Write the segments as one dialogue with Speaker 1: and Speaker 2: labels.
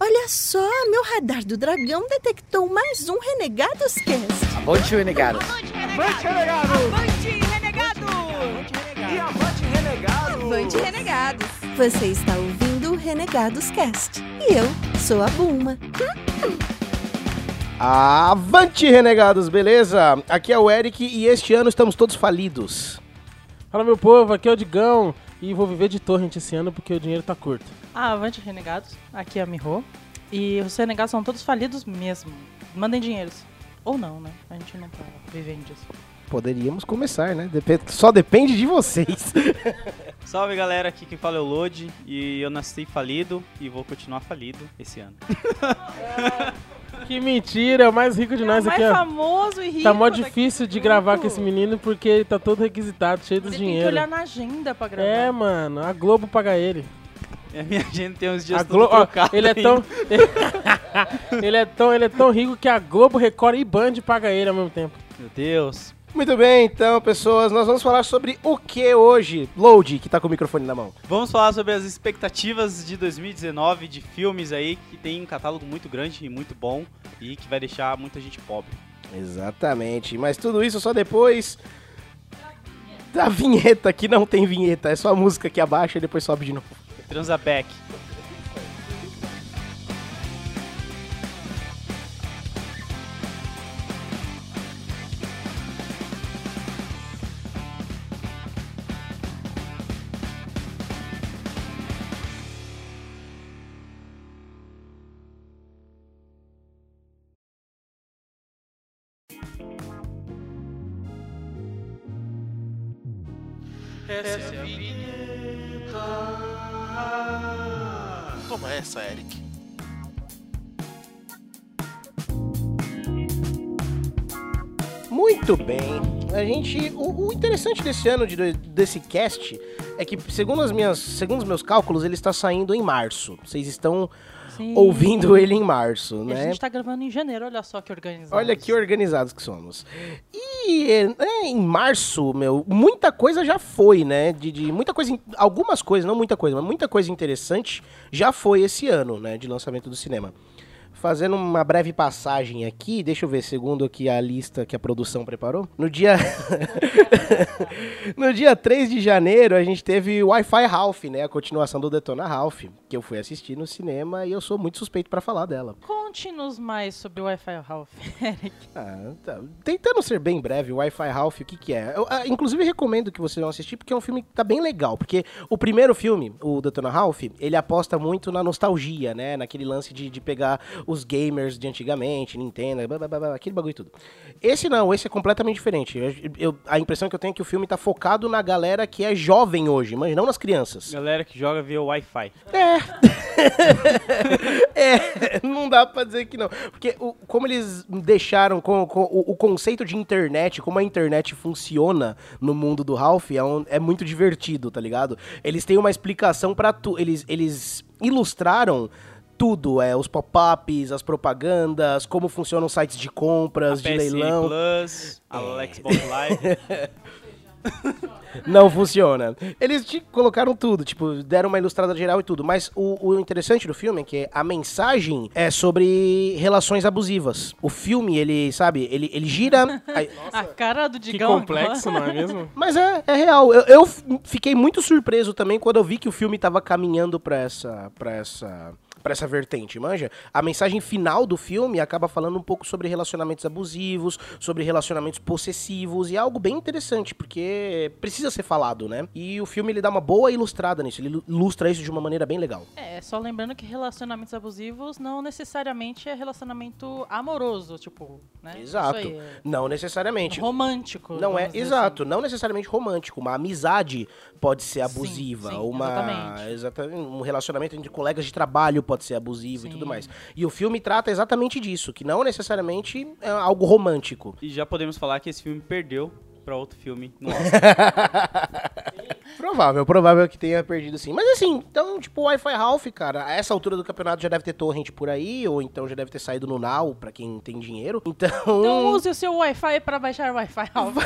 Speaker 1: Olha só, meu radar do dragão detectou mais um Renegados Cast.
Speaker 2: Avante, renegado.
Speaker 3: Avante, renegado!
Speaker 4: Avante, renegado!
Speaker 3: E avante, renegado!
Speaker 4: Avante, renegados!
Speaker 1: Você está ouvindo o Renegados Cast. E eu sou a Bulma.
Speaker 5: Avante, renegados, beleza? Aqui é o Eric e este ano estamos todos falidos.
Speaker 6: Fala meu povo, aqui é o Digão e vou viver de torrent esse ano porque o dinheiro tá curto.
Speaker 7: Ah, avante renegados, aqui é a Miho. E os renegados são todos falidos mesmo. Mandem dinheiros. Ou não, né? A gente não tá vivendo disso.
Speaker 5: Poderíamos começar, né? Depe- Só depende de vocês.
Speaker 8: Salve galera, aqui quem fala é o Lodi e eu nasci falido e vou continuar falido esse ano.
Speaker 6: Que mentira, é o mais rico de
Speaker 7: É o
Speaker 6: nós
Speaker 7: mais
Speaker 6: aqui, ó.
Speaker 7: famoso e rico.
Speaker 6: Tá mó
Speaker 7: daqui.
Speaker 6: difícil de gravar
Speaker 7: Rico.
Speaker 6: com esse menino porque ele tá todo requisitado, cheio dos
Speaker 7: Ele tem que
Speaker 6: dinheiro.
Speaker 7: olhar na agenda pra gravar.
Speaker 6: É, mano, a Globo paga ele.
Speaker 8: E a minha agenda tem uns dias
Speaker 6: A
Speaker 8: tudo
Speaker 6: Globo, ó,
Speaker 8: trocado
Speaker 6: ele é tão ele é tão, ele é tão rico que a Globo, Record e Band paga ele ao mesmo tempo.
Speaker 8: ainda. Meu Deus.
Speaker 5: Muito bem, então, pessoas, nós vamos falar sobre o que hoje? Load, que tá com o microfone na mão.
Speaker 8: Vamos falar sobre as expectativas de 2019 de filmes aí que tem um catálogo muito grande e muito bom e que vai deixar muita gente pobre.
Speaker 5: Exatamente, mas tudo isso só depois da vinheta, que não tem vinheta, é só a música que abaixa e depois sobe de novo.
Speaker 8: Transaback.
Speaker 9: Toma essa, Eric.
Speaker 5: Muito bem. A gente. O, o interessante desse ano, de, dois- desse cast, é que, segundo, as minhas, segundo os meus cálculos, ele está saindo em março. Vocês estão
Speaker 7: Sim.
Speaker 5: ouvindo ele em março,
Speaker 7: E A
Speaker 5: né?
Speaker 7: gente tá gravando em janeiro, olha só que organizado.
Speaker 5: Olha que organizados que somos. E é, né, em março, meu, muita coisa já foi, né? De, de muita coisa, in- algumas coisas, não muita coisa, mas muita coisa interessante já foi esse ano, né? De lançamento do cinema. Fazendo uma breve passagem aqui, deixa eu ver, segundo aqui a lista que a produção preparou. No dia No dia 3 de janeiro, a gente teve Wi-Fi Ralph, né? A continuação do Detona Ralph, que eu fui assistir no cinema e eu sou muito suspeito pra falar dela.
Speaker 7: Conte-nos mais sobre o Wi-Fi Ralph, Eric.
Speaker 5: Ah, tá. Tentando ser bem breve, o Wi-Fi Ralph, o que que é? Eu, ah, inclusive, recomendo que vocês vão assistir, porque é um filme que tá bem legal. Porque o primeiro filme, o Detona Ralph, ele aposta muito na nostalgia, né? Naquele lance de, de pegar os gamers de antigamente, Nintendo, blá, blá, blá, blá, aquele bagulho e tudo. Esse não, esse é completamente diferente. Eu- eu- a impressão que eu tenho é que o filme tá focado na galera que é jovem hoje, mas não nas crianças.
Speaker 8: Galera que joga via Wi-Fi.
Speaker 5: É, não dá pra dizer que não. Porque o- como eles deixaram com, com o, o conceito de internet, como a internet funciona no mundo do Ralph, é, um- é muito divertido, tá ligado? Eles têm uma explicação pra tu. Eles, eles ilustraram tudo, é, os pop-ups, as propagandas, como funcionam sites de compras, de
Speaker 8: PSN
Speaker 5: leilão.
Speaker 6: É.
Speaker 8: Plus, a Xbox Live.
Speaker 5: Não funciona. Eles te colocaram tudo, tipo, deram uma ilustrada geral e tudo. Mas o, o interessante do filme é que a mensagem é sobre relações abusivas. O filme, ele, sabe, ele, ele gira. aí-
Speaker 7: A cara do
Speaker 6: Que
Speaker 7: Digão.
Speaker 6: complexo,
Speaker 7: agora.
Speaker 6: não é mesmo?
Speaker 5: mas é, é real. Eu, eu f- fiquei muito surpreso também quando eu vi que o filme tava caminhando pra essa. para essa. Pra essa vertente, manja? A mensagem final do filme acaba falando um pouco sobre relacionamentos abusivos, sobre relacionamentos possessivos, e é algo bem interessante, porque precisa ser falado, né? E o filme ele dá uma boa ilustrada nisso, ele ilustra isso de uma maneira bem legal.
Speaker 7: É, só lembrando que relacionamentos abusivos não necessariamente é relacionamento amoroso, tipo, né?
Speaker 5: Exato.
Speaker 7: Isso aí, é
Speaker 5: Não necessariamente.
Speaker 7: romântico.
Speaker 5: Não é,
Speaker 7: vamos dizer assim.
Speaker 5: exato, não necessariamente romântico. Uma amizade pode
Speaker 7: Sim,
Speaker 5: ser abusiva,
Speaker 7: sim,
Speaker 5: uma
Speaker 7: exatamente.
Speaker 5: exatamente, um relacionamento entre colegas de trabalho pode ser abusivo
Speaker 7: Sim.
Speaker 5: e tudo mais. E o filme trata exatamente disso, que não necessariamente é algo romântico.
Speaker 8: e já podemos falar que esse filme perdeu pra outro filme no Oscar.
Speaker 5: Provável, provável que tenha perdido sim. Mas assim, então, tipo, o Wi-Fi Ralph, cara, a essa altura do campeonato já deve ter torrent por aí, ou então já deve ter saído no Now, pra quem tem dinheiro.
Speaker 7: Então use o seu Wi-Fi para baixar o Wi-Fi Ralph.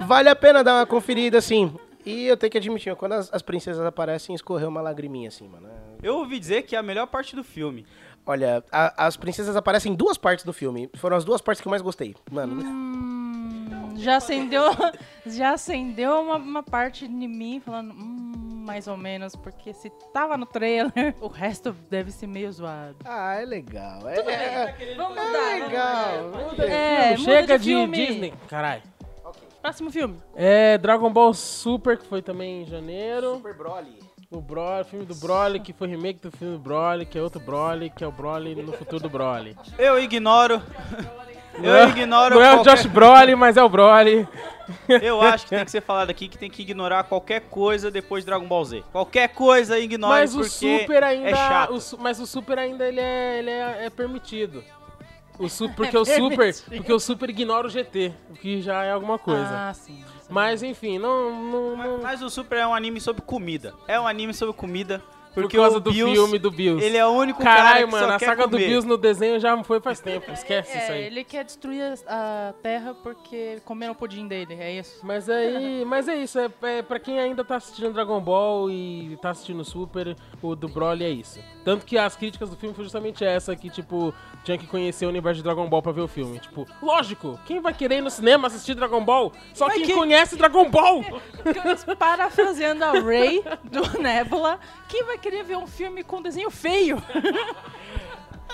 Speaker 5: Vale a pena dar uma conferida, assim. E eu tenho que admitir, quando as, as princesas aparecem, escorreu uma lagriminha, assim, mano. É-
Speaker 8: Eu ouvi dizer que é a melhor parte do filme.
Speaker 5: Olha, a- as princesas aparecem em duas partes do filme. Foram as duas partes que eu mais gostei. Mano,
Speaker 7: Hum, já acendeu, já acendeu uma, uma parte de mim falando, hum, mais ou menos, porque se tava no trailer, o resto deve ser meio zoado.
Speaker 5: Ah, é legal. É, é-
Speaker 7: Vamos
Speaker 5: é
Speaker 7: mudar. vamos
Speaker 5: legal.
Speaker 7: mudar. É, muda
Speaker 6: Chega
Speaker 7: de
Speaker 6: de,
Speaker 7: filme.
Speaker 6: Disney. Caralho.
Speaker 7: Próximo filme.
Speaker 6: É Dragon Ball Super, que foi também em janeiro.
Speaker 5: Super Broly.
Speaker 6: O Broly, filme do Broly, que foi remake do filme do Broly, que é outro Broly, que é o Broly no futuro do Broly.
Speaker 8: Eu ignoro.
Speaker 6: Não é-
Speaker 8: Eu ignoro.
Speaker 6: Não é o
Speaker 8: qualquer-
Speaker 6: Josh Broly, mas é o Broly.
Speaker 8: Eu acho que tem que ser falado aqui que tem que ignorar qualquer coisa depois de Dragon Ball Z. Qualquer coisa ignora
Speaker 6: Mas
Speaker 8: porque
Speaker 6: o Super ainda.
Speaker 8: é chato.
Speaker 6: o su- mas o Super ainda ele é, ele é, é permitido. O
Speaker 8: É
Speaker 6: su, porque o Super. Porque o Super ignora o GT, o que já é alguma coisa.
Speaker 7: Ah, sim.
Speaker 6: mas enfim, não. não, não-
Speaker 8: Mas, mas o Super é um anime sobre comida. É um anime sobre comida porque
Speaker 6: por causa
Speaker 8: o
Speaker 6: do
Speaker 8: Bills,
Speaker 6: filme do Bills.
Speaker 8: Ele é o único cara
Speaker 6: Caralho,
Speaker 8: que
Speaker 6: mano,
Speaker 8: só
Speaker 6: a
Speaker 8: quer
Speaker 6: saga do
Speaker 8: comer.
Speaker 6: Bills no desenho já foi faz tempo. Esquece isso
Speaker 7: É,
Speaker 6: aí.
Speaker 7: ele quer destruir a, a terra porque comeram o pudim dele, é isso.
Speaker 6: Mas aí, mas é isso, é, é para quem ainda tá assistindo Dragon Ball e tá assistindo Super, o do Broly é isso. Tanto que as críticas do filme foi justamente essa que tipo, tinha que conhecer o universo de Dragon Ball pra ver o filme, tipo, lógico, quem vai querer ir no cinema assistir Dragon Ball? Só
Speaker 7: Mas
Speaker 6: quem
Speaker 7: que-
Speaker 6: conhece Dragon Ball.
Speaker 7: Parafraseando a Ray do Nebula, quem vai querer ver um filme com desenho feio?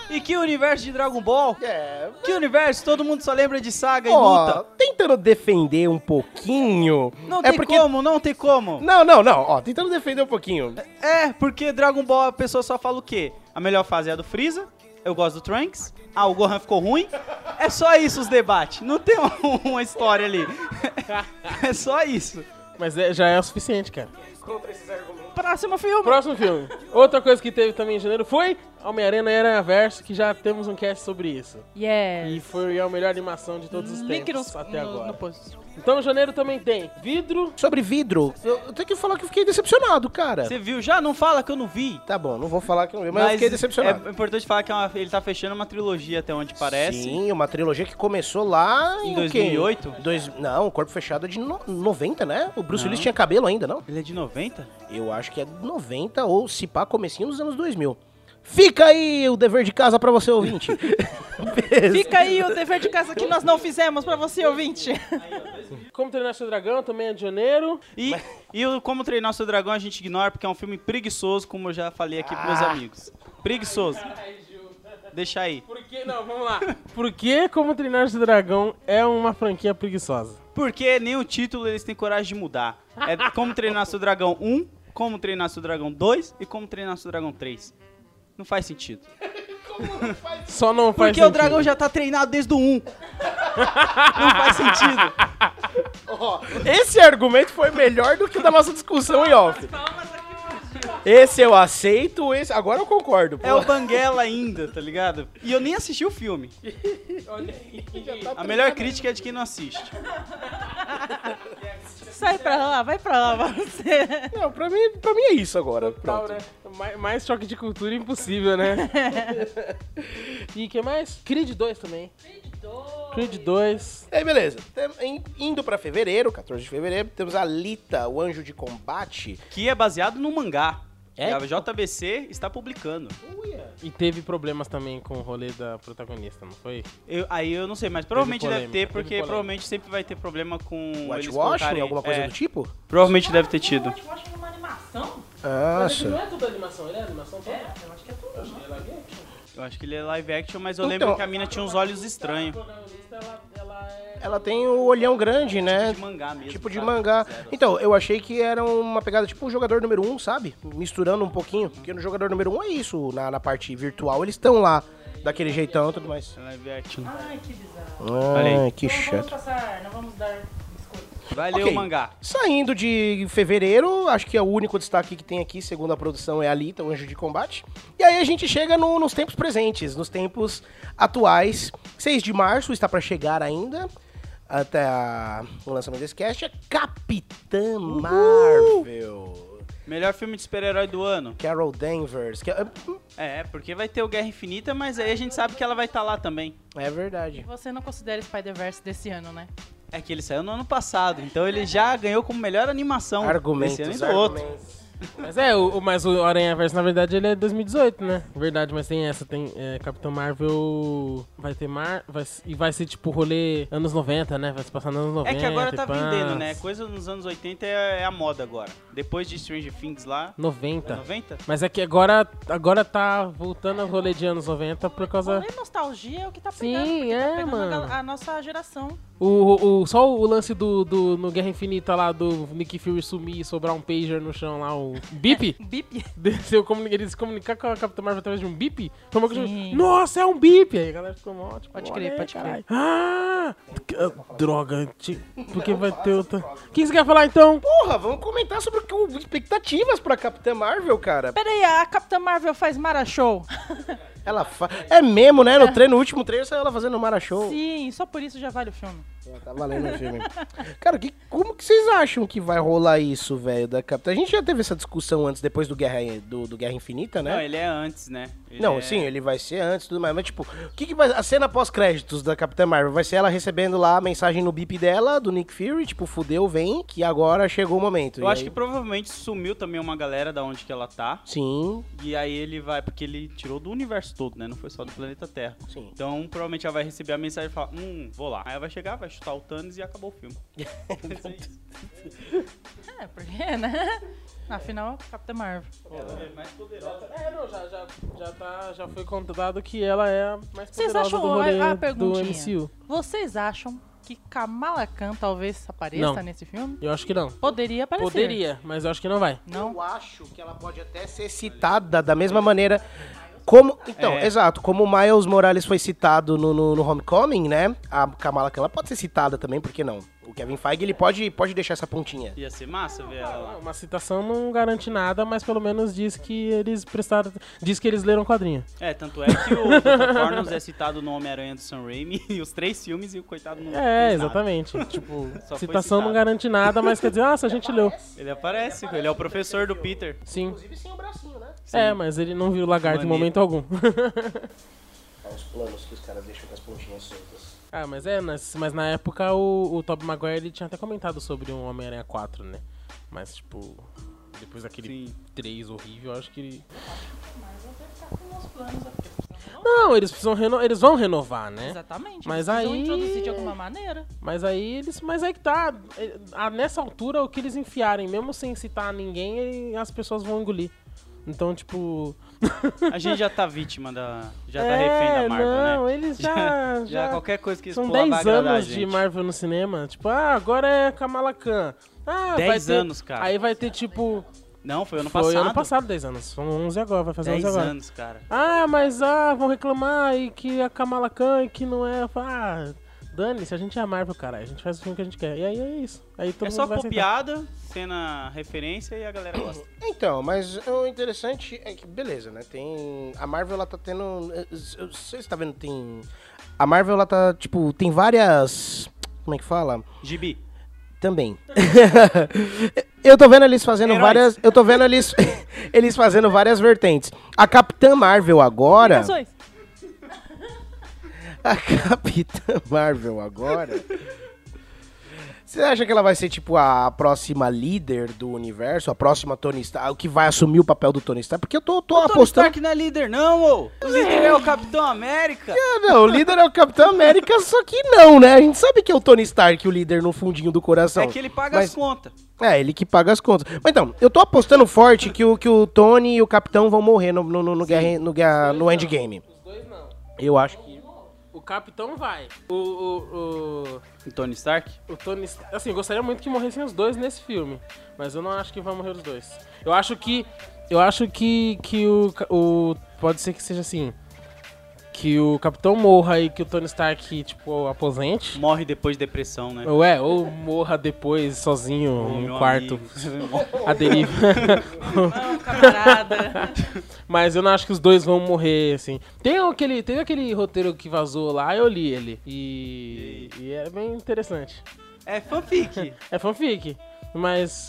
Speaker 8: E que universo de Dragon Ball?
Speaker 5: É.
Speaker 8: Que universo? Todo mundo só lembra de saga e
Speaker 5: Ó,
Speaker 8: luta.
Speaker 5: tentando defender um pouquinho.
Speaker 8: Não
Speaker 5: é
Speaker 8: tem
Speaker 5: porque...
Speaker 8: como, não tem como.
Speaker 5: Não, não, não. Ó, tentando defender um pouquinho.
Speaker 8: É, porque Dragon Ball a pessoa só fala o quê? A melhor fase é a do Freeza, eu gosto do Trunks, ah, o Gohan ficou ruim. É só isso os debates, não tem uma- uma história ali. É só isso.
Speaker 6: Mas é- já é o suficiente, cara.
Speaker 7: Próximo filme.
Speaker 6: Próximo filme. Outra coisa que teve também em janeiro foi Homem-Aranha na Era Verso, que já temos um cast sobre isso.
Speaker 7: Yes.
Speaker 6: E foi a melhor animação de todos os
Speaker 7: Link
Speaker 6: tempos
Speaker 7: no-
Speaker 6: até
Speaker 7: Hum, no-
Speaker 6: agora.
Speaker 7: no post.
Speaker 6: Então janeiro também tem Vidro,
Speaker 5: Sobre vidro, eu eu tenho que falar que eu fiquei decepcionado, cara.
Speaker 8: Você viu já? Não fala que eu não vi.
Speaker 5: Tá bom, não vou falar que eu não vi, mas, eu fiquei decepcionado.
Speaker 8: É importante falar que é uma- ele tá fechando uma trilogia até onde parece.
Speaker 5: Sim, uma trilogia que começou lá em,
Speaker 8: Em
Speaker 5: o quê?
Speaker 8: 2008?
Speaker 5: Dois, não, o Corpo Fechado é de no- 90, né? O Bruce
Speaker 8: Não.
Speaker 5: Willis tinha cabelo ainda, não?
Speaker 8: Ele é de 90?
Speaker 5: Eu acho que é 90 ou se pá, comecinho dos anos 2000. Fica aí o dever de casa pra você ouvinte.
Speaker 7: Fica aí o dever de casa que nós não fizemos pra você, ouvinte.
Speaker 6: Como Treinar Seu Dragão, também é de janeiro.
Speaker 8: E, e o Como Treinar o Seu Dragão a gente ignora porque é um filme preguiçoso, como eu já falei aqui pros meus
Speaker 6: Ah.
Speaker 8: amigos. Preguiçoso. Deixa aí.
Speaker 6: Porque, não, vamos lá. Por que Como Treinar Seu Dragão é uma franquia preguiçosa?
Speaker 8: Porque nem o título eles têm coragem de mudar. É Como Treinar Seu Dragão 1, Como Treinar Seu Dragão 2 e Como Treinar Seu Dragão 3. Não faz sentido.
Speaker 6: Só não faz
Speaker 8: Porque o
Speaker 6: sentido.
Speaker 8: dragão já tá treinado desde o 1. Não faz sentido.
Speaker 5: Esse argumento foi melhor do que da nossa discussão em off. Esse eu aceito, esse agora eu concordo.
Speaker 8: É o Banguela ainda, tá ligado? E eu nem assisti o filme. A melhor crítica é de quem não assiste.
Speaker 7: Sai pra lá, vai pra lá você.
Speaker 5: Não, pra mim, pra mim é isso agora.
Speaker 6: Tal, né? Mais, mais choque de cultura impossível, né? e que mais? Creed 2 também. Creed 2.
Speaker 5: É, beleza. Tem- in- Indo pra fevereiro, 14 de fevereiro, temos a Lita, o Anjo de Combate.
Speaker 8: Que é baseado no mangá.
Speaker 6: É?
Speaker 8: E a JBC está publicando.
Speaker 6: E teve problemas também com o rolê da protagonista, não foi?
Speaker 8: Eu- aí eu não sei, mas provavelmente deve
Speaker 6: polêmica,
Speaker 8: ter,
Speaker 6: teve
Speaker 8: porque
Speaker 6: polêmica.
Speaker 8: provavelmente sempre vai ter problema com. eles
Speaker 5: Watchwatch,
Speaker 8: colocarem-
Speaker 5: alguma coisa
Speaker 8: é,
Speaker 5: do tipo?
Speaker 8: Provavelmente deve ter tido.
Speaker 5: Nossa.
Speaker 6: é toda animação, ele é animação toda.
Speaker 8: Eu acho que ele é live action, mas eu
Speaker 5: Então-
Speaker 8: lembro que a mina tinha uns olhos estranhos.
Speaker 5: Ela tem o olhão grande, né?
Speaker 8: de mangá mesmo.
Speaker 5: Tipo de
Speaker 8: sabe?
Speaker 5: mangá. Então, eu achei que era uma pegada tipo o jogador número 1, um, sabe? Misturando um pouquinho. Porque no jogador número 1 um é isso, na, na parte virtual. Eles estão lá, daquele jeitão e tudo mais.
Speaker 8: É Live action.
Speaker 7: Ai, que bizarro.
Speaker 8: Olha
Speaker 5: Ai,
Speaker 8: aí.
Speaker 5: que chato.
Speaker 7: passar, não vamos dar.
Speaker 8: Vai ler
Speaker 5: Ok.
Speaker 8: o mangá.
Speaker 5: Saindo de fevereiro, acho que é o único destaque que tem aqui, segundo a produção, é a Alita, o Anjo de Combate. E aí a gente chega no- nos tempos presentes, nos tempos atuais. 6 de março está para chegar ainda, até a- o lançamento desse cast, é Capitã Marvel.
Speaker 8: Melhor filme de super-herói do ano.
Speaker 5: Carol Danvers. que é,
Speaker 8: É, porque vai ter o Guerra Infinita, mas aí a gente sabe que ela vai estar lá também.
Speaker 5: é verdade.
Speaker 7: Você não considera Spider-Verse desse ano, né?
Speaker 8: É que ele saiu no ano passado, então ele já ganhou como melhor animação.
Speaker 5: Argumentos,
Speaker 8: Esse ano e do
Speaker 5: argumentos.
Speaker 8: outro.
Speaker 6: Mas é, o, o- mas o Aranha Verso, na verdade, ele é 2018, né? Verdade, mas tem essa, tem é, Capitão Marvel, vai ter Mar... Vai, s- e vai ser, tipo, rolê anos 90, né? Vai se passar nos anos 90.
Speaker 8: É que agora
Speaker 6: e
Speaker 8: tá
Speaker 6: pás.
Speaker 8: vendendo, né? Coisa nos anos 80 é é a moda agora. Depois de Stranger Things lá,
Speaker 6: 90.
Speaker 5: Tá.
Speaker 8: é 90?
Speaker 6: Mas é que agora, agora tá voltando ao rolê de anos 90 por causa...
Speaker 7: Falei nostalgia é o que tá
Speaker 6: Sim,
Speaker 7: pegando. porque
Speaker 6: é,
Speaker 7: tá pegando a gal-
Speaker 6: mano.
Speaker 7: A, nossa geração.
Speaker 6: O, o- só o lance do, do no Guerra Infinita lá, do Nick Fury sumir e sobrar um pager no chão lá, o bip,
Speaker 7: Bip.
Speaker 6: desceu, comuni- ele se comunicar com a Capitã Marvel através de um bip, tomou que
Speaker 7: Sim.
Speaker 6: nossa, é um bip! Aí a galera ficou mó, tipo,
Speaker 7: Pode
Speaker 6: olha
Speaker 7: crer,
Speaker 6: aí,
Speaker 7: pode
Speaker 6: caralho. Ah, que- ah, droga, ti- porque vai ter outra... O que você quer falar, então?
Speaker 5: Porra, vamos comentar sobre o que- expectativas pra Capitã Marvel, cara.
Speaker 7: Pera aí, a Capitã Marvel faz Mara Show.
Speaker 5: Ela fa... É mesmo, né? No, treino, no último treino saiu ela fazendo Mara Show.
Speaker 7: Sim, só por isso já vale o filme.
Speaker 5: Ela Tá valendo o filme. Cara, que, como que vocês acham que vai rolar isso, velho, da Capitã? A gente já teve essa discussão antes, depois do Guerra, do, do Guerra Infinita, né?
Speaker 8: Não, ele é antes, né? Ele
Speaker 5: Não,
Speaker 8: é-
Speaker 5: sim, ele vai ser antes e tudo mais. Mas, tipo, o que, que vai. A cena pós-créditos da Capitã Marvel vai ser ela recebendo lá a mensagem no bip dela, do Nick Fury, tipo, fudeu, vem, que agora chegou o momento.
Speaker 8: Eu
Speaker 5: E
Speaker 8: acho
Speaker 5: aí-
Speaker 8: que provavelmente sumiu também uma galera da onde que ela tá.
Speaker 5: Sim,
Speaker 8: E aí ele vai, porque ele tirou do universo todo, né? Não foi só do planeta Terra.
Speaker 5: sim.
Speaker 8: Então, provavelmente ela vai receber a mensagem e falar, hum, vou lá. Aí ela vai chegar, vai chutar o Thanos e acabou o filme.
Speaker 7: É, porque, né? Afinal, Capitã Marvel.
Speaker 6: É, não, já, já, já, tá, já foi contado que ela é a mais
Speaker 7: Vocês
Speaker 6: poderosa
Speaker 7: acham-
Speaker 6: do rolê
Speaker 7: a- a
Speaker 6: do
Speaker 7: perguntinha?
Speaker 6: MCU.
Speaker 7: Vocês acham que Kamala Khan talvez apareça
Speaker 6: Não.
Speaker 7: nesse filme?
Speaker 6: Eu acho que não.
Speaker 7: Poderia aparecer.
Speaker 6: Poderia, mas eu acho que não vai.
Speaker 7: Não?
Speaker 5: Eu acho que ela pode até ser citada da mesma maneira. Como, então,
Speaker 8: É.
Speaker 5: exato, como o Miles Morales foi citado no, no, no Homecoming, né? A Kamala Khan ela pode ser citada também, por que não? O Kevin Feige ele pode, pode deixar essa pontinha.
Speaker 8: Ia ser massa ver ela lá.
Speaker 6: Uma citação não garante nada, mas pelo menos diz que eles prestaram. Diz que eles leram o quadrinho.
Speaker 8: É, tanto é que o Dr. Cornus é citado no Homem-Aranha do Sam Raimi e os três filmes e o coitado não
Speaker 6: É,
Speaker 8: fez nada.
Speaker 6: exatamente. Tipo,
Speaker 8: Só foi
Speaker 6: citação não
Speaker 8: citado.
Speaker 6: garante nada, mas quer dizer, nossa, a gente leu.
Speaker 8: Ele aparece, ele é o professor do Peter.
Speaker 6: Sim.
Speaker 5: Inclusive sem o bracinho, né?
Speaker 6: É, mas ele não viu o lagarto em momento
Speaker 8: Maneiro.
Speaker 6: algum.
Speaker 5: É Os planos que os caras deixam com as pontinhas soltas.
Speaker 6: ah, mas é, mas, mas na época o, o Tobey Maguire ele tinha até comentado sobre um Homem-Aranha 4, né? Mas, tipo, depois daquele
Speaker 8: Sim.
Speaker 6: 3 horrível, eu acho que ele.
Speaker 5: é né?
Speaker 6: Não, eles precisam reno... eles vão renovar, né?
Speaker 7: Exatamente.
Speaker 6: Mas
Speaker 7: precisam
Speaker 6: aí-
Speaker 7: introduzir de alguma maneira.
Speaker 6: Mas aí eles. Mas aí que tá. eh, ah, Nessa altura, o que eles enfiarem, mesmo sem citar ninguém, eh, as pessoas vão engolir. Então, tipo.
Speaker 8: A gente já tá vítima da. Já tá
Speaker 6: é,
Speaker 8: refém da Marvel,
Speaker 6: não,
Speaker 8: né?
Speaker 6: eles já. já,
Speaker 8: Já qualquer coisa que eles
Speaker 6: São
Speaker 8: pular vai
Speaker 6: 10
Speaker 8: agradar a
Speaker 6: anos de
Speaker 8: gente.
Speaker 6: Marvel no cinema. Tipo, ah, agora é Kamala Khan. Ah, vai
Speaker 8: 10
Speaker 6: ter,
Speaker 8: anos, cara.
Speaker 6: Aí vai ter, tipo.
Speaker 8: Não, foi ano
Speaker 6: foi
Speaker 8: passado.
Speaker 6: ano passado 10 anos. São 11 agora, vai fazer
Speaker 8: 10
Speaker 6: 11 agora.
Speaker 8: anos, cara.
Speaker 6: Ah, mas ah, vão reclamar e que a Kamala Khan e que não é. Ah, dane-se, a gente é a Marvel, caralho. A gente faz o filme que a gente quer. E aí é isso. Aí todo
Speaker 8: é
Speaker 6: mundo
Speaker 8: só
Speaker 6: vai aceitar.
Speaker 8: copiada, cena referência e a galera gosta.
Speaker 5: Então, mas o interessante é que, beleza, né? Tem. A Marvel, ela tá tendo. eh, eu- Você está vendo, tem. A Marvel, ela tá, tipo, tem várias. Como é que fala?
Speaker 8: Gibi.
Speaker 5: Também. eu tô vendo eles fazendo
Speaker 8: Heróis.
Speaker 5: várias. Eu tô vendo eles, eles fazendo várias vertentes. A Capitã Marvel agora.
Speaker 7: Razões.
Speaker 5: A Capitã Marvel agora. Você acha que ela vai ser, tipo, a próxima líder do universo? A próxima Tony Stark? O que vai assumir o papel do Tony Stark? Porque eu tô, tô
Speaker 8: Tony
Speaker 5: apostando.
Speaker 8: Stark não é líder, não, ô! O líder é o Capitão América!
Speaker 5: Ah, Não, o líder é o Capitão América, só que não, né? A gente sabe que é o Tony Stark, o líder no fundinho do coração.
Speaker 8: É que ele paga
Speaker 5: Mas-
Speaker 8: as contas.
Speaker 5: É, ele que paga as contas. Mas então, eu tô apostando forte que o, que o Tony e o Capitão vão morrer no, no, no, no guerra, no, guerra, no endgame.
Speaker 6: Os dois não.
Speaker 5: Eu acho que.
Speaker 6: O Capitão vai. O, o,
Speaker 8: O Tony Stark?
Speaker 6: o, o Tony. Stark- Assim, gostaria muito que morressem os dois nesse filme. Mas eu não acho que vai morrer os dois. Eu acho que. Eu acho que, que o, ca- o. Pode ser que seja assim. Que o Capitão morra e que o Tony Stark, tipo, aposente.
Speaker 8: Morre depois de depressão, né?
Speaker 6: Ou é, ou morra depois sozinho
Speaker 8: Ô,
Speaker 6: em
Speaker 8: meu
Speaker 6: um quarto.
Speaker 8: amigo.
Speaker 6: A deriva.
Speaker 7: Não, camarada.
Speaker 6: Mas eu não acho que os dois vão morrer, assim. Tem aquele, tem aquele roteiro que vazou lá, eu li ele. E, e é bem interessante.
Speaker 8: é fanfic.
Speaker 6: É fanfic, mas,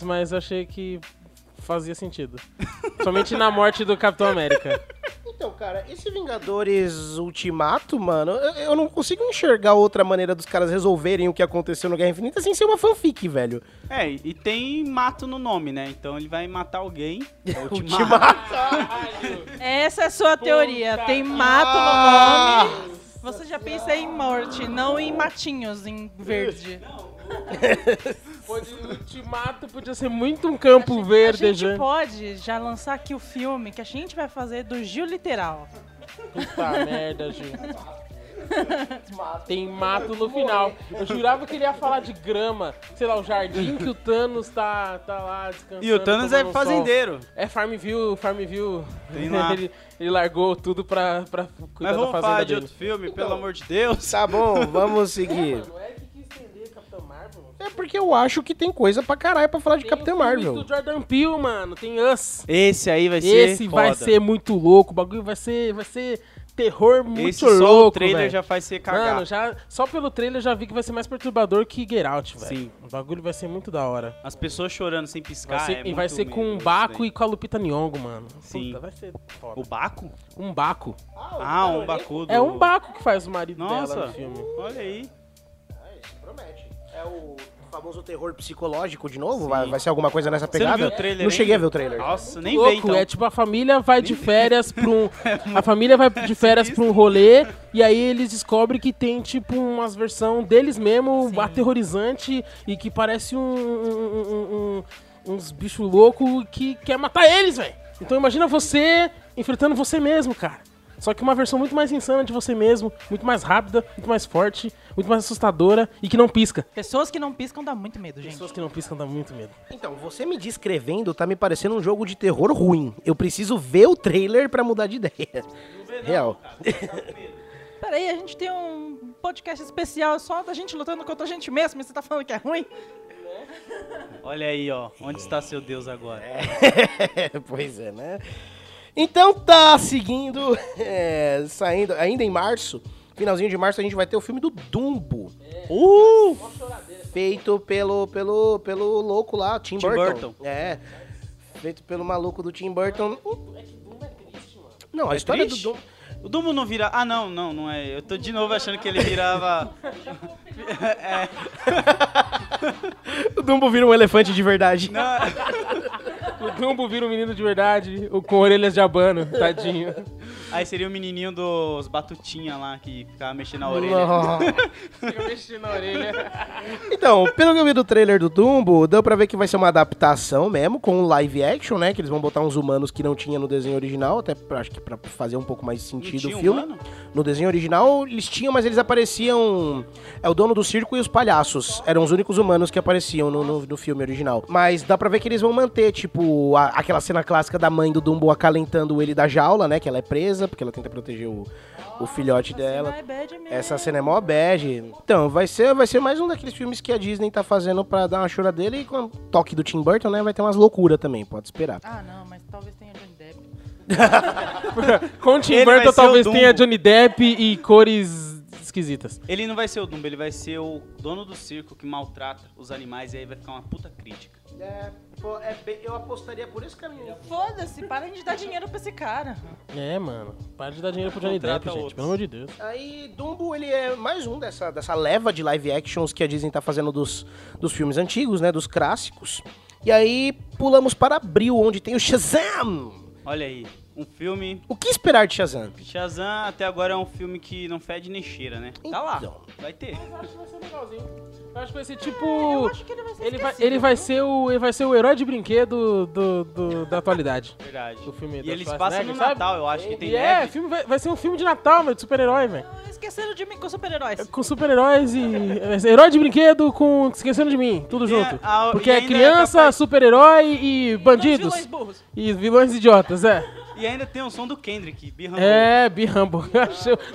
Speaker 6: mas eu achei que fazia sentido. Somente na morte do Capitão América.
Speaker 5: Então, cara, esse Vingadores Ultimato, mano, eu, eu não consigo enxergar outra maneira dos caras resolverem o que aconteceu no Guerra Infinita sem ser uma fanfic, velho.
Speaker 8: É, e tem mato no nome, né? Então ele vai matar alguém. É o
Speaker 5: Ultimato.
Speaker 7: Essa é a sua teoria. Tem mato no nome. Você já pensa em morte, não em matinhos em verde.
Speaker 6: Pode, o Timato podia ser muito um campo verde, né?
Speaker 7: a gente
Speaker 6: já.
Speaker 7: pode já lançar aqui o filme que a gente vai fazer do Gil Literal.
Speaker 6: Puta merda, Gil. Tem mato no final. Eu jurava que ele ia falar de grama, sei lá, o jardim que o Thanos tá, tá lá descansando.
Speaker 8: E o Thanos é
Speaker 6: tomando um sol.
Speaker 8: fazendeiro.
Speaker 6: É Farmville, Farmville.
Speaker 8: Tem lá.
Speaker 6: ele, ele largou tudo pra, pra
Speaker 8: Mas
Speaker 6: cuidar da
Speaker 8: vamos
Speaker 6: fazenda
Speaker 8: falar de
Speaker 6: dele. Então,
Speaker 8: outro filme, pelo amor de Deus.
Speaker 5: Tá bom, vamos seguir.
Speaker 6: Mano, é que quis estender Capitão Marvel. mano.
Speaker 5: É porque eu acho que tem coisa pra caralho pra falar de
Speaker 6: Tem
Speaker 5: Capitão
Speaker 6: o filme
Speaker 5: Marvel.
Speaker 6: do Jordan Peele, mano. Tem Us.
Speaker 8: Esse aí vai ser
Speaker 6: Esse vai
Speaker 8: foda.
Speaker 6: ser muito louco. O bagulho vai ser, vai ser terror muito
Speaker 8: Esse
Speaker 6: louco,
Speaker 8: só o trailer
Speaker 6: velho.
Speaker 8: já faz você cagar.
Speaker 6: Mano, já, só pelo trailer eu já vi que vai ser mais perturbador que Get Out, velho.
Speaker 8: Sim.
Speaker 6: O bagulho vai ser muito da hora.
Speaker 8: As pessoas chorando sem
Speaker 6: Vai
Speaker 8: piscar.
Speaker 6: ser-
Speaker 8: é
Speaker 6: e
Speaker 8: muito
Speaker 6: vai ser com
Speaker 8: medo
Speaker 6: um
Speaker 8: isso
Speaker 6: Baco
Speaker 8: daí.
Speaker 6: e com a Lupita Nyong'o, mano.
Speaker 8: Sim.
Speaker 6: Puta, vai ser foda.
Speaker 8: O Baco?
Speaker 6: Um Baco.
Speaker 8: Ah, um Bacudo.
Speaker 6: É um Baco que faz o marido dela
Speaker 8: Nossa,
Speaker 6: no filme.
Speaker 8: olha aí.
Speaker 5: Promete. É o famoso terror psicológico de novo? Vai, vai ser alguma coisa nessa
Speaker 8: não
Speaker 5: pegada?
Speaker 8: viu o trailer
Speaker 5: Não
Speaker 8: ainda?
Speaker 5: cheguei a ver o trailer.
Speaker 8: Nossa, nem
Speaker 6: louco,
Speaker 8: vê então. É
Speaker 6: é tipo a família vai de férias pra um a família vai de férias pra um rolê e aí eles descobrem que tem tipo umas versão deles mesmo aterrorizante e que parece um, um- um- um- uns bicho louco que quer matar eles, velho. Então imagina você enfrentando você mesmo, cara. Só que uma versão muito mais insana de você mesmo, muito mais rápida, muito mais forte, muito mais assustadora e que não pisca.
Speaker 7: Pessoas que não piscam dá muito medo, gente.
Speaker 6: Pessoas que não piscam dá muito medo.
Speaker 5: Então, você me descrevendo tá me parecendo um jogo de terror ruim. Eu preciso ver o trailer pra mudar de ideia. Real.
Speaker 7: Peraí, a gente tem um podcast especial só da gente lutando contra a gente mesmo e você tá falando que é ruim?
Speaker 8: Olha aí, ó. Onde está seu Deus agora?
Speaker 5: pois é, né? Então tá, seguindo, é, saindo, ainda em março, finalzinho de março, a gente vai ter o filme do Dumbo.
Speaker 8: É.
Speaker 5: Uh! Feito pelo, pelo, pelo louco lá, Tim,
Speaker 8: Tim
Speaker 5: Burton.
Speaker 8: Burton.
Speaker 5: É. Feito pelo maluco do Tim Burton.
Speaker 8: É
Speaker 5: Não, a história do
Speaker 8: triste?
Speaker 5: Dumbo...
Speaker 8: O Dumbo não vira. Ah, não, não, não é. Eu tô de novo achando que ele virava.
Speaker 5: O Dumbo vira um elefante de verdade.
Speaker 6: O Dumbo vira um menino de verdade, o com orelhas de abano, tadinho.
Speaker 8: Aí seria o menininho dos Batutinha lá que ficava mexendo a orelha.
Speaker 5: Não.
Speaker 6: Fica mexendo na orelha.
Speaker 5: Então, pelo que eu vi do trailer do Dumbo, deu pra ver que vai ser uma adaptação mesmo, com um live action, né? Que eles vão botar uns humanos que não tinha no desenho original, até pra, acho que pra fazer um pouco mais de
Speaker 8: Não
Speaker 5: sentido
Speaker 8: tinha
Speaker 5: o
Speaker 8: um
Speaker 5: filme.
Speaker 8: humano?
Speaker 5: No desenho original, eles tinham, mas eles apareciam. É o dono do circo e os palhaços. Eram os únicos humanos que apareciam no, no, no filme original. Mas dá pra ver que eles vão manter, tipo, a- aquela cena clássica da mãe do Dumbo acalentando ele da jaula, né? Que ela é presa, porque ela tenta proteger o, o filhote dela.
Speaker 7: Não é bad mesmo.
Speaker 5: Essa cena é mó bege. Então, vai ser, vai ser mais um daqueles filmes que a Disney tá fazendo pra dar uma chora dele e com o toque do Tim Burton, né? Vai ter umas loucuras também, pode esperar.
Speaker 7: Ah, não, mas talvez tenha Johnny Depp.
Speaker 6: Com o Tim
Speaker 8: Ele vai
Speaker 6: Burton
Speaker 8: ser o
Speaker 6: talvez
Speaker 8: Dumbo.
Speaker 6: tenha Johnny Depp e cores esquisitas.
Speaker 8: Ele não vai ser o Dumbo, ele vai ser o dono do circo que maltrata os animais e aí vai ficar uma puta crítica.
Speaker 5: É, eu apostaria por esse caminho.
Speaker 7: Foda-se, parem de dar dinheiro pra esse cara.
Speaker 6: É, mano. Para de dar dinheiro pro Johnny
Speaker 8: Contrata
Speaker 6: Depp, gente.
Speaker 8: outros.
Speaker 6: Pelo amor de Deus.
Speaker 5: Aí, Dumbo, ele é mais um dessa, dessa leva de live actions que a Disney tá fazendo dos, dos filmes antigos, né? Dos clássicos. E aí, pulamos para abril, onde tem o Shazam!
Speaker 8: Olha aí, um filme.
Speaker 5: O que esperar de Shazam?
Speaker 8: Shazam até agora é um filme que não fede nem cheira, né? Tá lá.
Speaker 5: Então.
Speaker 8: Vai ter. é
Speaker 6: Eu acho que vai ser legalzinho. Eu acho que vai ser tipo.
Speaker 7: Eu acho que ele vai ser
Speaker 6: Ele vai,
Speaker 7: esquecido.
Speaker 6: ele, vai ser o, ele vai ser o herói de brinquedo do, do- da atualidade.
Speaker 8: Verdade.
Speaker 6: O filme
Speaker 8: e
Speaker 6: do
Speaker 8: eles passam
Speaker 6: Schwarzenegger,
Speaker 8: no
Speaker 6: sabe?
Speaker 8: Natal, eu acho que tem
Speaker 6: E é,
Speaker 8: neve.
Speaker 6: filme vai, vai ser um filme de Natal, meu, de super-herói, velho.
Speaker 7: Esqueceram de mim com super-heróis.
Speaker 6: Com super-heróis e. é, Herói de brinquedo com. Esquecendo de mim, tudo
Speaker 8: E
Speaker 6: junto.
Speaker 8: a-
Speaker 6: Porque
Speaker 8: e
Speaker 6: é
Speaker 8: ainda é
Speaker 6: criança,
Speaker 8: capaz-
Speaker 6: super-herói e bandidos.
Speaker 7: Vilões burros.
Speaker 6: E vilões idiotas, é.
Speaker 8: E ainda tem o som do Kendrick, Birram.
Speaker 6: É, Birambo.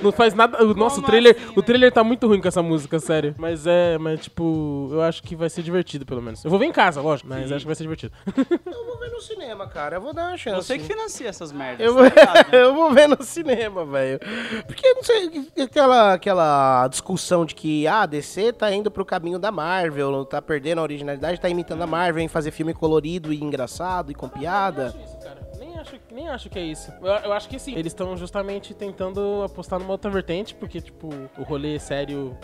Speaker 6: Não faz nada. o- Nossa, o
Speaker 8: Como
Speaker 6: trailer.
Speaker 8: assim,
Speaker 6: O trailer tá muito ruim com essa música, sério. Mas é, mas tipo, eu acho que vai ser divertido, pelo menos. Eu vou ver em casa, lógico, mas acho que vai ser divertido.
Speaker 5: Eu vou ver no cinema, cara. Eu vou dar uma chance.
Speaker 8: Você que financia essas merdas.
Speaker 5: É, Eu vou,
Speaker 8: tá ligado, né?
Speaker 5: eu vou ver no cinema, velho. Porque eu não sei, aquela, aquela discussão de que ah, a DC tá indo pro caminho da Marvel, tá
Speaker 8: Ah,
Speaker 5: perdendo a originalidade, tá imitando a Marvel em fazer filme colorido e engraçado e com piada.
Speaker 6: Nem acho isso, cara. Nem acho, nem acho que é isso. Eu, eu acho que sim. Eles estão justamente tentando apostar numa outra vertente, porque, tipo, o rolê sério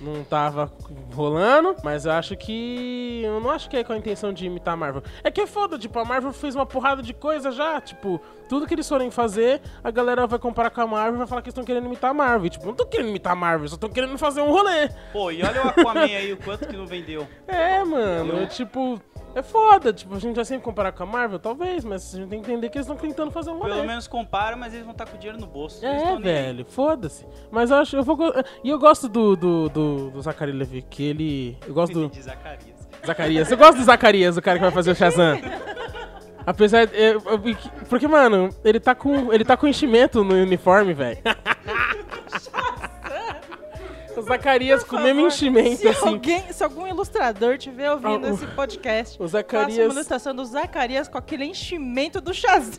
Speaker 6: não tava rolando. Mas eu acho que. Eu não acho que é com a intenção de imitar a Marvel. É que é foda, tipo, a Marvel fez uma porrada de coisa já. Tipo, tudo que eles forem fazer, a galera vai comparar com a Marvel e vai falar que eles estão querendo imitar a Marvel. E, Tipo, não tô querendo imitar a Marvel, só tô querendo fazer um rolê.
Speaker 8: Pô, e olha o Aquaman aí, o quanto que não vendeu.
Speaker 6: É, mano, é tipo. É foda, tipo, a gente vai sempre comparar com a Marvel, talvez, mas a gente tem que entender que eles estão tentando fazer um rolê.
Speaker 8: Pelo menos compara, mas eles vão estar com o dinheiro no bolso. Eles
Speaker 6: É,
Speaker 8: tão nem aí.
Speaker 6: velho, foda-se. Mas eu acho, eu vou. go- E eu gosto do, do, do, do Zachary Levi, que ele. Eu gosto do.
Speaker 8: De Zacarias.
Speaker 6: Zacarias. Eu gosto do Zacarias, o cara que vai fazer o Shazam. Apesar de. eu- eu- Porque, mano, ele tá com. Ele tá com enchimento no uniforme, velho. O Zacarias com o mesmo enchimento,
Speaker 7: se
Speaker 6: assim.
Speaker 7: Alguém, se algum ilustrador estiver ouvindo
Speaker 6: Ah, o-
Speaker 7: esse podcast,
Speaker 6: o
Speaker 7: faça uma
Speaker 6: Zacarias-
Speaker 7: ilustração do Zacarias com aquele enchimento do Shazam.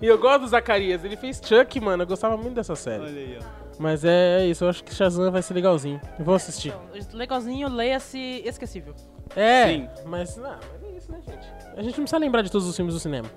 Speaker 6: E eu gosto do Zacarias. Ele fez Chuck, mano. Eu gostava muito dessa série.
Speaker 8: Olha aí, ó.
Speaker 6: Mas é isso, eu acho que Shazam vai ser legalzinho. Eu vou assistir.
Speaker 7: Então, legalzinho, leia-se esquecível.
Speaker 6: É,
Speaker 8: Sim.
Speaker 6: mas não, mas é isso, né, gente? A gente não precisa lembrar de todos os filmes do cinema.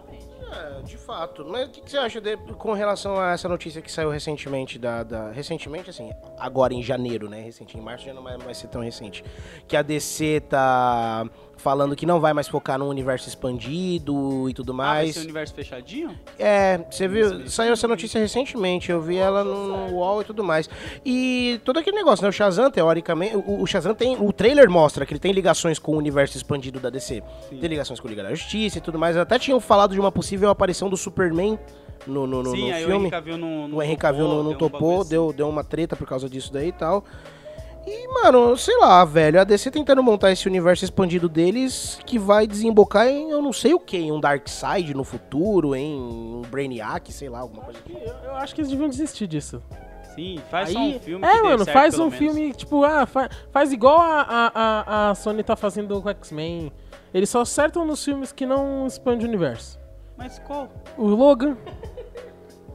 Speaker 5: É, de fato. Mas o que, que você acha de- com relação a essa notícia que saiu recentemente da, da- Recentemente, assim, agora em janeiro, né? Recente, em março já não vai mais ser tão recente. Que a DC tá falando que não vai mais focar no universo expandido e tudo
Speaker 8: Ah, vai ser
Speaker 5: mais.
Speaker 8: o universo fechadinho?
Speaker 5: É, você viu, saiu essa notícia recentemente, eu vi ela no, no UOL e tudo mais. E todo aquele negócio, né? O Shazam, teoricamente, o, o Shazam tem. O trailer mostra que ele tem ligações com o universo expandido da DC. Tem ligações com o Liga da Justiça e tudo mais. Até tinham falado de uma possível aparição do Superman no, no, no,
Speaker 8: Sim,
Speaker 5: no
Speaker 8: aí o
Speaker 5: filme.
Speaker 8: Henry Cavill não, não
Speaker 5: O Henry Cavill não, não
Speaker 8: deu um bagulho
Speaker 5: topou,
Speaker 8: assim.
Speaker 5: deu, deu uma treta por causa disso daí e tal. E, mano, sei lá, velho, a DC tentando montar esse universo expandido deles que vai desembocar em eu não sei o que, em um Darkseid no futuro, em um Brainiac, sei lá, alguma coisa.
Speaker 6: Eu, eu acho que eles deviam desistir disso.
Speaker 8: Sim, faz só um filme que
Speaker 6: é,
Speaker 8: dê
Speaker 6: mano,
Speaker 8: certo,
Speaker 6: faz
Speaker 8: pelo
Speaker 6: um
Speaker 8: menos.
Speaker 6: filme, tipo, ah, fa- faz igual a, a, a, a Sony tá fazendo com o X-Men. Eles só acertam nos filmes que não expandem o universo.
Speaker 8: Mas qual?
Speaker 6: O Logan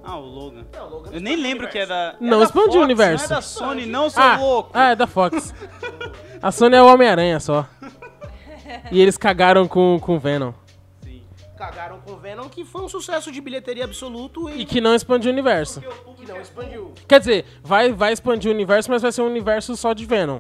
Speaker 8: Ah, o Logan. Eu nem lembro que é da...
Speaker 6: Não,
Speaker 8: é da
Speaker 6: expandiu o
Speaker 8: Fox,
Speaker 6: universo.
Speaker 8: Não é da Sony, não, seu
Speaker 6: ah,
Speaker 8: louco.
Speaker 6: Ah, é da Fox. a Sony é o Homem-Aranha só. E eles cagaram com com o Venom.
Speaker 8: Sim.
Speaker 5: Cagaram com o Venom, que foi um sucesso de bilheteria absoluto
Speaker 6: E
Speaker 5: e
Speaker 6: que não expande o universo.
Speaker 5: que não expandiu.
Speaker 6: Quer dizer, vai, vai expandir o universo, mas vai ser um universo só de Venom.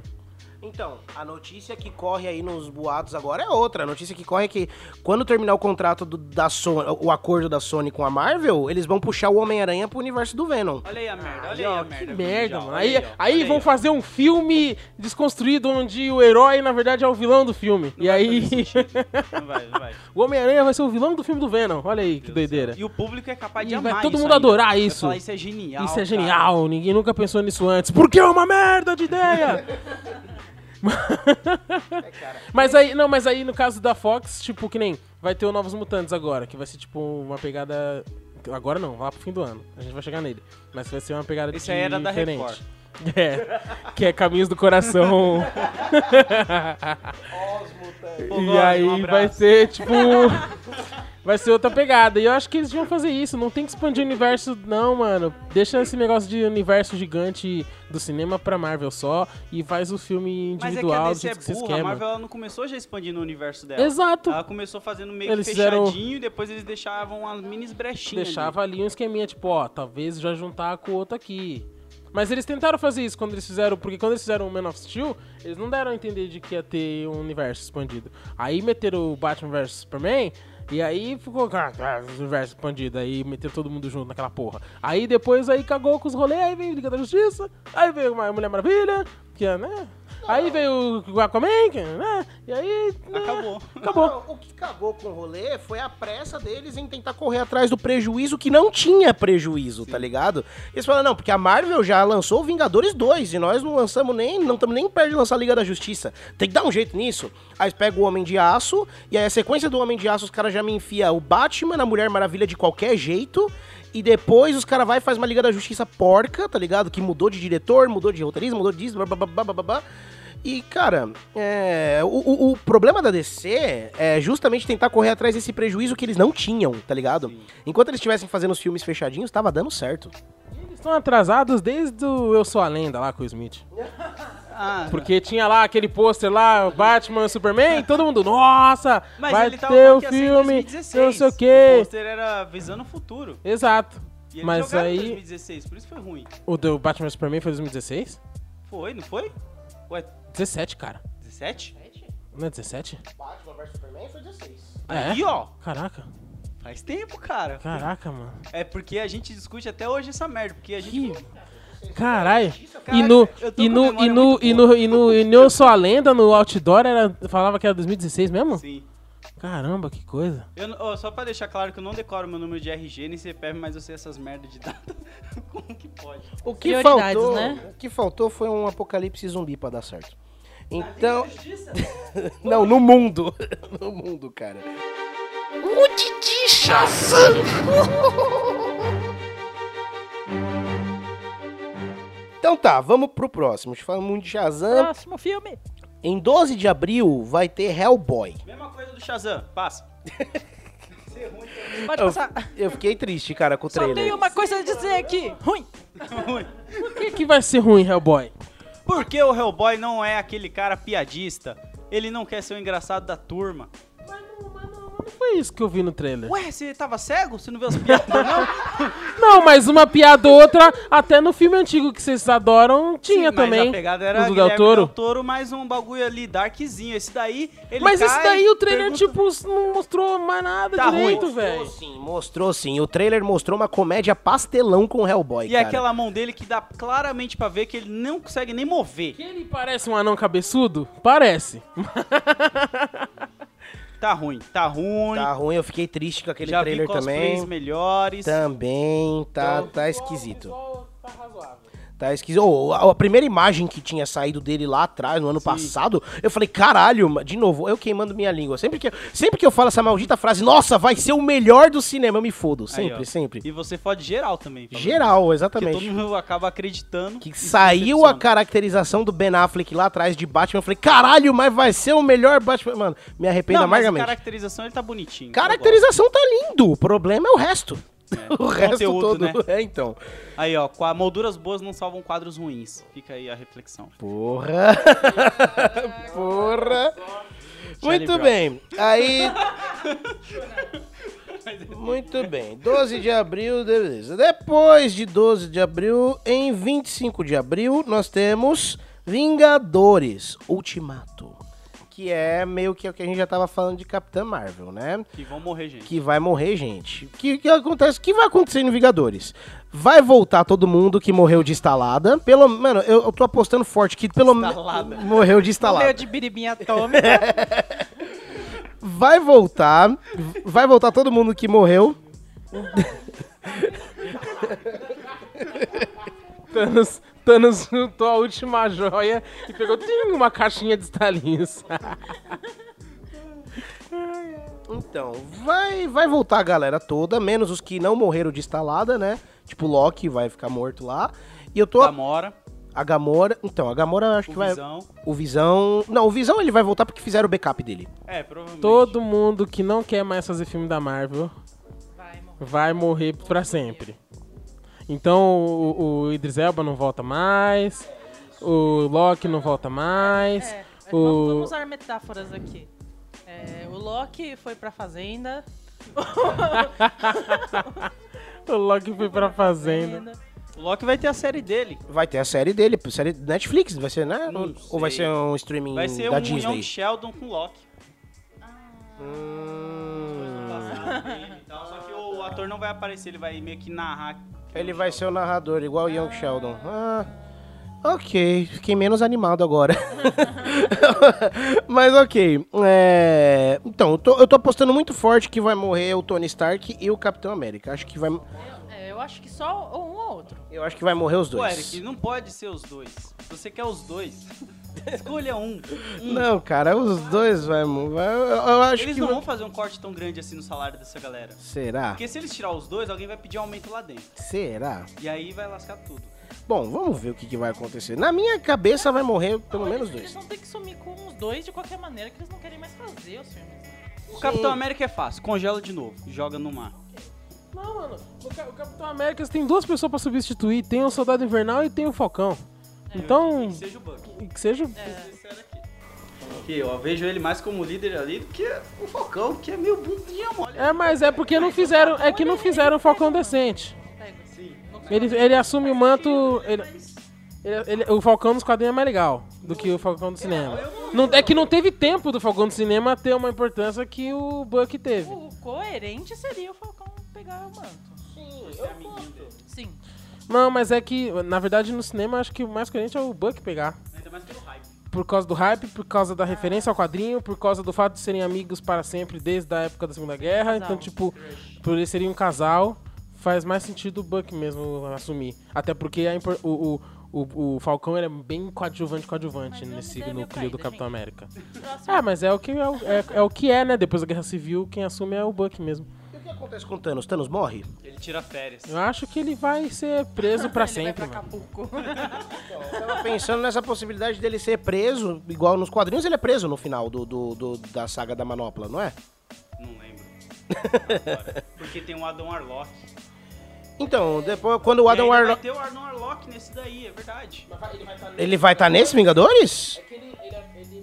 Speaker 5: Então, a notícia que corre aí nos boatos agora é outra. A notícia que corre é que quando terminar o contrato do- da Sony, o acordo da Sony com a Marvel, eles vão puxar o Homem-Aranha pro universo do Venom.
Speaker 8: Olha aí a merda, olha aí
Speaker 6: Ó,
Speaker 8: a merda.
Speaker 6: que merda,
Speaker 8: mundial,
Speaker 6: mano.
Speaker 8: olha
Speaker 6: Aí,
Speaker 8: ó,
Speaker 6: aí
Speaker 8: olha
Speaker 6: vão
Speaker 8: ó.
Speaker 6: fazer um filme desconstruído onde o herói, na verdade, é o vilão do filme. e aí.
Speaker 8: Não vai, não vai.
Speaker 6: o Homem-Aranha vai ser o vilão do filme do Venom. Olha aí que doideira.
Speaker 8: E o público é capaz de
Speaker 6: E
Speaker 8: amar
Speaker 6: vai todo
Speaker 8: isso
Speaker 6: mundo
Speaker 8: ainda.
Speaker 6: adorar
Speaker 8: Vai
Speaker 6: isso.
Speaker 8: falar, isso é genial,
Speaker 6: Isso é
Speaker 8: cara."
Speaker 6: genial, ninguém nunca pensou nisso antes. Porque é uma merda de ideia!
Speaker 8: É,
Speaker 6: mas aí, não, mas aí no caso da Fox, tipo, que nem vai ter o Novos Mutantes agora, que vai ser tipo uma pegada. Agora não, lá pro fim do ano. A gente vai chegar nele. Mas vai ser uma pegada
Speaker 8: Esse aí era da
Speaker 6: diferente.
Speaker 8: Record.
Speaker 6: É, que é Caminhos do Coração.
Speaker 8: Pô,
Speaker 6: e
Speaker 8: Gordon,
Speaker 6: aí
Speaker 8: um abraço.
Speaker 6: vai ser, tipo. vai ser outra pegada. E eu acho que eles deviam fazer isso. Não tem que expandir o universo, não, mano. Deixa esse negócio de universo gigante do cinema pra Marvel só e faz o filme
Speaker 8: Mas é que a
Speaker 6: individual do
Speaker 8: DC é
Speaker 6: jeito que vocês
Speaker 8: burra, a
Speaker 6: querem.
Speaker 8: Marvel é-
Speaker 6: mano.
Speaker 8: ela não começou já expandindo o universo dela.
Speaker 6: Exato.
Speaker 8: Ela começou fazendo meio
Speaker 6: Eles
Speaker 8: que
Speaker 6: fizeram-
Speaker 8: fechadinho e depois eles deixavam umas mini brechinhas.
Speaker 6: Deixava ali um esqueminha, tipo, ó, talvez já juntar com o outro aqui. Mas eles tentaram fazer isso quando eles fizeram, porque quando eles fizeram o Man of Steel, eles não deram a entender de que ia ter um universo expandido. Aí meteram o Batman vs Superman, e aí ficou ah, ah, universo expandido, aí meteram todo mundo junto naquela porra. Aí depois aí cagou com os rolês, aí veio Liga da Justiça, aí veio uma Mulher Maravilha, que é, né? Aí veio o Aquaman, que é, né? E aí. né,
Speaker 8: Acabou.
Speaker 6: Acabou.
Speaker 5: Não, o que acabou com o rolê foi a pressa deles em tentar correr atrás do prejuízo que não tinha prejuízo, tá ligado? Eles falaram, não, porque a Marvel já lançou o Vingadores 2 e nós não lançamos nem, não estamos nem perto de lançar a Liga da Justiça. Tem que dar um jeito nisso. Aí pega o Homem de Aço e aí a sequência do Homem de Aço os caras já me enfia o Batman, a Mulher Maravilha de qualquer jeito. E depois os caras vai e faz uma Liga da Justiça porca, tá ligado? Que mudou de diretor, mudou de roteirista, mudou disso, blá, blá, blá, blá, blá, blá. E, cara, é, o, o- o problema da DC é justamente tentar correr atrás desse prejuízo que eles não tinham, tá ligado? Enquanto eles estivessem fazendo os filmes fechadinhos, tava dando certo.
Speaker 6: Eles estão atrasados desde o Eu Sou a Lenda lá com o Smith.
Speaker 8: Ah,
Speaker 6: Porque tinha lá aquele pôster lá, Batman, Superman, e todo mundo, nossa,
Speaker 8: mas
Speaker 6: vai
Speaker 8: ele tá tava
Speaker 6: ter o
Speaker 8: falando que ia ser assim em
Speaker 6: filme,
Speaker 8: 2016.
Speaker 6: não sei o
Speaker 8: O
Speaker 6: quê.
Speaker 8: pôster era visando o futuro.
Speaker 6: Exato.
Speaker 8: E eles
Speaker 6: Mas
Speaker 8: jogaram em
Speaker 6: aí,
Speaker 8: 2016, por isso foi ruim.
Speaker 6: o do Batman Superman foi 2016?
Speaker 8: Foi, não foi? Ué,
Speaker 6: 17, cara.
Speaker 8: 17?
Speaker 6: Não é 17?
Speaker 5: Batman vs Superman foi 16.
Speaker 6: É?
Speaker 8: Aí, ó,
Speaker 6: Caraca,
Speaker 8: faz tempo, cara.
Speaker 6: caraca, mano.
Speaker 8: É porque a gente discute até hoje essa merda, porque a gente...
Speaker 6: Que... Caralho. E
Speaker 8: Caraca,
Speaker 6: no,
Speaker 8: eu tô
Speaker 6: e
Speaker 8: com
Speaker 6: no,
Speaker 8: memória
Speaker 6: e no,
Speaker 8: muito
Speaker 6: e
Speaker 8: boa.
Speaker 6: no, e no, e no Só a Lenda, no Outdoor, era, falava que era 2016 mesmo?
Speaker 8: Sim.
Speaker 6: Caramba, que coisa.
Speaker 8: assim. Eu, não- ó, só pra deixar claro que eu não decoro meu número de RG nem CPF, mas eu sei essas merdas de data. Como que pode?
Speaker 5: O que
Speaker 7: Prioridades,
Speaker 5: faltou,
Speaker 7: né? Tá
Speaker 5: o que faltou foi um apocalipse zumbi pra dar certo. Então, não, no mundo, no mundo, cara.
Speaker 9: O Didi Shazam!
Speaker 5: Então tá, vamos pro próximo. A gente fala muito de Shazam.
Speaker 4: Próximo filme.
Speaker 5: Em 12 de abril vai ter Hellboy.
Speaker 8: Mesma coisa do Shazam, passa.
Speaker 4: Pode
Speaker 5: Eu,
Speaker 4: passar.
Speaker 5: eu fiquei triste, cara, com o
Speaker 4: Só
Speaker 5: É trailer.
Speaker 8: um,
Speaker 4: tenho uma coisa a dizer aqui. Ruim.
Speaker 6: Por que, que vai ser ruim, Hellboy?
Speaker 8: Porque o Hellboy não é aquele cara piadista. Ele não quer ser o engraçado da turma.
Speaker 6: Não foi isso que eu vi no trailer.
Speaker 8: Ué, você tava cego? Você não viu as piadas, não?
Speaker 6: Não, mas uma piada ou outra, até no filme antigo que vocês adoram, tinha
Speaker 8: Sim,
Speaker 6: também.
Speaker 8: Mas a pegada era
Speaker 6: do Del
Speaker 8: Guilherme
Speaker 6: Toro.
Speaker 8: mais um bagulho ali, darkzinho. Esse daí, ele
Speaker 6: Mas esse
Speaker 8: cai,
Speaker 6: daí o trailer,
Speaker 8: pergunta-
Speaker 6: tipo, não mostrou mais nada
Speaker 8: Tá
Speaker 6: direito,
Speaker 8: ruim.
Speaker 6: velho.
Speaker 5: Sim, mostrou sim. O trailer mostrou uma comédia pastelão com
Speaker 6: um-
Speaker 5: Hellboy,
Speaker 8: E
Speaker 5: cara.
Speaker 8: aquela mão dele que dá claramente pra ver que ele não consegue nem mover.
Speaker 6: Que ele parece um anão cabeçudo? Parece.
Speaker 8: Tá ruim, tá ruim.
Speaker 5: Tá ruim, eu fiquei triste com aquele
Speaker 8: Já vi
Speaker 5: trailer
Speaker 8: cosplays
Speaker 5: também.
Speaker 8: melhores.
Speaker 5: Também, tá,
Speaker 8: Então,
Speaker 5: tá esquisito. Tá esquisito. Ô, a, a primeira imagem que tinha saído dele lá atrás, no ano passado, eu falei, caralho, ma- de novo, eu queimando minha língua. Sempre que, eu- sempre que eu falo essa maldita frase, nossa, vai ser o melhor do cinema, eu me fodo.
Speaker 8: Aí,
Speaker 5: Sempre,
Speaker 8: ó.
Speaker 5: sempre.
Speaker 8: E você fode geral também. falando.
Speaker 5: Geral,
Speaker 8: Porque
Speaker 5: exatamente.
Speaker 8: todo mundo acaba acreditando.
Speaker 5: Que
Speaker 8: e se
Speaker 5: saiu a
Speaker 8: decepciona.
Speaker 5: caracterização do Ben Affleck lá atrás de Batman. Eu falei, caralho, mas vai ser o melhor Batman. Mano, me arrependo
Speaker 8: Não, mas a
Speaker 5: amargamente.
Speaker 8: caracterização ele tá bonitinho.
Speaker 5: Caracterização tá lindo, o problema é o resto. o resto
Speaker 8: conteúdo,
Speaker 5: todo.
Speaker 8: né?
Speaker 5: É, então.
Speaker 8: Eu gosto. Aí, ó, com a- molduras boas não salvam quadros ruins. Fica aí a reflexão.
Speaker 5: Porra! Porra! Muito
Speaker 8: Brown.
Speaker 5: bem, aí. Muito bem, 12 de abril, beleza. Depois de 12 de abril, em 25 de abril, nós temos Vingadores Ultimato. Que é meio que o que a gente já tava falando de Capitã Marvel, né?
Speaker 8: Que vão morrer, gente.
Speaker 5: que vai morrer gente. O que, que acontece? O que vai acontecer no Vingadores? Vai voltar todo mundo que morreu de estalada. Pelo, mano, eu, eu tô apostando forte que pelo menos
Speaker 8: Estalada.
Speaker 5: morreu de
Speaker 7: Meu
Speaker 5: estalada.
Speaker 7: de biribinha atômica.
Speaker 5: Vai voltar, vai voltar todo mundo que morreu.
Speaker 6: Thanos, Thanos juntou a última joia e pegou tim, uma caixinha de Stalins.
Speaker 5: Então, vai, vai voltar a galera toda, menos os que não morreram de estalada, né? Tipo Loki vai ficar morto lá. E eu tô
Speaker 8: Gamora,
Speaker 5: a Gamora, então a Gamora eu acho
Speaker 8: o
Speaker 5: que vai
Speaker 8: Visão.
Speaker 5: o Visão, não, o Visão ele vai voltar porque fizeram o backup dele.
Speaker 8: É, provavelmente.
Speaker 6: Todo mundo que não quer mais fazer filme da Marvel vai morrer pra sempre. Então o, o Idris Elba não volta mais, o Loki não volta mais,
Speaker 7: É, vamos,
Speaker 6: o...
Speaker 7: vamos usar metáforas aqui. É, o Loki foi pra fazenda.
Speaker 6: o Loki foi pra Fazenda.
Speaker 8: O Loki vai ter a série dele.
Speaker 5: Vai ter a série dele, a série Netflix, vai ser, né?
Speaker 8: Não
Speaker 5: Ou-
Speaker 8: sei.
Speaker 5: Ou vai ser um streaming
Speaker 8: Vai ser
Speaker 5: da
Speaker 8: um Young
Speaker 5: Disney?
Speaker 8: Sheldon com Loki.
Speaker 5: Hum,
Speaker 8: um Só que o ator não vai aparecer, ele vai meio que narrar.
Speaker 5: ele vai ser o narrador, igual o Young Sheldon. Ah, ok, fiquei menos animado agora. Mas ok. é, Então, eu tô, eu tô apostando muito forte que vai morrer o Tony Stark e o Capitão América. Acho que vai.
Speaker 7: É, eu acho que só um ou outro.
Speaker 5: Eu acho que vai morrer os
Speaker 8: Pô,
Speaker 5: dois.
Speaker 8: Eric, não pode ser os dois. Se você quer os dois, escolha um. Um.
Speaker 5: Não, cara, os dois vai. mo- vai- Eu, eu acho
Speaker 8: Eles
Speaker 5: que. Ah.
Speaker 8: não
Speaker 5: vai-
Speaker 8: vão fazer um corte tão grande assim no salário dessa galera.
Speaker 5: Será?
Speaker 8: Porque se eles tirar os dois, alguém vai pedir um aumento lá dentro.
Speaker 5: Será?
Speaker 8: E aí vai lascar tudo.
Speaker 5: Bom, vamos ver o que, que vai acontecer. Na minha cabeça vai morrer pelo
Speaker 7: Não,
Speaker 5: menos
Speaker 7: eles, Eles
Speaker 5: dois.
Speaker 7: vão ter que sumir com os dois de qualquer maneira, que eles não querem mais fazer os filmes.
Speaker 8: O Capitão América é fácil, congela de novo, joga no mar.
Speaker 6: Não, mano, o, Ca- o Capitão América tem duas pessoas pra substituir, tem o Soldado Invernal e tem o Falcão.
Speaker 7: É.
Speaker 6: Então,
Speaker 8: Seja o Buck.
Speaker 6: que seja.
Speaker 8: Que eu vejo ele mais como líder ali do que o Falcão, que é meio bundinha mole.
Speaker 6: É, mas é porque não fizeram. É que não fizeram o Falcão decente. Ele, ele assume o manto. Ele, ele- ele- o Falcão dos quadrinhos é mais legal do que o Falcão do cinema. Não, é que não teve tempo do Falcão do cinema ter uma importância que o Buck teve.
Speaker 7: O coerente seria o Falcão pegar o manto. Sim.
Speaker 6: Não, mas é que, na verdade, no cinema acho que o mais coerente é o Buck pegar.
Speaker 8: Ainda mais pelo hype.
Speaker 6: Por causa do hype, por causa da referência ao quadrinho, por causa do fato de serem amigos para sempre desde a época da Segunda Guerra. Então, tipo, por eles serem um casal, faz mais sentido o Buck mesmo assumir. Até porque a impor- o, o, o, o Falcão ele é bem coadjuvante, coadjuvante
Speaker 7: Mas
Speaker 6: nesse
Speaker 7: ele é meio
Speaker 6: núcleo
Speaker 7: caído,
Speaker 6: do Capitão
Speaker 7: gente.
Speaker 6: América.
Speaker 7: Próximo.
Speaker 6: É, mas é o, que é, o- é- é o que é, né? Depois da Guerra Civil, quem assume é o Buck mesmo.
Speaker 5: E o que acontece com o Thanos? Thanos morre?
Speaker 8: Ele tira férias.
Speaker 6: Eu acho que ele vai ser preso pra sempre.
Speaker 7: Vai pra
Speaker 6: mano.
Speaker 7: Acapulco.
Speaker 5: Eu tava pensando nessa possibilidade dele ser preso, igual nos quadrinhos, ele é preso no final do, do- do- da saga da Manopla, não é?
Speaker 8: Não lembro. Porque tem o Adam Arlock.
Speaker 5: Então, depois, quando o Adam Warlock.
Speaker 8: Vai ter o Adam Arlock nesse daí, é verdade.
Speaker 5: Ele vai estar nesse Vingadores?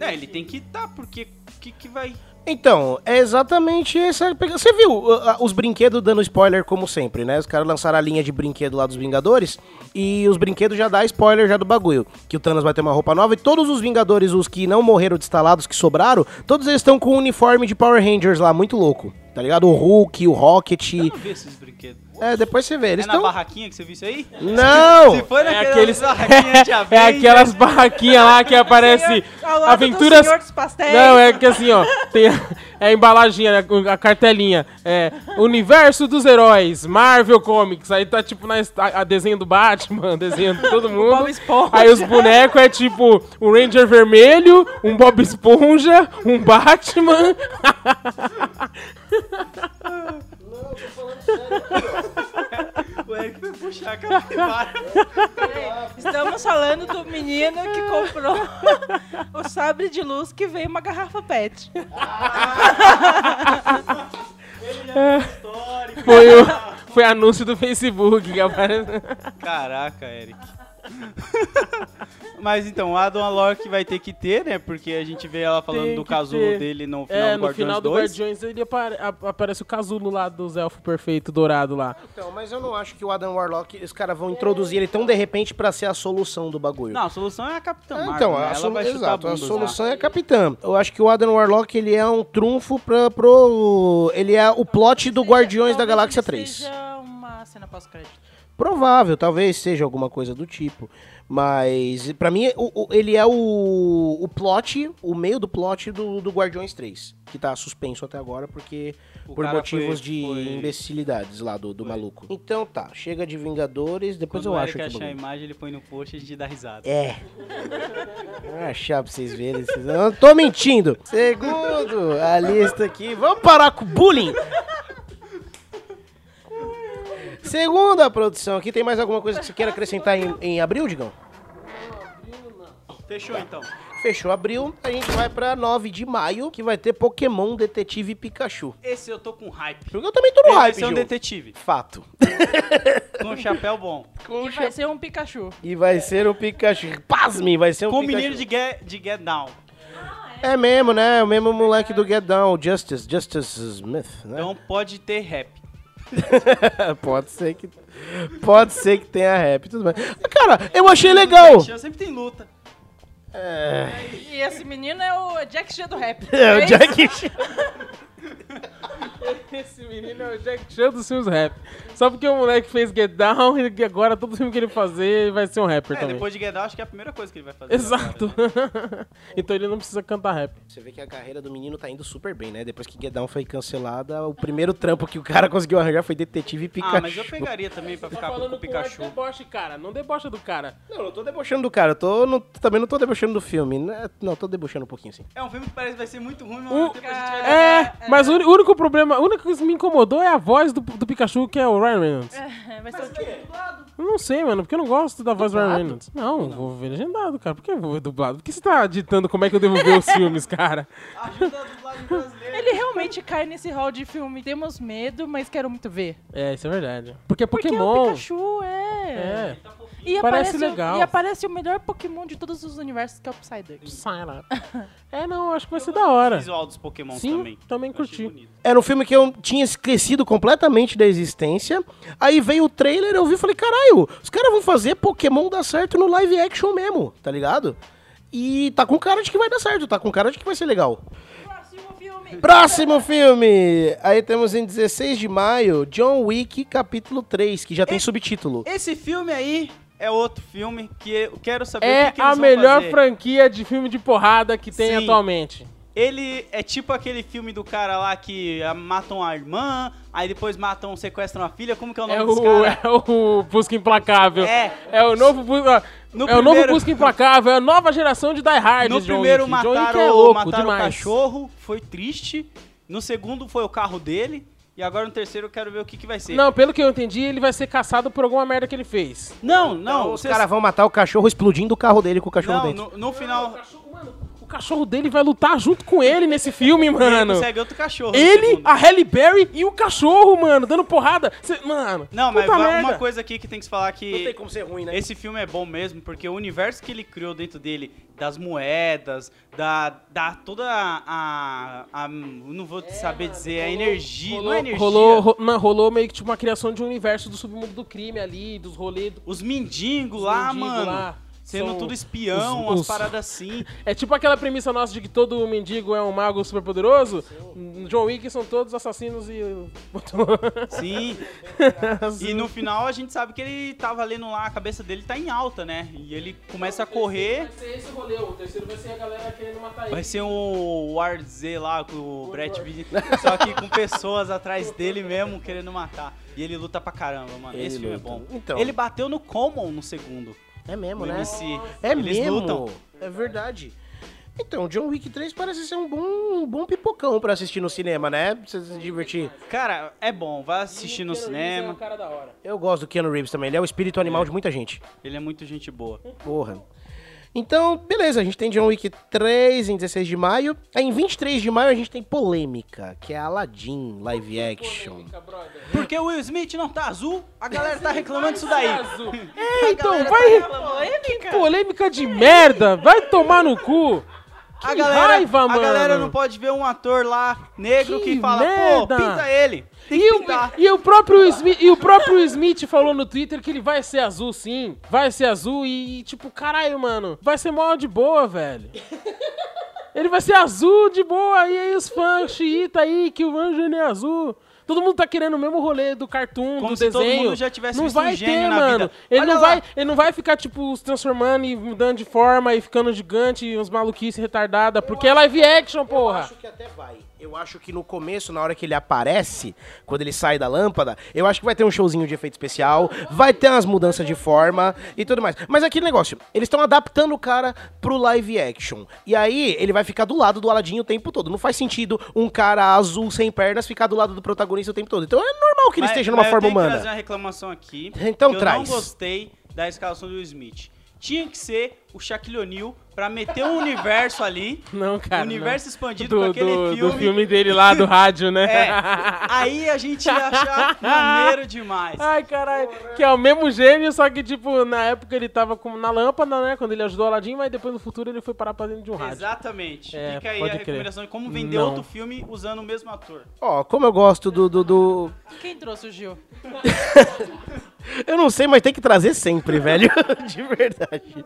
Speaker 8: É, ele tem que estar, porque o que, que vai.
Speaker 5: Então, é exatamente essa. pega- Você viu uh, uh, os brinquedos dando spoiler, como sempre, né? Os caras lançaram a linha de brinquedo lá dos Vingadores e os brinquedos já dá spoiler já do bagulho. Que o Thanos vai ter uma roupa nova e todos os Vingadores, os que não morreram destalados, que sobraram, todos eles estão com um uniforme de Power Rangers lá, muito louco. Tá ligado? O Hulk, o Rocket.
Speaker 8: Eu não vi esses brinquedos.
Speaker 5: É, depois você vê. Eles
Speaker 8: é na
Speaker 5: estão.
Speaker 8: barraquinha que você viu isso aí?
Speaker 5: Não!
Speaker 8: Se foi naquelas
Speaker 6: aqueles-
Speaker 8: barraquinhas de
Speaker 6: É
Speaker 8: Avengers,
Speaker 6: aquelas barraquinhas lá que aparece
Speaker 7: Ao lado Do
Speaker 6: aventuras.
Speaker 7: Senhor dos Pastéis.
Speaker 6: Não, é que assim, ó, tem a, é a embalagem, né, com a cartelinha. É Universo dos Heróis, Marvel Comics. Aí tá tipo na, est- a, a desenho do Batman, desenho de todo mundo.
Speaker 7: Bob Esponja.
Speaker 6: Aí os bonecos é tipo um Ranger Vermelho, um Bob Esponja, um Batman.
Speaker 8: O Eric foi puxar a capivara.
Speaker 7: Estamos falando do menino que comprou o sabre de luz que veio uma garrafa pet.
Speaker 8: É. Histórico.
Speaker 6: Foi o foi anúncio do Facebook que apareceu.
Speaker 8: Caraca, Eric. Mas então, o Adam Alok vai ter que ter, né? Porque a gente vê ela falando
Speaker 6: Tem
Speaker 8: do
Speaker 6: que
Speaker 8: casulo
Speaker 6: ter.
Speaker 8: dele no final
Speaker 6: É,
Speaker 8: do
Speaker 6: no
Speaker 8: Guardiões
Speaker 6: final do
Speaker 8: 2.
Speaker 6: Guardiões ele apare- a- aparece o casulo lá dos elfos perfeito dourado lá.
Speaker 5: Então, mas eu não acho que o Adam Warlock, os caras vão introduzir ele tão de repente pra ser a solução do bagulho.
Speaker 8: Não, a solução é a Capitã
Speaker 5: Ah,
Speaker 8: Marvel.
Speaker 5: então,
Speaker 8: né?
Speaker 5: a,
Speaker 8: ela
Speaker 5: solu-
Speaker 8: vai chutar
Speaker 5: exato, a
Speaker 8: bundas lá.
Speaker 5: solução é capitã. Eu acho que o Adam Warlock ele é um trunfo pra, pro. Ele é o plot do Guardiões da
Speaker 7: Talvez
Speaker 5: Galáxia
Speaker 7: ele
Speaker 5: 3.
Speaker 7: Seja uma cena pós-crédito.
Speaker 5: Provável, talvez seja alguma coisa do tipo. Mas, pra mim, o- o- ele é o, o plot, o meio do plot do, do Guardiões 3. Que tá suspenso até agora, porque.
Speaker 8: O
Speaker 5: por
Speaker 8: cara
Speaker 5: motivos
Speaker 8: foi-
Speaker 5: de
Speaker 8: foi-
Speaker 5: imbecilidades lá do, do maluco. Então tá, chega de Vingadores, depois
Speaker 8: Quando o
Speaker 5: eu acho
Speaker 8: Eric
Speaker 5: que.
Speaker 8: achar a imagem, ele põe no post e a gente dá risada.
Speaker 5: É. Vou achar pra vocês verem. Vocês... Eu não tô mentindo. Segundo a lista aqui. Vamos parar com o bullying. Segundo a produção aqui, tem mais alguma coisa que você queira acrescentar em, em abril, Digão?
Speaker 8: Fechou então.
Speaker 5: Fechou abril, a gente vai pra 9 de maio, que vai ter Pokémon Detetive Pikachu.
Speaker 8: Esse eu tô com hype.
Speaker 5: Porque eu também tô no
Speaker 8: Ele vai
Speaker 5: hype,
Speaker 8: ser um
Speaker 5: Gil.
Speaker 8: detetive.
Speaker 5: Fato.
Speaker 8: Com um chapéu bom.
Speaker 7: E vai ser um Pikachu.
Speaker 5: E vai ser um Pikachu. Pasme, vai ser um
Speaker 8: Com o
Speaker 5: Pikachu.
Speaker 8: menino de get, de get Down.
Speaker 5: É mesmo, né? O mesmo moleque do Get Down, o Justice, Justice Smith, né?
Speaker 8: Então pode ter rap.
Speaker 5: pode ser que pode ser que tenha rap, tudo bem. Mas, Cara, eu achei legal.
Speaker 8: Sempre tem luta.
Speaker 7: E esse menino é o Jack Chan do rap.
Speaker 5: É, o
Speaker 7: Fez
Speaker 5: Jack Chan.
Speaker 6: Esse menino é o Jack Chan dos seus rap. Só porque o moleque fez Get Down, ele, agora todo filme que ele fazer ele vai ser um rapper
Speaker 8: É,
Speaker 6: também.
Speaker 8: depois de Get Down, acho que é a primeira coisa que ele um vai fazer.
Speaker 6: Exato. então ele não precisa cantar rap.
Speaker 5: Você vê que a carreira do menino tá indo super bem, né? Depois que Get Down foi cancelada, o primeiro trampo que o cara conseguiu arranjar foi Detetive Pikachu.
Speaker 8: Ah, mas eu pegaria também pra
Speaker 6: Tá
Speaker 8: ficar Tá com o Pikachu.
Speaker 6: deboche, cara. Não debocha do cara.
Speaker 5: Não, eu tô debochando do cara. Eu tô, não- também não tô debochando do filme. né? Não, tô debochando um pouquinho, sim.
Speaker 8: É um filme que parece que vai ser muito ruim, mas
Speaker 6: O-
Speaker 8: depois a gente vai
Speaker 6: É, mas o uni- único problema, a única coisa que me incomodou é a voz do, do Pikachu, que é o Ryan Reynolds. Eu não sei, mano, porque eu não gosto da voz do Ryan Reynolds. Não, vou ver legendado, cara. Por que eu vou ver dublado? Por que você tá ditando como é que eu devo ver os filmes, cara?
Speaker 8: ajuda do lado brasileiro.
Speaker 7: Ele realmente cai nesse hall de filme. Temos medo, mas quero muito ver.
Speaker 6: É, isso é verdade. Porque
Speaker 7: Porque
Speaker 6: Pokémon.
Speaker 7: o Pikachu é. É.
Speaker 6: É.
Speaker 7: E
Speaker 6: Parece
Speaker 7: aparece, o-
Speaker 6: legal.
Speaker 7: E aparece o melhor Pokémon de todos os universos, que é o Psyduck.
Speaker 6: Sai lá. É, não, acho que vai ser da hora.
Speaker 8: O visual dos Pokémon
Speaker 6: Sim,
Speaker 8: também.
Speaker 6: também
Speaker 8: Eu achei
Speaker 6: curti.
Speaker 8: bonito.
Speaker 5: Era um filme que eu tinha esquecido completamente da existência. Aí veio o trailer, eu vi e falei, caralho, os caras vão fazer Pokémon dar certo no live action mesmo, tá ligado? E tá com cara de que vai dar certo, tá com cara de que vai ser legal.
Speaker 7: Um
Speaker 5: Próximo filme! Aí temos em 16 de maio, John Wick, capítulo 3, que já tem subtítulo.
Speaker 8: Esse filme aí é outro filme que eu quero saber o
Speaker 6: É
Speaker 8: que, que eles
Speaker 6: a
Speaker 8: vão
Speaker 6: melhor
Speaker 8: fazer.
Speaker 6: franquia de filme de porrada que tem
Speaker 8: Sim.
Speaker 6: atualmente.
Speaker 8: Ele é tipo aquele filme do cara lá que ah, matam a irmã, aí depois matam, sequestram a filha. Como que é o nome
Speaker 6: É
Speaker 8: desse
Speaker 6: o,
Speaker 8: cara?
Speaker 6: é o Busca Implacável.
Speaker 8: É.
Speaker 6: o novo Busca...
Speaker 8: No
Speaker 6: é o novo
Speaker 8: primeiro-
Speaker 6: Busca Implacável, é a nova geração de Die Hard,
Speaker 8: No
Speaker 6: John
Speaker 8: primeiro
Speaker 6: Wick. John Wick
Speaker 8: mataram,
Speaker 6: é louco
Speaker 8: mataram o
Speaker 6: demais.
Speaker 8: cachorro, foi triste. No segundo foi o carro dele. E agora no terceiro eu quero ver o que, que vai ser.
Speaker 6: Não, pelo que eu entendi, ele vai ser caçado por alguma merda que ele fez.
Speaker 8: não, não.
Speaker 6: Então
Speaker 5: Os
Speaker 8: vocês-
Speaker 5: caras vão matar o cachorro explodindo o carro dele com o cachorro
Speaker 8: não,
Speaker 5: dentro.
Speaker 8: no, no final
Speaker 6: O cachorro dele vai lutar junto com ele nesse filme,
Speaker 8: ele
Speaker 6: mano.
Speaker 8: consegue outro cachorro. no
Speaker 6: Ele,
Speaker 8: segundo.
Speaker 6: a Halle Berry e o cachorro, mano, dando porrada. Cê- mano,
Speaker 8: Não, mas
Speaker 6: puta
Speaker 8: va-
Speaker 6: merda.
Speaker 8: uma coisa aqui que tem que se falar que...
Speaker 5: ser ruim,
Speaker 6: né?
Speaker 8: Esse filme é bom mesmo, porque o universo que ele criou dentro dele, das moedas, da, da toda a, a- Não vou saber dizer, a energia. não é energia.
Speaker 6: É, Rolou, ro- não, rolou meio que tipo uma criação de um universo do submundo do crime ali, dos rolês. Do...
Speaker 8: Os mendigos
Speaker 6: Os
Speaker 8: lá,
Speaker 6: mendigo
Speaker 8: mano.
Speaker 6: lá.
Speaker 8: Sendo
Speaker 6: São
Speaker 8: tudo espião,
Speaker 6: os-
Speaker 8: umas
Speaker 6: os-
Speaker 8: paradas assim.
Speaker 6: É tipo aquela premissa nossa de que todo mendigo é um mago super poderoso. John Wick são todos assassinos e.
Speaker 8: Sim. E no final a gente sabe que ele tava lendo lá, a cabeça dele tá em alta, né? E ele começa a correr.
Speaker 6: ser esse rolê, o terceiro vai ser a galera querendo matar
Speaker 8: Vai ser um War Z lá com o Brett Pitt, só que com pessoas atrás dele mesmo querendo matar. E ele luta pra caramba, mano.
Speaker 5: Ele
Speaker 8: Esse filme
Speaker 5: luta.
Speaker 8: é bom.
Speaker 5: Então.
Speaker 8: Ele bateu no Common no segundo.
Speaker 5: É mesmo,
Speaker 8: No
Speaker 5: né?
Speaker 8: MC.
Speaker 5: É
Speaker 8: Eles
Speaker 5: mesmo.
Speaker 8: lutam.
Speaker 5: É verdade. Então, John Wick 3 parece ser um bom, um bom pipocão pra assistir no cinema, né? Pra você se divertir.
Speaker 8: Cara, é bom. Vai assistir no cinema.
Speaker 6: cara da hora.
Speaker 5: Eu gosto do Keanu Reeves também, ele é o espírito animal de muita gente.
Speaker 8: Ele é muito gente boa.
Speaker 5: Porra. Então, beleza, a gente tem John Wick 3 em 16 de maio. Aí, em 23 de maio a gente tem Polêmica, que é Aladdin live action.
Speaker 8: Porque o Will Smith não tá azul, a galera tá reclamando disso daí.
Speaker 6: É, então,
Speaker 8: tá
Speaker 6: vai. Que polêmica de merda! Vai tomar no cu! Que
Speaker 8: A galera,
Speaker 6: raiva,
Speaker 8: a
Speaker 6: mano!
Speaker 8: galera não pode ver um ator lá negro que,
Speaker 6: Que
Speaker 8: fala, pô,
Speaker 6: merda.
Speaker 8: pinta ele. Tem
Speaker 6: E
Speaker 8: que
Speaker 6: o,
Speaker 8: pintar.
Speaker 6: e o próprio Smith, e o próprio Smith falou no Twitter que ele vai ser azul, sim. Vai ser azul e, tipo, caralho, mano. Vai ser mó de boa, velho. Ele vai ser azul de boa. E aí os fãs xiita aí que o anjo não é azul. Todo mundo tá querendo o mesmo rolê do cartoon,
Speaker 8: Como
Speaker 6: do
Speaker 8: se todo
Speaker 6: desenho.
Speaker 8: mundo já tivesse
Speaker 6: não
Speaker 8: visto um
Speaker 6: vai
Speaker 8: gênio
Speaker 6: ter,
Speaker 8: na
Speaker 6: mano.
Speaker 8: vida.
Speaker 6: Ele
Speaker 8: Olha
Speaker 6: não
Speaker 8: lá.
Speaker 6: vai, ele não vai ficar tipo se transformando e mudando de forma e ficando gigante e uns maluquice retardada, porque é live action, porra.
Speaker 5: Eu acho que até vai. Eu acho que no começo, na hora que ele aparece, quando ele sai da lâmpada, eu acho que vai ter um showzinho de efeito especial, vai ter umas mudanças de forma e tudo mais. Mas aquele negócio, eles estão adaptando o cara pro live action. E aí ele vai ficar do lado do Aladdin o tempo todo. Não faz sentido um cara azul sem pernas ficar do lado do protagonista o tempo todo. Então é normal que ele
Speaker 8: Mas-
Speaker 5: esteja numa
Speaker 8: mas
Speaker 5: forma
Speaker 8: eu tenho que
Speaker 5: humana.
Speaker 8: trazer uma reclamação aqui.
Speaker 5: Então
Speaker 8: que Eu
Speaker 5: traz.
Speaker 8: não gostei da escalação do Will Smith. Tinha que ser o Shaquille O'Neal pra meter um universo ali.
Speaker 6: Não, cara.
Speaker 8: Um
Speaker 6: não.
Speaker 8: universo expandido com
Speaker 6: do,
Speaker 8: aquele
Speaker 6: do,
Speaker 8: filme.
Speaker 6: do filme dele lá do rádio, né?
Speaker 8: É. Aí a gente ia achar maneiro demais.
Speaker 6: Ai, caralho. Que é o mesmo gênio, só que, tipo, na época ele tava como na lâmpada, né? Quando ele ajudou o Aladdin, mas depois no futuro ele foi parar pra dentro de um rádio.
Speaker 8: Exatamente.
Speaker 6: É,
Speaker 8: Fica aí a
Speaker 6: pode crer.
Speaker 8: recomendação de como vender
Speaker 6: Não. Tá
Speaker 8: outro filme usando o mesmo ator.
Speaker 5: Ó, como eu gosto do, do, do-
Speaker 7: Quem trouxe o Gil?
Speaker 5: Eu não sei, mas tem que trazer sempre, velho. De verdade.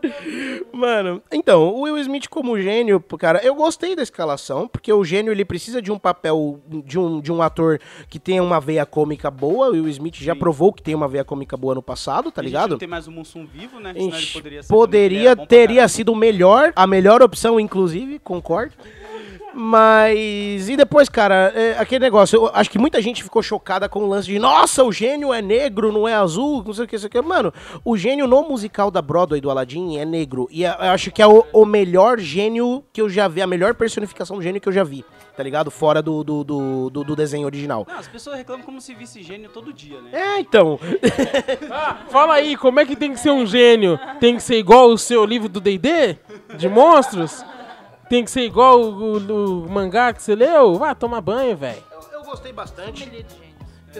Speaker 5: Mano, então, o Will Smith como gênio, pô, cara, eu gostei da escalação, porque o gênio ele precisa de um papel, de um, de um ator que tenha uma veia cômica boa. O Will Smith já provou que tem uma veia cômica boa no passado, tá
Speaker 8: A gente
Speaker 5: ligado?
Speaker 8: Não tem mais o Mussum vivo, né? Senão ele
Speaker 5: Ixi,
Speaker 8: poderia ser. também, ele
Speaker 5: poderia
Speaker 8: era bom pra
Speaker 5: teria
Speaker 8: caralho.
Speaker 5: sido o melhor, a melhor opção, inclusive, concordo. Mas. E depois, cara, é, aquele negócio, eu acho que muita gente ficou chocada com o lance de nossa, o gênio é negro, não é azul, não sei o que, não sei o que. Mano, o gênio no musical da Broadway do Aladdin é negro. E eu acho que é o, o melhor gênio que eu já vi, a melhor personificação do gênio que eu já vi, tá ligado? Fora do, do, do, do- do desenho original.
Speaker 8: Não, as pessoas reclamam como se visse gênio todo dia, né?
Speaker 5: É, então.
Speaker 6: Ah, fala aí, como é que tem que ser um gênio? Tem que ser igual o seu livro do D&D? De monstros? Tem que ser igual o, o- o mangá que você leu? Vá tomar banho, velho.
Speaker 5: Eu gostei bastante.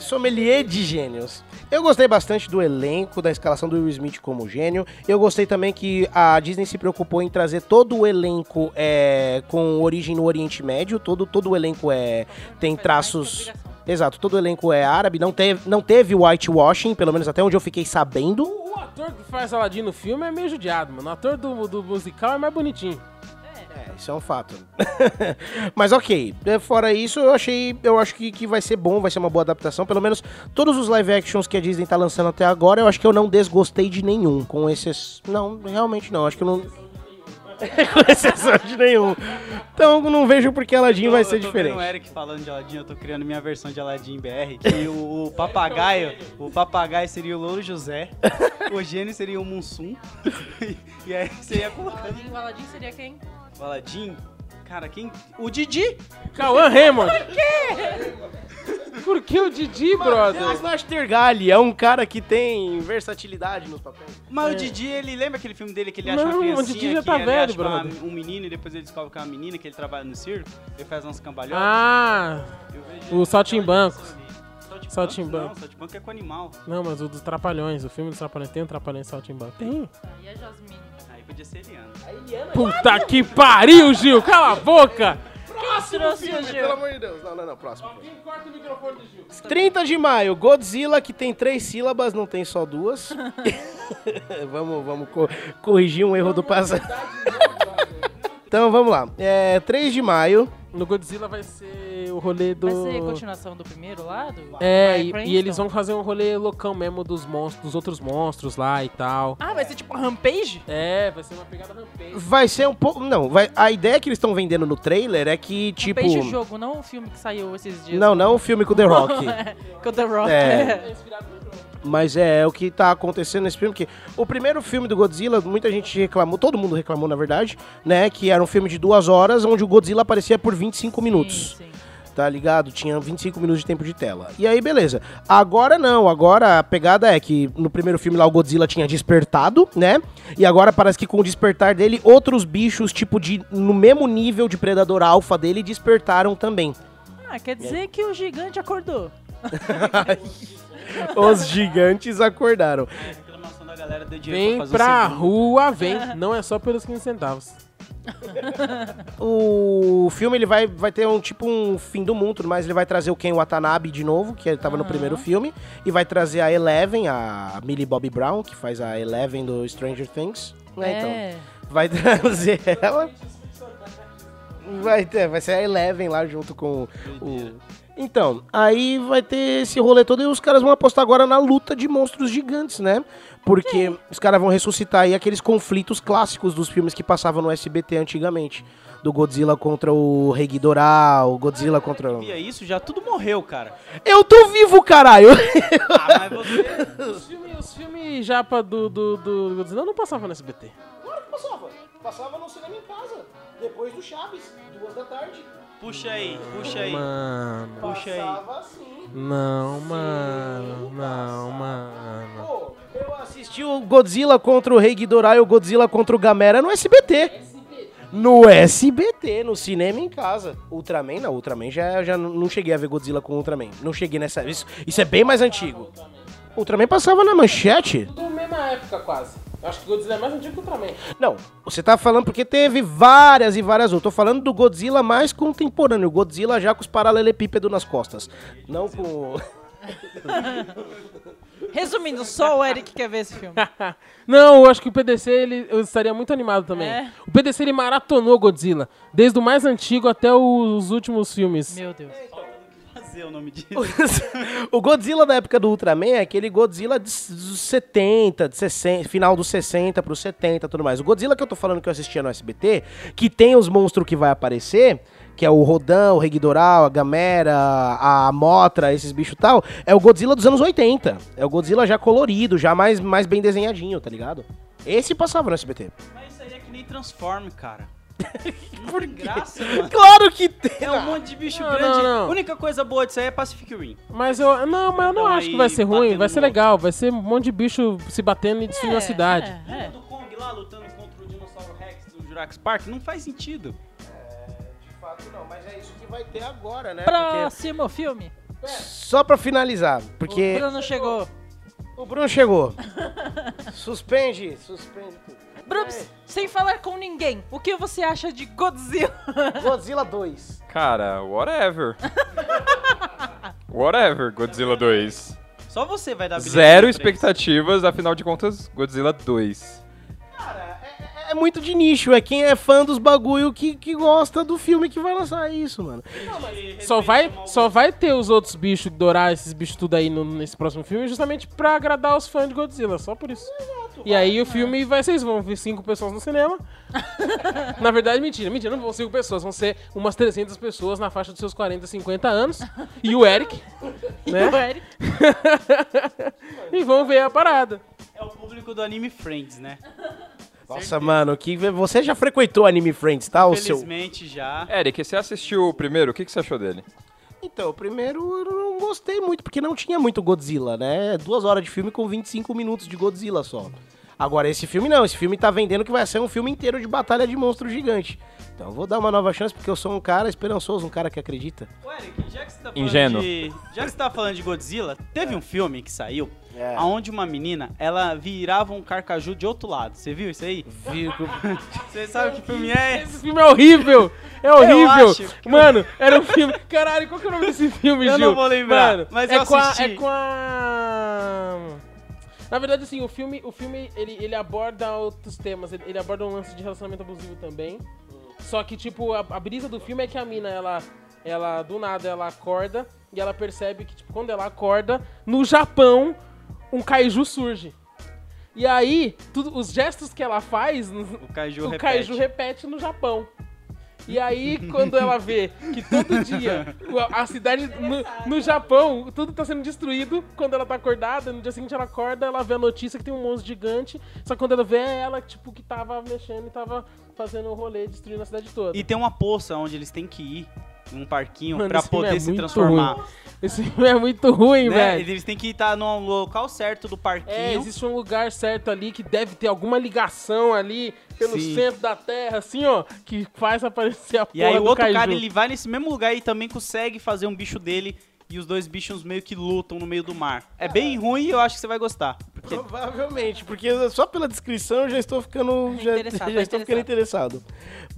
Speaker 5: Sommelier É, de gênios. Eu gostei bastante do elenco, da escalação do Will Smith como gênio. Eu gostei também que a Disney se preocupou em trazer todo o elenco é, com origem no Oriente Médio. Todo, todo o elenco é, tem traços. Exato, todo o elenco é árabe. Não teve, não teve whitewashing, pelo menos até onde eu fiquei sabendo.
Speaker 6: O ator que faz Aladdin no filme é meio judiado, mano. O ator do, do musical é mais bonitinho.
Speaker 5: É, isso é um fato. Mas ok, é, fora isso, eu achei. Eu acho que, que vai ser bom, vai ser uma boa adaptação. Pelo menos todos os live actions que a Disney tá lançando até agora, eu acho que eu não desgostei de nenhum. Com esses. Não, realmente não. Acho que eu não. com exceção de nenhum. Então eu não vejo porque Aladdin vai ser
Speaker 8: eu tô vendo O
Speaker 5: diferente.
Speaker 8: Eric falando de Aladdin, eu tô criando minha versão de Aladdin BR, que o, o papagaio, o papagaio seria o Louro José, o gênio seria o Munsum, e aí você ia colocando
Speaker 7: O Aladdin seria quem?
Speaker 8: o Aladdin, cara, quem? O Didi!
Speaker 6: Cauã Raymond. Por quê? Por que o Didi,
Speaker 5: O
Speaker 6: brother?
Speaker 5: Slasher Gali é um cara que tem versatilidade nos papéis.
Speaker 8: Mas o Didi, ele lembra aquele filme dele que ele acha
Speaker 6: É. Não,
Speaker 8: uma
Speaker 6: o
Speaker 8: criancinha
Speaker 6: Didi já
Speaker 8: que
Speaker 6: tá
Speaker 8: ele
Speaker 6: velho,
Speaker 8: acha uma-
Speaker 6: brother.
Speaker 8: um menino e depois ele descobre que é uma menina que ele trabalha no circo, ele faz uns cambalhotas.
Speaker 6: Ah,
Speaker 8: eu vejo
Speaker 6: o Saltimbancos.
Speaker 8: Saltimbancos?
Speaker 6: Saltimbanco.
Speaker 8: Não, Saltimbanco é com animal.
Speaker 6: não, mas o dos Trapalhões, o filme dos Trapalhões. Tem um Trapalhões Saltimbanco? Tem.
Speaker 7: E a Jasmine?
Speaker 8: Aí podia ser Eliana.
Speaker 6: Puta que pariu, Gil! Cala a boca!
Speaker 7: Trouxe o Gil.
Speaker 5: amor de Deus. Não, não, não. Próximo. 30 de maio, Godzilla, que tem três sílabas, não tem só duas. vamos vamos co- corrigir um erro do passado. então vamos lá. É, 3 de maio.
Speaker 6: No Godzilla vai ser o rolê do.
Speaker 7: Vai ser continuação do primeiro lado?
Speaker 6: É,
Speaker 7: Vai,
Speaker 6: e,
Speaker 7: Princeton?
Speaker 6: e eles vão fazer um rolê loucão mesmo dos monstros, dos outros monstros lá e tal.
Speaker 4: Ah, vai ser tipo Rampage?
Speaker 6: É, vai ser uma pegada rampage.
Speaker 5: Vai ser um pouco. Não, vai, a ideia que eles estão vendendo no trailer é que,
Speaker 7: Um
Speaker 5: tipo.
Speaker 7: peixe jogo, não o filme que saiu esses dias.
Speaker 5: Não, não o filme com The Rock.
Speaker 7: é.
Speaker 4: Que o The Rock.
Speaker 5: É. Mas é, o que tá acontecendo nesse filme, que o primeiro filme do Godzilla, muita gente reclamou, todo mundo reclamou, na verdade, né? Que era um filme de duas horas, onde o Godzilla aparecia por 25 minutos.
Speaker 7: Sim, sim.
Speaker 5: Tá ligado? Tinha 25 minutos de tempo de tela. E aí, beleza. Agora não, agora a pegada é que no primeiro filme lá o Godzilla tinha despertado, né? E agora parece que com o despertar dele, outros bichos, tipo, de no mesmo nível de predador alfa dele, despertaram também.
Speaker 7: Ah, quer dizer que o gigante acordou.
Speaker 5: Os gigantes acordaram.
Speaker 8: Reclamação da galera deu dinheiro
Speaker 6: Vem
Speaker 8: pra fazer
Speaker 6: pra
Speaker 8: um
Speaker 6: rua, vem. Não é só pelos 15 centavos.
Speaker 5: O filme ele vai, vai ter um tipo um fim do mundo, mas ele vai trazer o Ken Watanabe de novo, que ele tava no primeiro filme, e vai trazer a Eleven, a Millie Bobby Brown, que faz a Eleven do Stranger Things. né,
Speaker 7: é.
Speaker 5: Então, vai trazer ela. Vai ter, vai ser a Eleven lá junto com o então, aí vai ter esse rolê todo e os caras vão apostar agora na luta de monstros gigantes, né? Porque os caras vão ressuscitar aí aqueles conflitos clássicos dos filmes que passavam no SBT antigamente. Do Godzilla contra o Rei Ghidorah, o Godzilla contra...
Speaker 8: filme. Via é isso, já tudo morreu, cara.
Speaker 5: Eu tô vivo, caralho!
Speaker 8: Ah, mas você...
Speaker 6: Os filmes os filme japa do, do, do Godzilla não passavam no SBT.
Speaker 5: Passava, passava no cinema em casa, depois do Chaves, duas da tarde.
Speaker 8: Puxa aí, puxa aí,
Speaker 6: Mano.
Speaker 8: puxa aí.
Speaker 5: assim.
Speaker 6: Não, mano. Não, mano.
Speaker 5: Pô, eu assisti o Godzilla contra o Rei Ghidorah e o Godzilla contra o Gamera no SBT. No SBT, no cinema em casa. Ultraman, não, Ultraman já, já não não cheguei a ver Godzilla com Ultraman. Não cheguei nessa. Isso, isso é bem mais antigo. Ultraman passava na manchete.
Speaker 6: Tudo mesma época, quase. Eu acho que Godzilla é mais antigo que o Ultraman.
Speaker 5: Não, você tá falando porque teve várias e várias outras. Tô falando do Godzilla mais contemporâneo. O Godzilla já com os paralelepípedos nas costas. Não com.
Speaker 4: Resumindo, só o Eric quer ver esse filme.
Speaker 6: Não, eu acho que o PDC ele, eu estaria muito animado também.
Speaker 4: É?
Speaker 6: O PDC ele maratonou Godzilla, desde o mais antigo até os últimos filmes.
Speaker 7: Meu Deus.
Speaker 8: Fazer o nome disso.
Speaker 5: o Godzilla da época do Ultraman é aquele Godzilla de s- dos 70, de 60, final dos 60 pros 70 e tudo mais. O Godzilla que eu tô falando que eu assistia no SBT, que tem os monstros que vai aparecer, que é o Rodão, o Regidoral, a Gamera, a Motra, esses bichos e tal, é o Godzilla dos anos 80. É o Godzilla já colorido, já mais, mais bem desenhadinho, tá ligado? Esse passava no SBT.
Speaker 8: Mas isso aí é que nem Transform, cara. Por graça, mano.
Speaker 5: Claro que tem!
Speaker 8: É um monte de bicho
Speaker 6: Não,
Speaker 8: grande.
Speaker 6: não, não.
Speaker 8: A única coisa boa disso aí é Pacific Rim.
Speaker 6: Mas eu. Não, mas eu não
Speaker 8: Então
Speaker 6: acho que vai
Speaker 8: aí,
Speaker 6: ser ruim, vai
Speaker 8: batendo
Speaker 6: ser
Speaker 8: no
Speaker 6: legal, vai ser um monte de bicho se batendo e destruindo a cidade.
Speaker 7: É, é.
Speaker 8: Do Kong lá lutando contra o dinossauro Rex do Jurassic Park, não faz sentido.
Speaker 5: Mas é isso que vai ter agora, né?
Speaker 4: Próximo filme.
Speaker 5: Só pra finalizar, porque
Speaker 4: O Bruno chegou.
Speaker 5: O Bruno chegou. Suspende, suspende.
Speaker 4: Brubs, sem falar com ninguém, o que você acha de Godzilla?
Speaker 5: É, Godzilla 2.
Speaker 2: Cara, whatever. whatever, Godzilla 2.
Speaker 8: Só você vai dar bilhete
Speaker 2: Zero
Speaker 8: no três.
Speaker 2: expectativas, afinal de contas, Godzilla 2.
Speaker 5: É muito de nicho, é quem é fã dos bagulho que, que gosta do filme que vai lançar isso, mano.
Speaker 6: Só vai, só vai ter os outros bichos, dourar esses bichos tudo aí no- nesse próximo filme, justamente pra agradar os fãs de Godzilla, só por isso. E aí o filme vai ser isso, vão ver cinco pessoas no cinema. na verdade, mentira, mentira, não vão ser cinco pessoas, vão ser umas 300 pessoas na faixa dos seus 40, 50 anos. e o Eric, né?
Speaker 4: O Eric.
Speaker 6: e vão ver a parada.
Speaker 8: É o público do anime Friends, né?
Speaker 5: Nossa, mano, que você já frequentou Anime Friends, tá? O seu.
Speaker 8: Felizmente já.
Speaker 2: Eric, você assistiu o primeiro, o que, que você achou dele?
Speaker 5: Então, o primeiro eu não gostei muito, porque não tinha muito Godzilla, né? Duas horas de filme com 25 minutos de Godzilla só. Agora, esse filme não, esse filme tá vendendo que vai ser um filme inteiro de batalha de monstro gigante. Então, eu vou dar uma nova chance, porque eu sou um cara esperançoso, um cara que acredita.
Speaker 8: Ô, Eric, já que você tá falando
Speaker 2: Ingênuo.
Speaker 8: de. Já que você tá falando de Godzilla, teve um filme que saiu
Speaker 5: É.
Speaker 8: onde uma menina ela virava um carcaju de outro lado. Você viu isso aí? Você sabe que filme é
Speaker 6: Esse
Speaker 8: esse?
Speaker 6: filme é horrível! É horrível!
Speaker 8: acho que-
Speaker 6: Mano, era um filme. Caralho, qual que é o nome desse filme,
Speaker 8: Eu
Speaker 6: Gil?
Speaker 8: não vou lembrar,
Speaker 6: Mano,
Speaker 8: mas
Speaker 6: é
Speaker 8: eu
Speaker 6: com a-
Speaker 8: assisti.
Speaker 6: é com a. Na verdade, assim, o filme, o filme ele, ele aborda outros temas. Ele, ele aborda um lance de relacionamento abusivo também. Só que, tipo, a, a brisa do filme é que a mina, ela, ela, do nada, ela acorda e ela percebe que, tipo, quando ela acorda, no Japão, um kaiju surge. E aí, tudo, os gestos que ela faz
Speaker 8: O Kaiju
Speaker 6: o
Speaker 8: repete.
Speaker 6: Kaiju repete no Japão. E aí, quando ela vê que todo dia o- a cidade no, no Japão, tudo tá sendo destruído, quando ela tá acordada, no dia seguinte ela acorda, ela vê a notícia que tem um monstro gigante, só que quando ela vê é ela, tipo, que tava mexendo e tava fazendo o rolê, destruindo a cidade toda.
Speaker 8: E tem uma poça onde eles têm que ir, num parquinho,
Speaker 6: Mano,
Speaker 8: pra
Speaker 6: esse filme
Speaker 8: poder
Speaker 6: é
Speaker 8: se
Speaker 6: muito
Speaker 8: transformar.
Speaker 6: ruim, Esse filme é muito ruim,
Speaker 8: né?
Speaker 6: velho.
Speaker 8: Eles têm que estar no local certo do parquinho.
Speaker 6: É, existe um lugar certo ali que deve ter alguma ligação ali pelo
Speaker 8: Sim.
Speaker 6: centro da terra, assim, ó, que faz aparecer a
Speaker 8: E aí
Speaker 6: porra
Speaker 8: o
Speaker 6: do
Speaker 8: outro
Speaker 6: kaiju.
Speaker 8: cara ele vai nesse mesmo lugar e também consegue fazer um bicho dele e os dois bichos meio que lutam no meio do mar. É bem ruim e eu acho que você vai gostar. Porque
Speaker 5: Provavelmente, porque só pela descrição eu já estou ficando. Já,
Speaker 4: Interessado,
Speaker 5: já
Speaker 4: tá
Speaker 5: estou ficando interessado.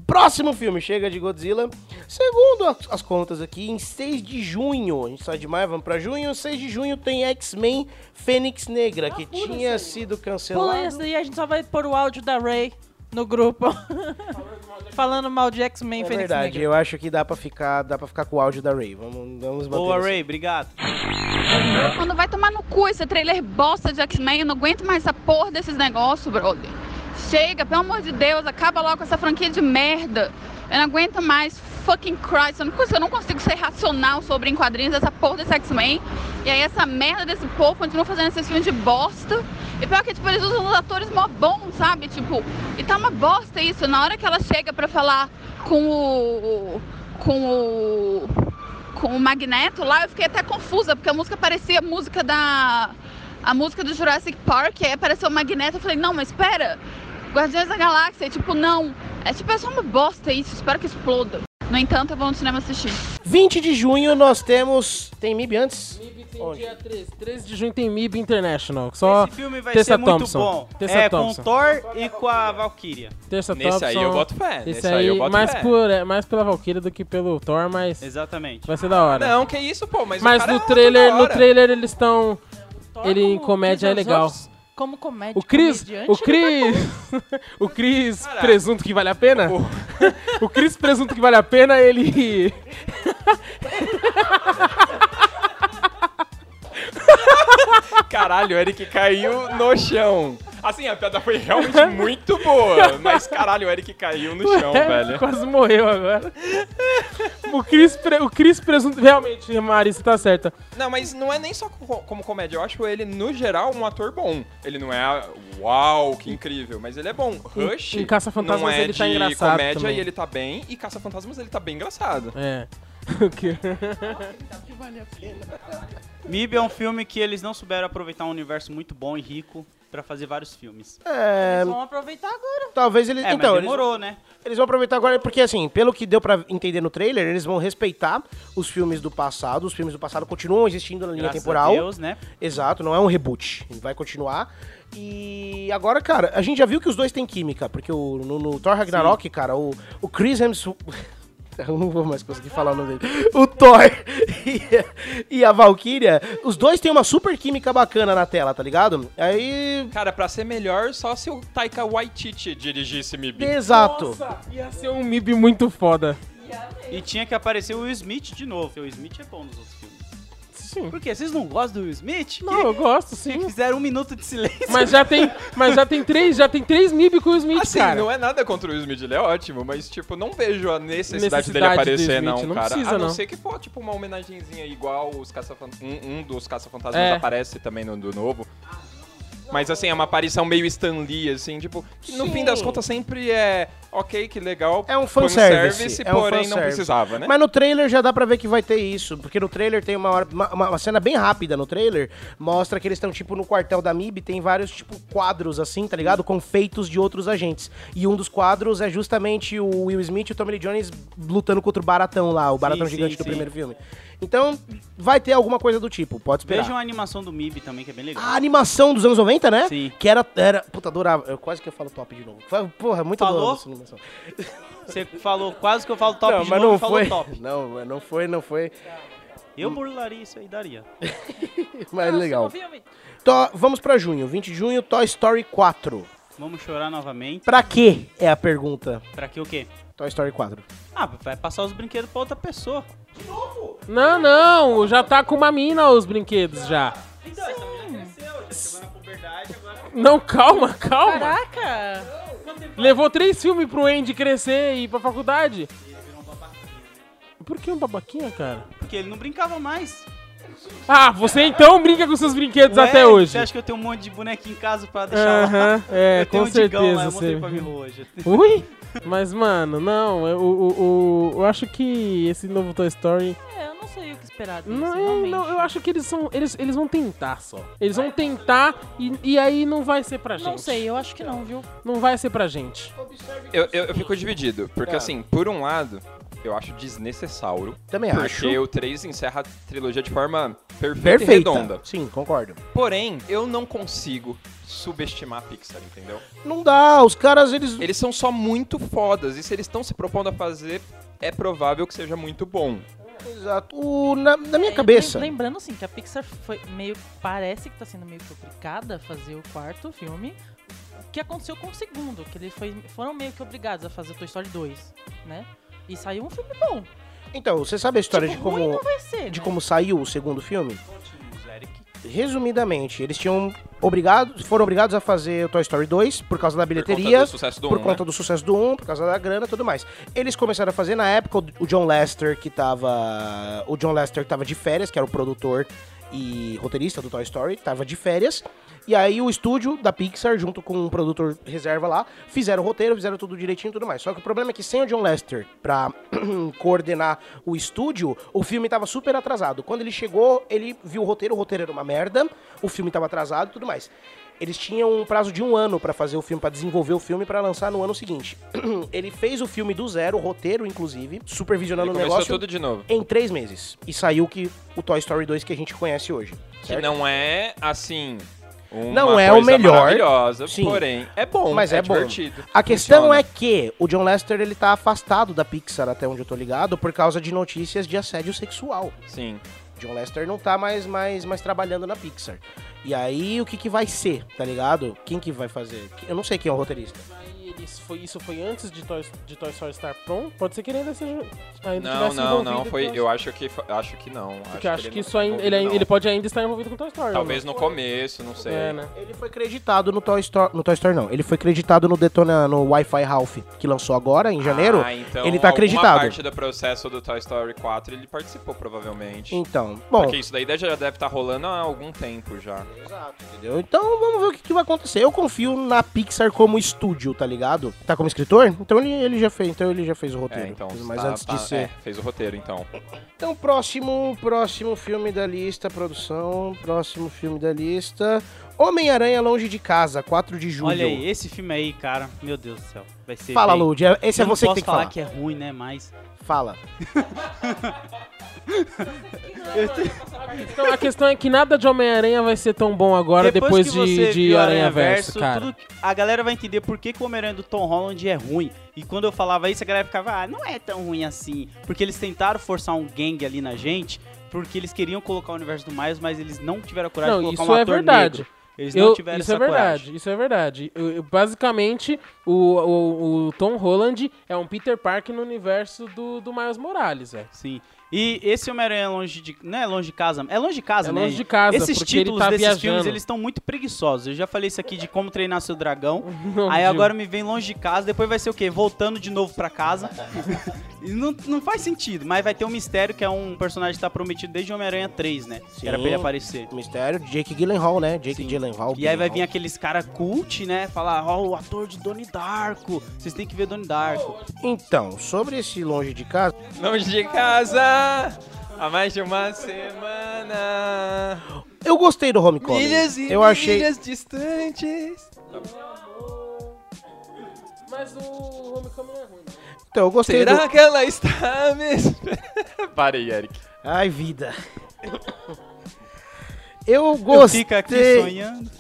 Speaker 5: Próximo filme, chega de Godzilla. Segundo as, as contas aqui, em 6 de junho, a gente sai de maio, vamos pra junho. 6 de junho tem X-Men Fênix Negra, que tinha sido
Speaker 4: Pula
Speaker 5: cancelado.
Speaker 4: essa daí, a gente só vai pôr o áudio da Ray no grupo. Falando mal de X-Men,
Speaker 5: É
Speaker 4: Fênix
Speaker 5: verdade,
Speaker 4: Negra.
Speaker 5: eu acho que dá pra ficar, dá pra ficar com o áudio da Ray. Vamos, vamos manter
Speaker 8: Boa,
Speaker 5: isso.
Speaker 8: Ray, obrigado.
Speaker 10: Mano, vai tomar no cu esse trailer bosta de X-Men. Eu não aguento mais essa porra desses negócios, brother. Chega, pelo amor de Deus, acaba logo com essa franquia de merda. Eu não aguento mais. Fucking Christ. A única coisa que eu não consigo ser racional sobre em quadrinhos é essa porra desse X-Men. E aí essa merda desse povo continua fazendo esses filmes de bosta. E pior que, tipo, eles usam os atores mó bons, sabe? Tipo, e tá uma bosta isso. Na hora que ela chega pra falar com o... Com o com o Magneto lá, eu fiquei até confusa, porque a música parecia a música da. A música do Jurassic Park, aí apareceu o Magneto, eu falei, não, mas espera! Guardiões da Galáxia, e, tipo, não. É tipo, é só uma bosta isso, espero que exploda. No entanto, eu vou no cinema assistir.
Speaker 5: 20 de junho nós temos. Tem MIB antes?
Speaker 6: MIB tem
Speaker 5: Onde?
Speaker 6: dia 13. 13 de junho tem MIB International. Só
Speaker 8: Esse filme vai
Speaker 6: Tessa
Speaker 8: ser muito
Speaker 6: Thompson.
Speaker 8: bom.
Speaker 6: Tessa
Speaker 8: é
Speaker 6: Thompson.
Speaker 8: com Thor e com a Valkyria.
Speaker 6: Terça
Speaker 2: Nesse
Speaker 6: Thompson.
Speaker 2: aí eu boto fé.
Speaker 6: Esse
Speaker 2: Nesse aí, eu boto
Speaker 6: mais,
Speaker 2: fé.
Speaker 6: por, é, mais pela Valkyria do que pelo Thor, mas
Speaker 8: Exatamente.
Speaker 6: vai ser da
Speaker 8: Ah,
Speaker 6: hora.
Speaker 2: Não, que isso, pô, mas, o
Speaker 6: mas
Speaker 8: um
Speaker 2: cara é
Speaker 6: no
Speaker 2: uma
Speaker 6: trailer,
Speaker 2: toda
Speaker 6: no
Speaker 2: hora.
Speaker 6: trailer eles estão.
Speaker 4: Thor
Speaker 6: Ele em
Speaker 4: como
Speaker 6: comédia é
Speaker 4: diz aos
Speaker 6: legal.
Speaker 4: outros, Como comédia.
Speaker 6: O Chris.
Speaker 7: é
Speaker 4: comediante,
Speaker 6: O Chris. o Chris
Speaker 2: Caraca.
Speaker 6: Presunto que vale a pena? o Chris Presunto que vale a pena, ele.
Speaker 2: Caralho, o Eric caiu no chão. Assim, a piada foi realmente muito boa, mas caralho, o Eric caiu no chão,
Speaker 6: É,
Speaker 2: velho.
Speaker 6: Quase morreu agora. o, Chris Pre- o Chris Presunto. Realmente, Mari, você tá certa.
Speaker 2: Não, mas não é nem só co- como comédia. Eu acho ele, no geral, um ator bom. Ele não é. a- Uau, que incrível. Mas ele é bom. Rush.
Speaker 6: em Caça-Fantasmas
Speaker 2: não é
Speaker 6: ele tá
Speaker 2: de
Speaker 6: engraçado
Speaker 2: comédia
Speaker 6: também.
Speaker 2: e ele tá bem. E Caça-Fantasmas ele tá bem engraçado.
Speaker 6: É. O quê?
Speaker 8: MIB é um filme que eles não souberam aproveitar um universo muito bom e rico. pra fazer vários filmes.
Speaker 5: É,
Speaker 4: Vamos aproveitar agora.
Speaker 5: talvez eles.
Speaker 8: É,
Speaker 5: então,
Speaker 8: mas
Speaker 5: eles-
Speaker 8: demorou, né?
Speaker 5: Eles vão aproveitar agora, porque assim, pelo que deu pra entender no trailer, eles vão respeitar os filmes do passado. Os filmes do passado continuam existindo na linha
Speaker 8: Graças
Speaker 5: temporal.
Speaker 8: a Deus, né?
Speaker 5: Exato, não é um reboot. Ele vai continuar. E agora, cara, a gente já viu que os dois têm química, porque o, no, no Thor Ragnarok, cara, o, o Chris Hemsworth. Eu não vou mais conseguir falar o nome dele. O Thor e a, e a Valkyria, os dois têm uma super química bacana na tela, tá ligado? Aí.
Speaker 2: Cara, pra ser melhor, só se o Taika Waititi dirigisse Mib.
Speaker 5: Exato.
Speaker 6: Nossa, ia ser um MIB muito foda.
Speaker 8: E tinha que aparecer o Will Smith de novo. porque O Will Smith é bom nos outros filmes.
Speaker 6: Sim.
Speaker 8: Por quê? Vocês não gostam do Will Smith?
Speaker 6: Não, eu gosto,
Speaker 8: Que
Speaker 6: sim.
Speaker 8: fizeram um minuto de silêncio.
Speaker 6: Mas já tem, mas já tem três, já tem três MIB com o Smith,
Speaker 2: Assim,
Speaker 6: cara.
Speaker 2: não é nada contra o Will Smith, ele é ótimo, mas, tipo, não vejo a necessidade,
Speaker 6: Necessidade
Speaker 2: dele
Speaker 6: do
Speaker 2: aparecer,
Speaker 6: Smith,
Speaker 2: não,
Speaker 6: não
Speaker 2: cara.
Speaker 6: precisa,
Speaker 2: a não,
Speaker 6: não.
Speaker 2: ser que for, tipo, uma homenagenzinha igual os caça um, um dos Caça-Fantasmas
Speaker 6: É.
Speaker 2: aparece também no do novo. Mas, assim, é uma aparição meio Stan Lee, assim, tipo, que no
Speaker 5: Sim.
Speaker 2: fim das contas sempre é, ok, que legal,
Speaker 5: É um
Speaker 2: fanservice,
Speaker 5: fanservice, é um
Speaker 2: porém não
Speaker 5: fanservice.
Speaker 2: precisava, né?
Speaker 5: Mas no trailer já dá pra ver que vai ter isso, porque no trailer tem uma, hora- uma, uma- uma cena bem rápida no trailer, mostra que eles estão, tipo, no quartel da MIB, tem vários, tipo, quadros assim, tá ligado? Com feitos de outros agentes. E um dos quadros é justamente o Will Smith e o Tommy Lee Jones lutando contra o Baratão lá, o Baratão
Speaker 8: sim,
Speaker 5: gigante do
Speaker 8: sim.
Speaker 5: primeiro filme. Então, vai ter alguma coisa do tipo, pode esperar.
Speaker 8: Vejam a animação do MIB também, que é bem legal.
Speaker 2: Ah,
Speaker 5: A animação dos anos 90, né?
Speaker 8: Sim.
Speaker 5: Que era, era... Puta, adorava. Eu quase que eu falo top de novo. Porra, muito
Speaker 8: Falou?
Speaker 5: adorava essa animação.
Speaker 8: Você falou quase que eu falo top
Speaker 5: não,
Speaker 8: de
Speaker 5: mas
Speaker 8: novo,
Speaker 5: não
Speaker 8: falou
Speaker 5: foi.
Speaker 8: top.
Speaker 5: Não, mas não foi, não foi.
Speaker 8: Eu burlaria isso aí, daria.
Speaker 5: Mas legal.
Speaker 4: Filme.
Speaker 5: Tó- vamos pra junho, 20 de junho, Toy Story 4.
Speaker 8: Vamos chorar novamente.
Speaker 5: Pra quê? É a pergunta.
Speaker 8: Pra que o quê?
Speaker 5: Toy Story 4.
Speaker 8: Ah, vai passar os brinquedos pra outra pessoa.
Speaker 6: Não, não, já tá com uma mina os brinquedos já.
Speaker 8: Então, essa menina cresceu, já chegou na puberdade, agora...
Speaker 6: Não, calma, calma.
Speaker 4: Caraca!
Speaker 6: Levou três filmes pro Andy crescer e ir pra faculdade. Por que um babaquinha, cara?
Speaker 8: Porque ele não brincava mais.
Speaker 6: Ah, você então brinca com seus brinquedos
Speaker 8: Ué,
Speaker 6: até hoje.
Speaker 8: Você acha que eu tenho um monte de bonequinho em casa pra deixar lá?
Speaker 6: Aham, é,
Speaker 8: eu tenho
Speaker 6: com
Speaker 8: um digão lá,
Speaker 6: certeza.
Speaker 8: eu montei
Speaker 6: você-
Speaker 8: pra mim hoje.
Speaker 6: Ui! Mas, mano, não, eu, o- o- o- eu acho que esse novo Toy Story.
Speaker 4: É, eu não sei o que esperar disso,
Speaker 6: Não,
Speaker 4: realmente.
Speaker 6: não, eu acho que eles são. Eles, eles vão tentar só. Eles vão tentar e, e aí não vai ser pra gente.
Speaker 4: Não sei, eu acho que não, viu?
Speaker 6: Não vai ser pra gente.
Speaker 2: Eu, eu, eu fico dividido,
Speaker 5: É.
Speaker 2: porque, assim, por um lado, eu acho desnecessauro,
Speaker 5: Também acho.
Speaker 2: porque o 3 encerra a trilogia de forma perfeita, e
Speaker 5: Perfeita.
Speaker 2: redonda.
Speaker 5: Sim, concordo.
Speaker 2: Porém, eu não consigo subestimar a Pixar, entendeu?
Speaker 5: Não dá, os caras, eles...
Speaker 2: Eles são só muito fodas, e se eles estão se propondo a fazer, é provável que seja muito bom.
Speaker 5: Exato. O- na, na minha
Speaker 4: É,
Speaker 5: cabeça...
Speaker 4: lem- Lembrando, assim, que a Pixar foi meio. Parece que tá sendo meio que obrigada a fazer o quarto filme. O que aconteceu com o segundo, que eles foi- foram meio que obrigados a fazer o Toy Story 2, né? E saiu um filme bom.
Speaker 5: Então, você sabe a história
Speaker 4: tipo,
Speaker 5: de
Speaker 4: ruim
Speaker 5: como...
Speaker 4: não vai
Speaker 2: é,
Speaker 4: ser.
Speaker 5: De
Speaker 4: né?
Speaker 5: como saiu o segundo filme? Resumidamente, eles tinham obrigado, foram obrigados a fazer o Toy Story 2 por causa da
Speaker 2: Por
Speaker 5: bilheteria.
Speaker 2: conta do sucesso do
Speaker 5: por
Speaker 2: um,
Speaker 5: conta
Speaker 2: né?
Speaker 5: do sucesso do 1, por causa da grana e tudo mais. Eles começaram a fazer na época o- o John Lester que tava, o John Lester tava de férias, que era o produtor e roteirista do Toy Story, tava de férias. E aí o estúdio da Pixar junto com um produtor reserva lá, fizeram o roteiro, fizeram tudo direitinho e tudo mais. Só que o problema é que sem o John Lester pra coordenar o estúdio, o filme tava super atrasado. Quando ele chegou, ele viu o roteiro, o roteiro era uma merda, o filme tava atrasado e tudo mais. Eles tinham um prazo de um ano pra fazer o filme, pra desenvolver o filme pra lançar no ano seguinte. Ele fez o filme do zero, o roteiro inclusive, supervisionando
Speaker 2: Ele
Speaker 5: o
Speaker 2: começou
Speaker 5: negócio
Speaker 2: tudo de novo.
Speaker 5: em três meses. E saiu que o Toy Story 2 que a gente conhece hoje.
Speaker 2: Que
Speaker 5: Certo?
Speaker 2: não é, assim, uma
Speaker 5: Não é o
Speaker 2: coisa
Speaker 5: melhor,
Speaker 2: maravilhosa,
Speaker 5: sim.
Speaker 2: porém, é bom,
Speaker 5: Mas é, bom.
Speaker 2: divertido.
Speaker 5: A questão
Speaker 2: Funciona.
Speaker 5: é que o John Lester ele tá afastado da Pixar até onde eu tô ligado por causa de notícias de assédio sexual.
Speaker 2: Sim.
Speaker 5: John Lester não tá mais, mais, mais trabalhando na Pixar. E aí o que que vai ser, tá ligado? Quem que vai fazer? Eu não sei quem é o roteirista.
Speaker 6: Aí eles foi, isso foi antes de Toy, de Toy Story estar pronto? Pode ser que ele ainda seja. Ainda
Speaker 2: Não,
Speaker 6: tivesse
Speaker 2: não,
Speaker 6: envolvido
Speaker 2: não,
Speaker 6: com
Speaker 2: foi,
Speaker 6: Toy
Speaker 2: eu acho que, fo- acho que não.
Speaker 6: Porque eu acho que
Speaker 2: não
Speaker 6: isso
Speaker 2: tá
Speaker 6: ainda, ele,
Speaker 2: envolvido,
Speaker 6: ele
Speaker 2: não.
Speaker 6: pode ainda estar envolvido com Toy Story.
Speaker 2: Talvez
Speaker 5: um
Speaker 6: né?
Speaker 2: no começo, não sei.
Speaker 6: É, né?
Speaker 5: Ele foi creditado no Toy Story. No Toy Story, não. Ele foi creditado no Detona no Wi-Fi Ralph, que lançou agora, em janeiro.
Speaker 2: Ah, então
Speaker 5: ele tá
Speaker 2: alguma
Speaker 5: acreditado.
Speaker 2: parte do processo do Toy Story 4 ele participou, provavelmente.
Speaker 5: Então, bom, Um
Speaker 2: Porque isso daí já deve estar rolando há algum tempo já.
Speaker 5: entendeu? Então vamos ver o que, que vai acontecer. Eu confio na Pixar como estúdio, tá ligado? Tá como escritor? Então ele, ele já fez, então ele já fez o roteiro.
Speaker 2: É, então.
Speaker 5: Mas
Speaker 2: tá-
Speaker 5: antes
Speaker 2: tá-
Speaker 5: de ser.
Speaker 2: é, fez o roteiro, então.
Speaker 5: Então, próximo, próximo filme da lista, produção, próximo filme da lista. Homem-Aranha Longe de Casa, 4 de julho.
Speaker 8: Olha aí, esse filme aí, cara, meu Deus do céu. Vai ser.
Speaker 5: Fala,
Speaker 8: bem-
Speaker 5: Load. é- Esse
Speaker 8: Eu
Speaker 5: é
Speaker 8: não
Speaker 5: você que
Speaker 8: posso
Speaker 5: tem que
Speaker 8: falar
Speaker 5: falar.
Speaker 8: que é ruim, né? Mas.
Speaker 5: Fala.
Speaker 6: Então, a questão é que nada de Homem-Aranha vai ser tão bom agora depois,
Speaker 8: que você
Speaker 6: de, de
Speaker 8: viu
Speaker 6: Aranha Verso, cara.
Speaker 8: tudo- a galera vai entender por que, que o Homem-Aranha do Tom Holland é ruim. E quando eu falava isso, a galera ficava, ah, não é tão ruim assim. Porque eles tentaram forçar um gangue ali na gente, porque eles queriam colocar o universo do Miles, mas eles não tiveram a coragem
Speaker 6: Não,
Speaker 8: de
Speaker 6: isso
Speaker 8: colocar um
Speaker 6: é
Speaker 8: ator
Speaker 6: verdade.
Speaker 8: negro. Eles
Speaker 6: Eu-
Speaker 8: não tiveram
Speaker 6: isso
Speaker 8: essa
Speaker 6: é verdade,
Speaker 8: coragem.
Speaker 6: isso é verdade. Eu- eu- basicamente, o, o- o Tom Holland é um Peter Parker no universo do, do Miles Morales, velho.
Speaker 8: Sim. E esse Homem-Aranha é longe de... Não é longe de casa? É longe de casa,
Speaker 6: É
Speaker 8: né?
Speaker 6: longe de casa,
Speaker 8: Esses
Speaker 6: porque ele
Speaker 8: títulos
Speaker 6: tá
Speaker 8: desses
Speaker 6: viajando.
Speaker 8: filmes, eles estão muito preguiçosos. Eu já falei isso aqui de Como Treinar Seu Dragão.
Speaker 6: Não,
Speaker 8: Aí
Speaker 6: Gil.
Speaker 8: agora me vem longe de casa, depois vai ser o quê? Voltando de novo pra casa. E não, não faz sentido, mas vai ter um mistério que é um personagem que tá prometido desde Homem-Aranha 3, né? Que Era pra ele
Speaker 5: Sim.
Speaker 8: aparecer.
Speaker 5: Mistério, Jake Gyllenhaal, né? Jake
Speaker 8: Sim.
Speaker 5: Gyllenhaal.
Speaker 8: E aí vai
Speaker 5: Gyllenhaal.
Speaker 8: vir aqueles cara cult, né? Falar, ó, o ator de Donnie Darko. Vocês têm que ver Donnie Darko.
Speaker 5: Então, sobre esse Longe de Casa...
Speaker 2: Longe de casa, há mais de uma semana.
Speaker 5: Eu gostei do Homecoming.
Speaker 2: Milhas e
Speaker 5: eu achei...
Speaker 2: milhas distantes.
Speaker 6: Mas o Homecoming é ruim.
Speaker 5: Então, eu gostei do...
Speaker 2: Será que ela está mesmo? Parei, Eric.
Speaker 5: Ai, vida. Eu
Speaker 8: Eu
Speaker 5: gostei...
Speaker 8: fico aqui sonhando.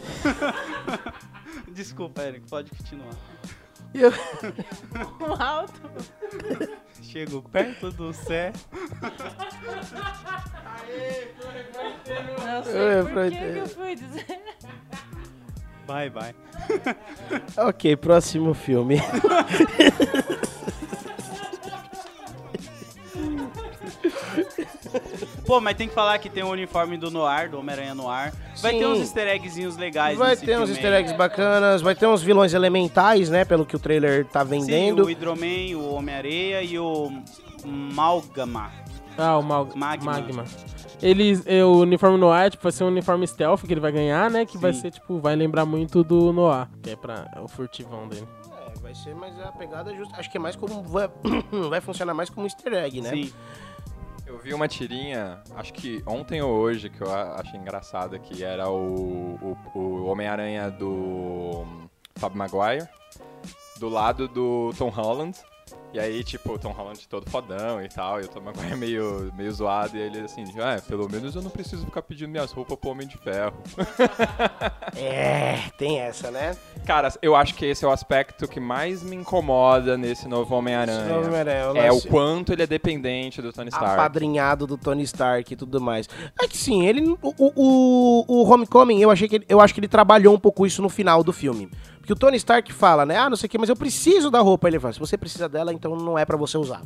Speaker 8: Desculpa, Eric, pode continuar.
Speaker 7: Um alto.
Speaker 8: Chego perto do céu.
Speaker 7: Não sei
Speaker 5: É,
Speaker 7: por
Speaker 5: pra
Speaker 7: que que eu fui dizer.
Speaker 8: Bye, bye.
Speaker 5: Ok, próximo filme.
Speaker 8: Pô, mas tem que falar que tem o uniforme do Noir, do Homem-Aranha Noir. Vai
Speaker 5: Sim.
Speaker 8: ter uns easter eggzinhos legais
Speaker 5: Vai
Speaker 8: nesse
Speaker 5: ter uns
Speaker 8: filme é
Speaker 5: easter
Speaker 8: aí.
Speaker 5: eggs bacanas, vai ter uns vilões elementais, né? Pelo que o trailer tá vendendo.
Speaker 8: Sim, o Hidroman, o Homem-Areia e o Malgama.
Speaker 6: Ah, o Mag
Speaker 8: Magma.
Speaker 6: Magma. Eles, é, o uniforme Noir, tipo, vai ser um uniforme stealth que ele vai ganhar, né? Que vai
Speaker 8: Sim.
Speaker 6: ser, tipo, vai lembrar muito do Noir, que é pra é o furtivão dele.
Speaker 5: É, vai ser, mas a pegada é justa. Acho que é mais como. Vai, vai funcionar mais como easter egg, né?
Speaker 8: Sim.
Speaker 2: Eu vi uma tirinha, acho que ontem ou hoje, que eu a- achei engraçada, que era o, o, o Homem-Aranha do hum, Tobey Maguire, do lado do Tom Holland. E aí, tipo, o Tom Holland todo fodão e tal, e o Tom Maguire meio, meio zoado, e ele assim, ah, pelo menos eu não preciso ficar pedindo minhas roupas pro Homem de Ferro.
Speaker 5: É, tem essa, né?
Speaker 2: Cara, eu acho que esse é o aspecto que mais me incomoda nesse
Speaker 5: Esse
Speaker 2: novo
Speaker 5: novo
Speaker 2: Homem-Aranha.
Speaker 5: Homem-Aranha,
Speaker 2: É o
Speaker 5: lance
Speaker 2: quanto ele é dependente do Tony Stark.
Speaker 5: apadrinhado do Tony Stark e tudo mais. É que sim, ele. O, o, o Homecoming, eu achei que ele- eu acho que ele trabalhou um pouco isso no final do filme. Porque o Tony Stark fala, né? Ah, não sei o que, mas eu preciso da roupa. Ele fala, se você precisa dela, então não é pra você usar.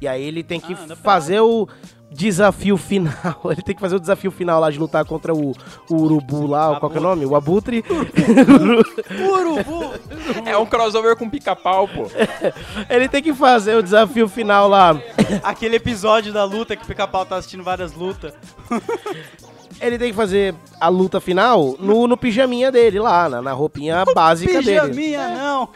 Speaker 5: E aí ele tem que
Speaker 8: Ah, anda pelado.
Speaker 5: fazer o desafio final. Ele tem que fazer o desafio final lá de lutar contra o, o Urubu lá, ou qual que é o nome? O Abutre.
Speaker 8: Urubu!
Speaker 2: É um crossover com pica-pau, pô.
Speaker 5: ele tem que fazer o desafio final lá.
Speaker 8: Aquele episódio da luta que o Pica-Pau tá assistindo várias lutas.
Speaker 5: Ele tem que fazer a luta final no, no pijaminha dele lá, na, na roupinha básica dele. É.
Speaker 8: Pijaminha, não!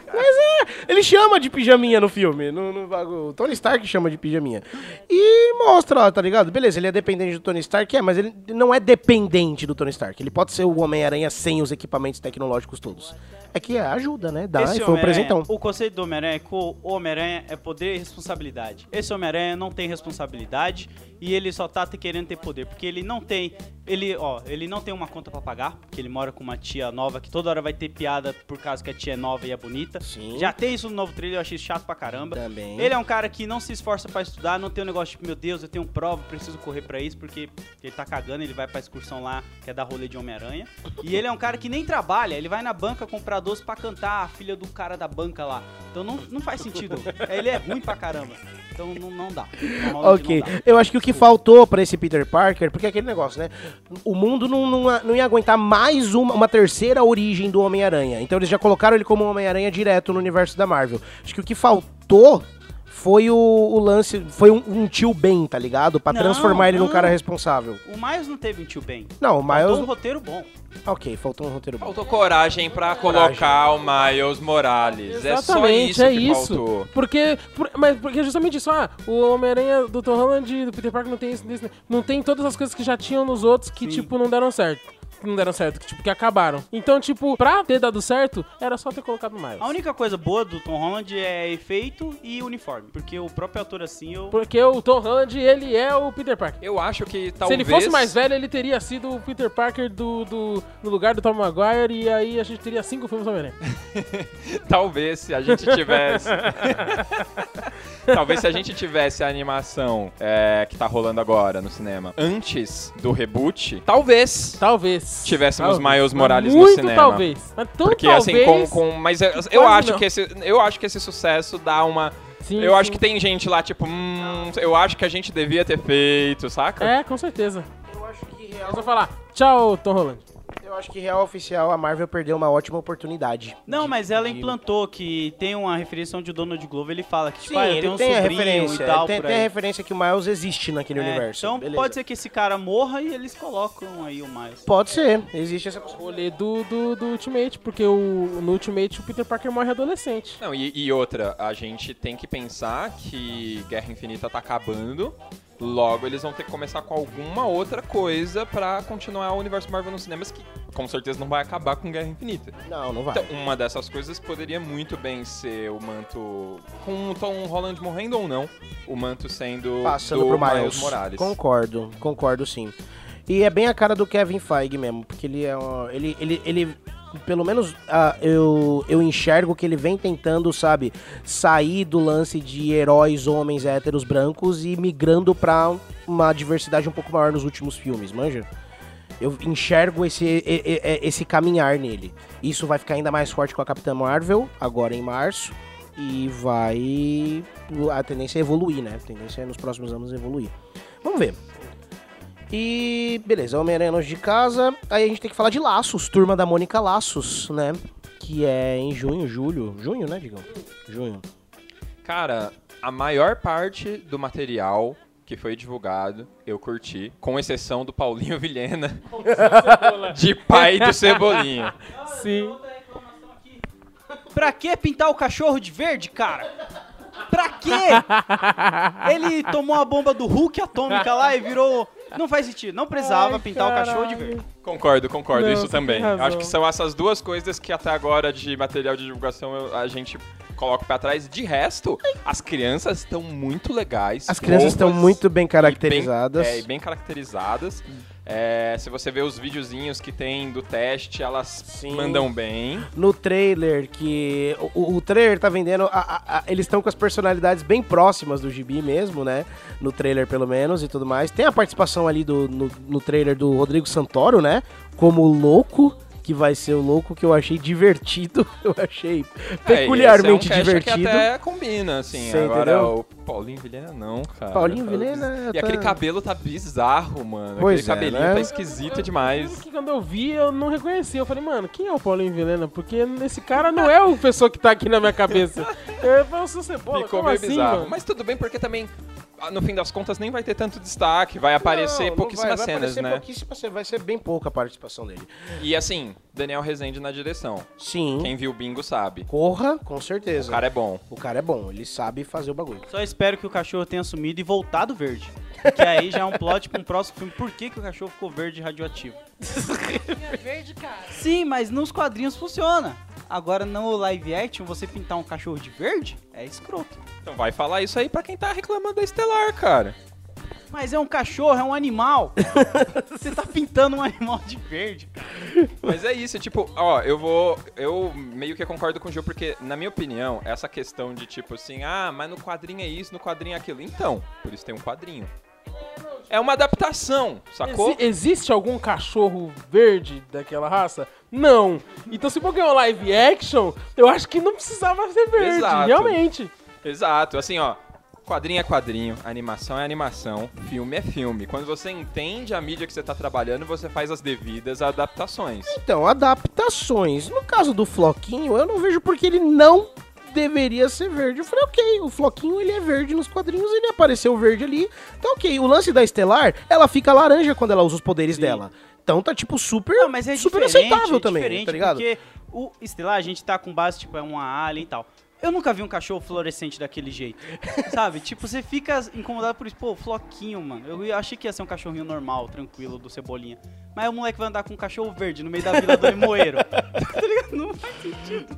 Speaker 5: Ele chama de pijaminha no filme. No, no bagulho. o Tony Stark chama de pijaminha. E mostra lá, tá ligado? Beleza, ele é dependente do Tony Stark, é, mas ele não é dependente do Tony Stark. Ele pode ser o Homem-Aranha sem os equipamentos tecnológicos todos. É que ajuda, né? Dá,
Speaker 8: Esse
Speaker 5: e foi um
Speaker 8: Homem-Aranha-
Speaker 5: presentão.
Speaker 8: O conceito do Homem-Aranha é que o Homem-Aranha é poder e responsabilidade. Esse Homem-Aranha não tem responsabilidade e ele só tá te- querendo ter poder, porque ele não tem, ele, ó, ele não tem uma conta pra pagar, porque ele mora com uma tia nova que toda hora vai ter piada por causa que a tia é nova e é bonita.
Speaker 5: Sim.
Speaker 8: Já tem isso no novo trailer, eu achei chato pra caramba.
Speaker 5: Também.
Speaker 8: Ele é um cara que não se esforça pra estudar, não tem um negócio tipo, meu Deus, eu tenho prova, preciso correr pra isso, porque ele tá cagando, ele vai pra excursão lá, que é da rolê de Homem-Aranha. E ele é um cara que nem trabalha, ele vai na banca comprar doce pra cantar a filha do cara da banca lá. Então não, não faz sentido. Ele é ruim pra caramba. Então não, não dá. Tom Holland
Speaker 5: Ok,
Speaker 8: não dá.
Speaker 5: eu acho que o que faltou pra esse Peter Parker, porque é aquele negócio, né? O mundo não, não, não ia aguentar mais uma, uma terceira origem do Homem-Aranha. Então eles já colocaram ele como um Homem-Aranha direto no universo da Marvel. Acho que o que faltou foi o, o lance, foi um, um tio Ben, tá ligado? Pra
Speaker 8: Não,
Speaker 5: transformar ele num
Speaker 8: não.
Speaker 5: cara responsável.
Speaker 8: O Miles não teve um tio Ben.
Speaker 5: Não, o
Speaker 8: Faltou um
Speaker 5: Miles.
Speaker 8: roteiro bom.
Speaker 5: Ok, faltou um roteiro bom.
Speaker 2: Faltou coragem pra colocar o Miles Morales.
Speaker 6: Exatamente,
Speaker 2: é só isso
Speaker 6: é
Speaker 2: que
Speaker 6: isso.
Speaker 2: faltou.
Speaker 6: Porque, por- mas porque é justamente isso, ah, o Homem-Aranha do Tom Holland e do Peter Parker não tem isso, não tem isso, não tem todas as coisas que já tinham nos outros que, tipo, não deram certo. que não deram certo, que, tipo, que acabaram. Então, tipo, pra ter dado certo, era só ter colocado mais.
Speaker 8: A única coisa boa do Tom Holland é efeito e uniforme. Porque o próprio ator assim, eu.
Speaker 6: Porque o Tom Holland, ele é o Peter Parker.
Speaker 2: Eu acho que
Speaker 6: Se
Speaker 2: talvez...
Speaker 6: ele fosse mais velho, ele teria sido o Peter Parker do, do- no lugar do Tom Maguire e aí a gente teria cinco filmes do Homem-Aranha.
Speaker 2: Talvez se a gente tivesse. Talvez se a gente tivesse a animação é, que tá rolando agora no cinema antes do reboot, talvez
Speaker 6: Então, Talvez.
Speaker 2: tivéssemos
Speaker 6: Talvez.
Speaker 2: Miles Morales
Speaker 6: Muito
Speaker 2: no cinema.
Speaker 6: talvez. Mas tão
Speaker 2: Porque
Speaker 6: talvez...
Speaker 2: assim, com, com. Mas eu, eu
Speaker 6: Quase
Speaker 2: acho
Speaker 6: não.
Speaker 2: que esse, eu acho que esse sucesso dá uma.
Speaker 6: Sim,
Speaker 2: eu acho
Speaker 6: sim.
Speaker 2: que tem gente lá, tipo, hum, eu acho que a gente devia ter feito, saca?
Speaker 6: É, com certeza.
Speaker 5: Eu acho que
Speaker 6: Eu
Speaker 5: real,
Speaker 6: só falar, tchau, Tom Holland.
Speaker 5: eu acho que real é oficial a Marvel perdeu uma ótima oportunidade.
Speaker 8: Não, mas ela
Speaker 5: de-
Speaker 8: implantou que tem uma referência onde o Donald Glover ele fala que, tipo,
Speaker 5: Sim,
Speaker 8: ah, eu
Speaker 5: ele
Speaker 8: tenho um
Speaker 5: tem a
Speaker 8: sobrinho
Speaker 5: referência.
Speaker 8: e tal.
Speaker 5: tem,
Speaker 8: por
Speaker 5: tem a
Speaker 8: aí.
Speaker 5: referência que o Miles existe naquele
Speaker 8: É,
Speaker 5: universo.
Speaker 8: Então
Speaker 5: Beleza.
Speaker 8: pode ser que esse cara morra e eles colocam aí o mais.
Speaker 5: Pode ser, existe essa possibilidade.
Speaker 6: Rolê do, do, do Ultimate, porque o, no Ultimate o Peter Parker morre adolescente.
Speaker 2: Não, e, e outra, a gente tem que pensar que Guerra Infinita tá acabando. Logo, eles vão ter que começar com alguma outra coisa pra continuar o universo Marvel nos cinemas, que com certeza não vai acabar com Guerra Infinita.
Speaker 5: Não, não vai.
Speaker 2: Então, uma dessas coisas poderia muito bem ser o manto. Com o Tom Holland morrendo ou não, o manto sendo
Speaker 5: Passando
Speaker 2: do
Speaker 5: pro Miles.
Speaker 2: Morales.
Speaker 5: Concordo, concordo sim. E é bem a cara do Kevin Feige mesmo, porque ele é um, ele, ele, ele pelo menos ah, eu, eu enxergo que ele vem tentando, sabe, sair do lance de heróis homens héteros brancos e migrando pra uma diversidade um pouco maior nos últimos filmes, manja? Eu enxergo esse, e- e- e- esse caminhar nele. Isso vai ficar ainda mais forte com a Capitã Marvel, agora em março. E vai. A tendência é evoluir, né? A tendência é nos próximos anos evoluir. Vamos ver. E beleza, Homem-Aranha longe de casa. Aí a gente tem que falar de Laços, turma da Mônica Laços, né? Que é em junho, julho. Junho, né, Digão? Junho.
Speaker 2: Cara, a maior parte do material que foi divulgado, eu curti, com exceção do Paulinho Vilhena, de pai do Cebolinha.
Speaker 6: Sim.
Speaker 8: Pra que pintar o cachorro de verde, cara? Pra quê? Ele tomou a bomba do Hulk atômica lá e virou. Não faz sentido, não precisava
Speaker 6: Ai,
Speaker 8: pintar o cachorro de verde.
Speaker 2: Concordo, concordo,
Speaker 6: Não,
Speaker 2: isso
Speaker 6: você
Speaker 2: também.
Speaker 6: tem razão.
Speaker 2: Acho que são essas duas coisas que até agora de material de divulgação eu- a gente coloca pra trás. De resto, as crianças estão muito legais.
Speaker 5: As crianças
Speaker 2: fofas
Speaker 5: estão muito bem caracterizadas.
Speaker 2: E bem, é, e bem caracterizadas. É, se você vê os videozinhos que tem do teste, elas mandam bem.
Speaker 5: no trailer que o, o trailer tá vendendo a- a- a- eles estão com as personalidades bem próximas do Gibi mesmo né no trailer pelo menos e tudo mais tem a participação ali do no, no trailer do Rodrigo Santoro né como o louco que vai ser o louco que eu achei divertido eu achei
Speaker 2: Ah,
Speaker 5: peculiarmente
Speaker 2: é, esse é um cast
Speaker 5: divertido
Speaker 2: Que até combina, assim.
Speaker 5: Você
Speaker 2: agora
Speaker 5: entendeu?
Speaker 2: o Paulinho Vilhena não, cara.
Speaker 5: Paulinho
Speaker 2: Tá
Speaker 5: Vilhena
Speaker 2: biz- E
Speaker 5: tá-
Speaker 2: aquele cabelo tá bizarro, mano.
Speaker 5: Pois é,
Speaker 2: aquele cabelinho
Speaker 5: né?
Speaker 2: tá esquisito demais.
Speaker 6: que quando eu vi, eu não reconheci. Eu falei, mano, quem é o Paulinho Vilhena? Porque esse cara não é o pessoa que tá aqui na minha cabeça. Eu falei, sou cebola,
Speaker 2: Ficou
Speaker 6: como
Speaker 2: meio
Speaker 6: assim,
Speaker 2: bizarro.
Speaker 6: mano?
Speaker 2: Mas tudo bem, porque também, ah, no fim das contas, nem vai ter tanto destaque. Vai aparecer
Speaker 5: Não, não
Speaker 2: pouquíssimas
Speaker 5: vai, vai
Speaker 2: cenas,
Speaker 5: aparecer
Speaker 2: né?
Speaker 5: pouquíssimas, vai ser bem pouca a participação dele
Speaker 2: E assim, Daniel Rezende na direção.
Speaker 5: sim
Speaker 2: Quem viu o bingo sabe.
Speaker 5: corra com certeza
Speaker 2: O cara é bom.
Speaker 5: o cara é bom ele sabe fazer o bagulho
Speaker 8: Só espero que o cachorro tenha sumido e voltado verde. Que aí já é um plot pra um próximo filme. Por que, que o cachorro ficou verde e radioativo?
Speaker 7: Verde, cara.
Speaker 8: Sim, mas nos quadrinhos funciona. Agora no live action, você pintar um cachorro de verde é escroto.
Speaker 2: Então vai falar isso aí pra quem tá reclamando da Estelar, cara.
Speaker 8: Mas é um cachorro, é um animal. você tá pintando um animal de verde.
Speaker 2: Mas é isso, tipo, ó, eu vou. Eu meio que concordo com o Gil, porque, na minha opinião, essa questão de tipo assim, ah, mas no quadrinho é isso, no quadrinho é aquilo. Então, por isso tem um quadrinho. É uma adaptação, sacou?
Speaker 6: Exi- existe algum cachorro verde daquela raça? Não. Então se for ganhar um live action, eu acho que não precisava ser verde,
Speaker 2: Exato.
Speaker 6: realmente.
Speaker 2: Exato, assim, ó. Quadrinho é quadrinho, animação é animação, filme é filme. Quando você entende a mídia que você tá trabalhando, você faz as devidas adaptações.
Speaker 5: Então, adaptações. No caso do Floquinho, eu não vejo porque ele não deveria ser verde. Eu falei, ok, o Floquinho ele é verde nos quadrinhos, ele apareceu verde ali. Então, ok. O lance da Estelar, ela fica laranja quando ela usa os poderes dela. Então tá, tipo, super,
Speaker 8: Não, mas é
Speaker 5: super
Speaker 8: diferente,
Speaker 5: aceitável
Speaker 8: é
Speaker 6: tá
Speaker 5: também,
Speaker 8: diferente,
Speaker 5: tá ligado?
Speaker 8: Porque o Estelar, a gente tá com base, tipo, é uma um alien e tal. Eu nunca vi um cachorro fluorescente daquele jeito. Sabe? Tipo, você fica incomodado por isso. Pô, floquinho, mano. Eu achei que ia ser um cachorrinho normal, tranquilo, do Cebolinha. Mas o moleque vai andar com um cachorro verde no meio da vila do Limoeiro.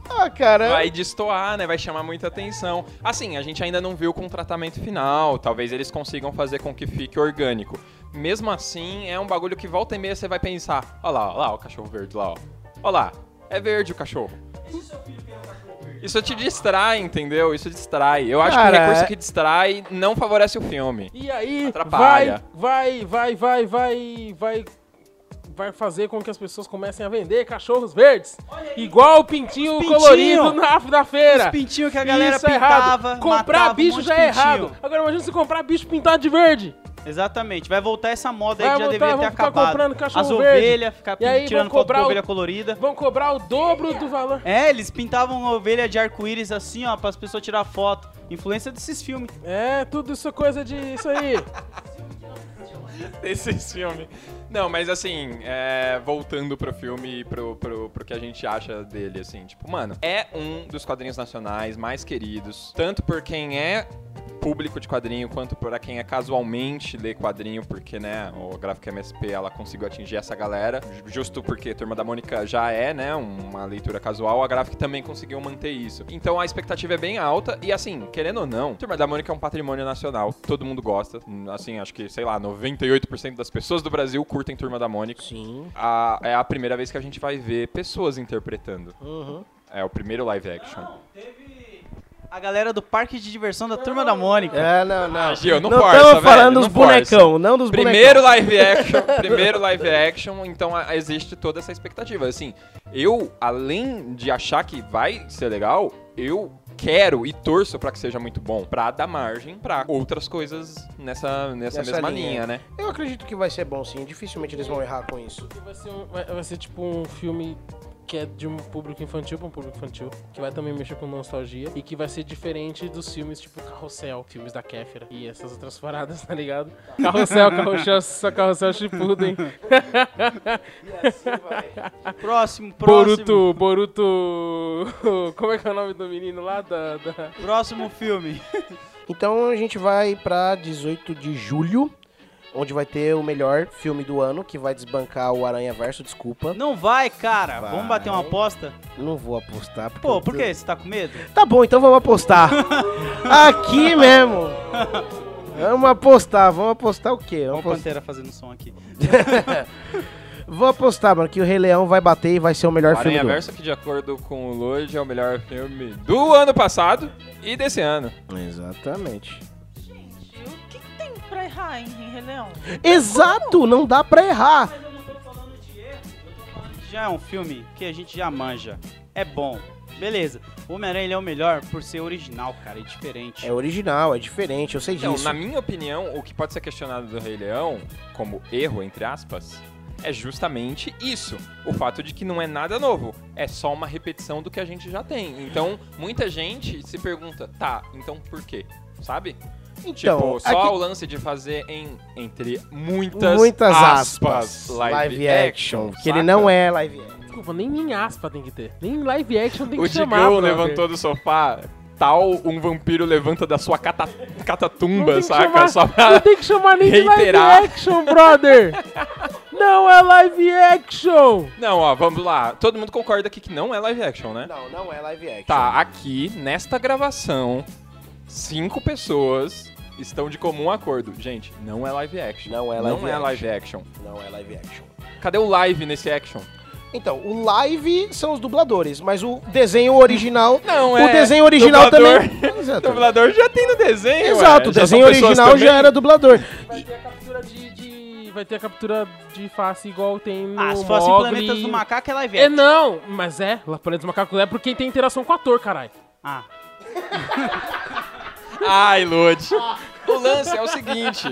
Speaker 5: Ah, cara.
Speaker 2: Vai destoar, né? Vai chamar muita atenção. Assim, a gente ainda não viu com o tratamento final. Talvez eles consigam fazer com que fique orgânico. Mesmo assim, é um bagulho que volta e meia você vai pensar: ó lá, ó lá, o cachorro verde lá, ó. Ó lá, é verde o cachorro. Isso te distrai, entendeu? Isso distrai. Eu acho que
Speaker 5: Cara,
Speaker 2: o recurso
Speaker 5: é-
Speaker 2: que distrai não favorece o filme.
Speaker 6: E aí,
Speaker 2: Atrapalha.
Speaker 6: vai, vai, vai, vai, vai, vai, vai fazer com que as pessoas comecem a vender cachorros verdes. Igual o pintinho
Speaker 8: Os pintinho.
Speaker 6: colorido na, na feira.
Speaker 8: Os pintinhos que a galera
Speaker 6: Isso é
Speaker 8: pintava.
Speaker 6: errado. Comprar
Speaker 8: matava um
Speaker 6: bicho
Speaker 8: monte de
Speaker 6: já é
Speaker 8: pintinho.
Speaker 6: errado. Agora imagina se comprar bicho pintado de verde.
Speaker 8: Exatamente. Vai voltar essa moda
Speaker 6: Vai
Speaker 8: aí que
Speaker 6: voltar,
Speaker 8: já deveria ter
Speaker 6: vamos ficar
Speaker 8: acabado.
Speaker 6: comprando cachorro
Speaker 8: As
Speaker 6: verde.
Speaker 8: ovelhas, ficar
Speaker 6: E aí,
Speaker 8: tirando
Speaker 6: vão
Speaker 8: foto
Speaker 6: cobrar
Speaker 8: com
Speaker 6: o-
Speaker 8: ovelha colorida.
Speaker 6: Vão cobrar o dobro do valor.
Speaker 8: É, eles pintavam a ovelha de arco-íris assim, ó, para as pessoas tirar foto. Influência desses filmes.
Speaker 6: É, tudo isso é coisa de isso aí.
Speaker 2: Esse filme. Não, mas assim, é, voltando pro filme e pro, pro, pro que a gente acha dele, assim, tipo, mano, é um dos quadrinhos nacionais mais queridos, tanto por quem é público de quadrinho, quanto para quem é casualmente lê quadrinho, porque, né, o Gráfico MSP, ela conseguiu atingir essa galera, ju- justo porque Turma da Mônica já é, né, uma leitura casual, a Gráfico também conseguiu manter isso. Então a expectativa é bem alta, e assim, querendo ou não, Turma da Mônica é um patrimônio nacional, todo mundo gosta, assim, acho que, sei lá, 98% das pessoas do Brasil curtem Turma da Mônica.
Speaker 5: Sim.
Speaker 2: A- é a primeira vez que a gente vai ver pessoas interpretando.
Speaker 5: Uhum.
Speaker 2: É o primeiro live action.
Speaker 8: A galera do parque de diversão da Turma da Mônica.
Speaker 5: É, não, não.
Speaker 2: Gil, não
Speaker 5: não
Speaker 2: força,
Speaker 5: tamo
Speaker 2: velho,
Speaker 5: falando
Speaker 2: não
Speaker 5: dos
Speaker 2: força.
Speaker 5: bonecão, não dos
Speaker 2: Primeiro
Speaker 5: bonecão.
Speaker 2: live action, primeiro live action, então a- existe toda essa expectativa. Assim, eu, além de achar que vai ser legal, eu quero e torço pra que seja muito bom, pra dar margem pra outras coisas nessa, nessa,
Speaker 5: Nessa
Speaker 2: mesma
Speaker 5: linha.
Speaker 2: linha, né?
Speaker 5: Eu acredito que vai ser bom sim, dificilmente eles vão errar com isso.
Speaker 6: Vai ser, um- vai- vai ser tipo um filme que é de um público infantil pra um público infantil, que vai também mexer com nostalgia e que vai ser diferente dos filmes tipo Carrossel, filmes da Kéfera e essas outras paradas, tá ligado? Carrossel, Carrossel, só Carrossel Shippuden.
Speaker 8: Próximo, próximo.
Speaker 6: Boruto, Boruto... Como é que é o nome do menino lá da... da-
Speaker 8: Próximo filme.
Speaker 5: Então a gente vai pra 18 de julho, onde vai ter o melhor filme do ano, que vai desbancar o Aranha Verso, desculpa.
Speaker 8: Não vai, cara.
Speaker 5: Vai.
Speaker 8: Vamos bater uma aposta?
Speaker 5: Não vou apostar. Porque
Speaker 8: Pô,
Speaker 5: eu-
Speaker 8: por quê? Você tá com medo?
Speaker 5: Tá bom, então vamos apostar. Aqui mesmo. Vamos apostar, vamos apostar o quê?
Speaker 8: Olha o
Speaker 5: Vamos apostar,
Speaker 8: Pantera fazendo som aqui.
Speaker 5: vou apostar, mano, que o Rei Leão vai bater e vai ser o melhor filme
Speaker 2: Aranha
Speaker 5: do ano.
Speaker 2: Verso, que de acordo com o Lodge, é o melhor filme do ano passado e desse ano.
Speaker 5: Exatamente.
Speaker 7: Gente, o que que tem pra errar em Rei Leão?
Speaker 5: Exato, não dá pra errar.
Speaker 8: Já é um filme que a gente já manja. É bom. Beleza. O Homem-Aranha ele é o melhor por ser original, cara, e diferente.
Speaker 5: É original, é diferente, eu sei
Speaker 2: Então,
Speaker 5: disso.
Speaker 2: na minha opinião, o que pode ser questionado do Rei Leão, como erro, entre aspas, é justamente isso. O fato de que não é nada novo. É só uma repetição do que a gente já tem. Então, muita gente se pergunta, tá, então por quê? Sabe?
Speaker 5: Então,
Speaker 2: tipo, só
Speaker 5: aqui-
Speaker 2: o lance de fazer em, entre muitas,
Speaker 5: Muitas
Speaker 2: aspas, live, action.
Speaker 5: que ele não é live action.
Speaker 6: Desculpa, nem em aspa tem que ter. Nem live action tem
Speaker 2: O
Speaker 6: que chamar.
Speaker 2: Digão
Speaker 6: brother.
Speaker 2: levantou do sofá, tal um vampiro levanta da sua cata-
Speaker 6: Não tem
Speaker 2: catatumba,
Speaker 6: que
Speaker 2: saca?
Speaker 6: chamar-
Speaker 2: Só
Speaker 6: Não
Speaker 2: pra...
Speaker 6: tem que chamar nem
Speaker 2: reiterar.
Speaker 6: de live action, brother! não é live action!
Speaker 2: Não, ó, vamos lá. Todo mundo concorda aqui que não é live action, né?
Speaker 5: Não, não é live action.
Speaker 2: Tá, aqui, nesta gravação, cinco pessoas estão de comum acordo. Gente, não é live action.
Speaker 5: Não é live
Speaker 2: Não é live action.
Speaker 5: Não é live action.
Speaker 2: Cadê o live nesse action?
Speaker 5: Então, o live são os dubladores, mas o desenho original.
Speaker 2: Não,
Speaker 5: o
Speaker 2: é
Speaker 5: desenho original
Speaker 2: dublador.
Speaker 5: também.
Speaker 2: O
Speaker 5: Exato.
Speaker 2: dublador já tem no desenho,
Speaker 5: Exato,
Speaker 2: ué.
Speaker 5: o
Speaker 2: Já
Speaker 5: desenho
Speaker 2: são pessoas
Speaker 5: original
Speaker 2: também.
Speaker 5: já era dublador.
Speaker 6: Vai ter a captura de. de- vai ter a captura de face igual tem no.
Speaker 8: Ah, se fosse
Speaker 6: Mogli.
Speaker 8: Planetas do Macaco é live
Speaker 6: É
Speaker 8: action.
Speaker 6: não, mas é, lá Planeta do Macaco é porque tem interação com o ator, caralho.
Speaker 8: Ah,
Speaker 2: Ai, Lud. O lance é o seguinte,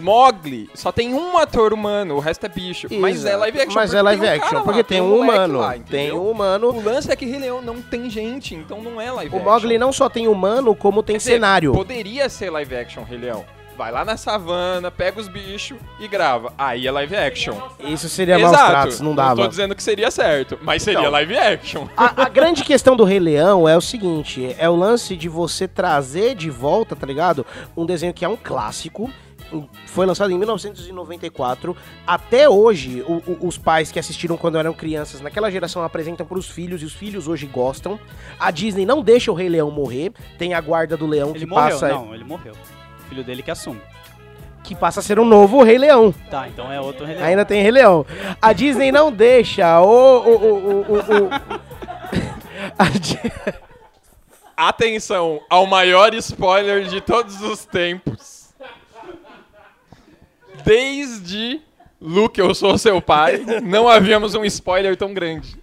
Speaker 2: Mogli só tem um ator humano, o resto é bicho. Mas
Speaker 5: Exato.
Speaker 2: é live action.
Speaker 5: Mas
Speaker 2: porque
Speaker 5: é live
Speaker 2: tem um
Speaker 5: action,
Speaker 2: cara lá,
Speaker 5: porque tem um
Speaker 2: moleque
Speaker 5: humano.
Speaker 2: lá,
Speaker 5: tem
Speaker 2: entendeu?
Speaker 5: um humano.
Speaker 2: O lance é que Rei Leão não tem gente, então não é live
Speaker 5: O
Speaker 2: action.
Speaker 5: Mogli não só tem humano, como tem
Speaker 2: Quer dizer,
Speaker 5: cenário.
Speaker 2: Poderia ser live action, Rei Leão. vai lá na savana, pega os bichos e grava. Aí é live action.
Speaker 5: Isso seria é maus tratos, não dava.
Speaker 2: tô dizendo que seria certo, mas seria
Speaker 5: Então.
Speaker 2: live action.
Speaker 5: A, a grande questão do Rei Leão é o seguinte: é o lance de você trazer de volta, tá ligado? Um desenho que é um clássico. um- Foi lançado em 1994. Até hoje, o- o- os pais que assistiram quando eram crianças naquela geração apresentam pros filhos e os filhos hoje gostam. A Disney não deixa o Rei Leão morrer. Tem a guarda do leão
Speaker 8: Ele
Speaker 5: que
Speaker 8: morreu,
Speaker 5: passa
Speaker 8: não, ele morreu. O filho dele que assume.
Speaker 5: que passa a ser um novo Rei Leão.
Speaker 8: Tá, então é outro relevante.
Speaker 5: Ainda tem Rei Leão. A Disney não deixa o o o o, o, o... A Di-
Speaker 2: Atenção ao maior spoiler de todos os tempos. Desde Luke, eu sou seu pai, não havíamos um spoiler tão grande.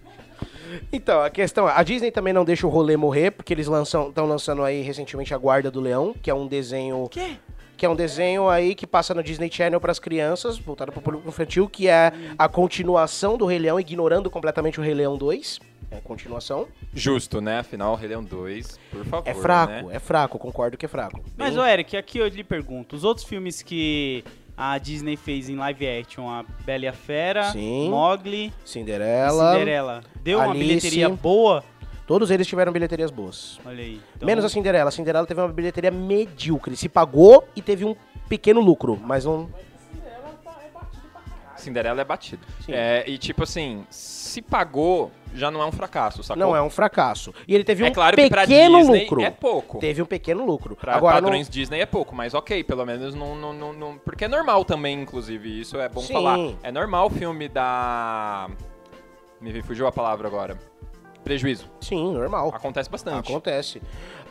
Speaker 5: Então, a questão é, a Disney também não deixa o rolê morrer, porque eles lançam, estão lançando aí recentemente a Guarda do Leão, que é um desenho que é um desenho aí que passa no Disney Channel para as crianças, voltado para o público infantil, que é a continuação do Rei Leão, ignorando completamente o Rei Leão 2. É a continuação.
Speaker 2: Justo, né? Afinal, Rei Leão 2, por favor.
Speaker 5: É fraco,
Speaker 2: né?
Speaker 5: é fraco, concordo que é fraco.
Speaker 8: Mas, ô Eric, aqui eu lhe pergunto: os outros filmes que a Disney fez em live action, a Bela e a Fera,
Speaker 5: Sim.
Speaker 8: Mogli e
Speaker 5: Cinderela,
Speaker 8: Cinderela, deu uma
Speaker 5: Alice.
Speaker 8: bilheteria boa?
Speaker 5: Todos eles tiveram bilheterias boas.
Speaker 8: Olha aí. Então,
Speaker 5: Menos assim- a Cinderela. A Cinderela teve uma bilheteria medíocre. Se pagou e teve um pequeno lucro, mas não.
Speaker 2: Cinderela é batido.
Speaker 5: Sim.
Speaker 2: É, e tipo assim, se pagou, já não é um fracasso, sacou?
Speaker 5: Não é um fracasso. E ele teve
Speaker 2: É
Speaker 5: um
Speaker 2: claro que pra
Speaker 5: pequeno
Speaker 2: Disney
Speaker 5: lucro.
Speaker 2: é pouco.
Speaker 5: Teve um pequeno lucro.
Speaker 2: Pra
Speaker 5: Agora não-
Speaker 2: padrões Disney é pouco, mas ok, pelo menos não, não, não, não- Porque é normal também, inclusive, isso é bom
Speaker 5: Sim.
Speaker 2: falar. É normal o filme da. Me fugiu a palavra agora. Prejuízo.
Speaker 5: Sim, normal.
Speaker 2: Acontece bastante.
Speaker 5: Acontece.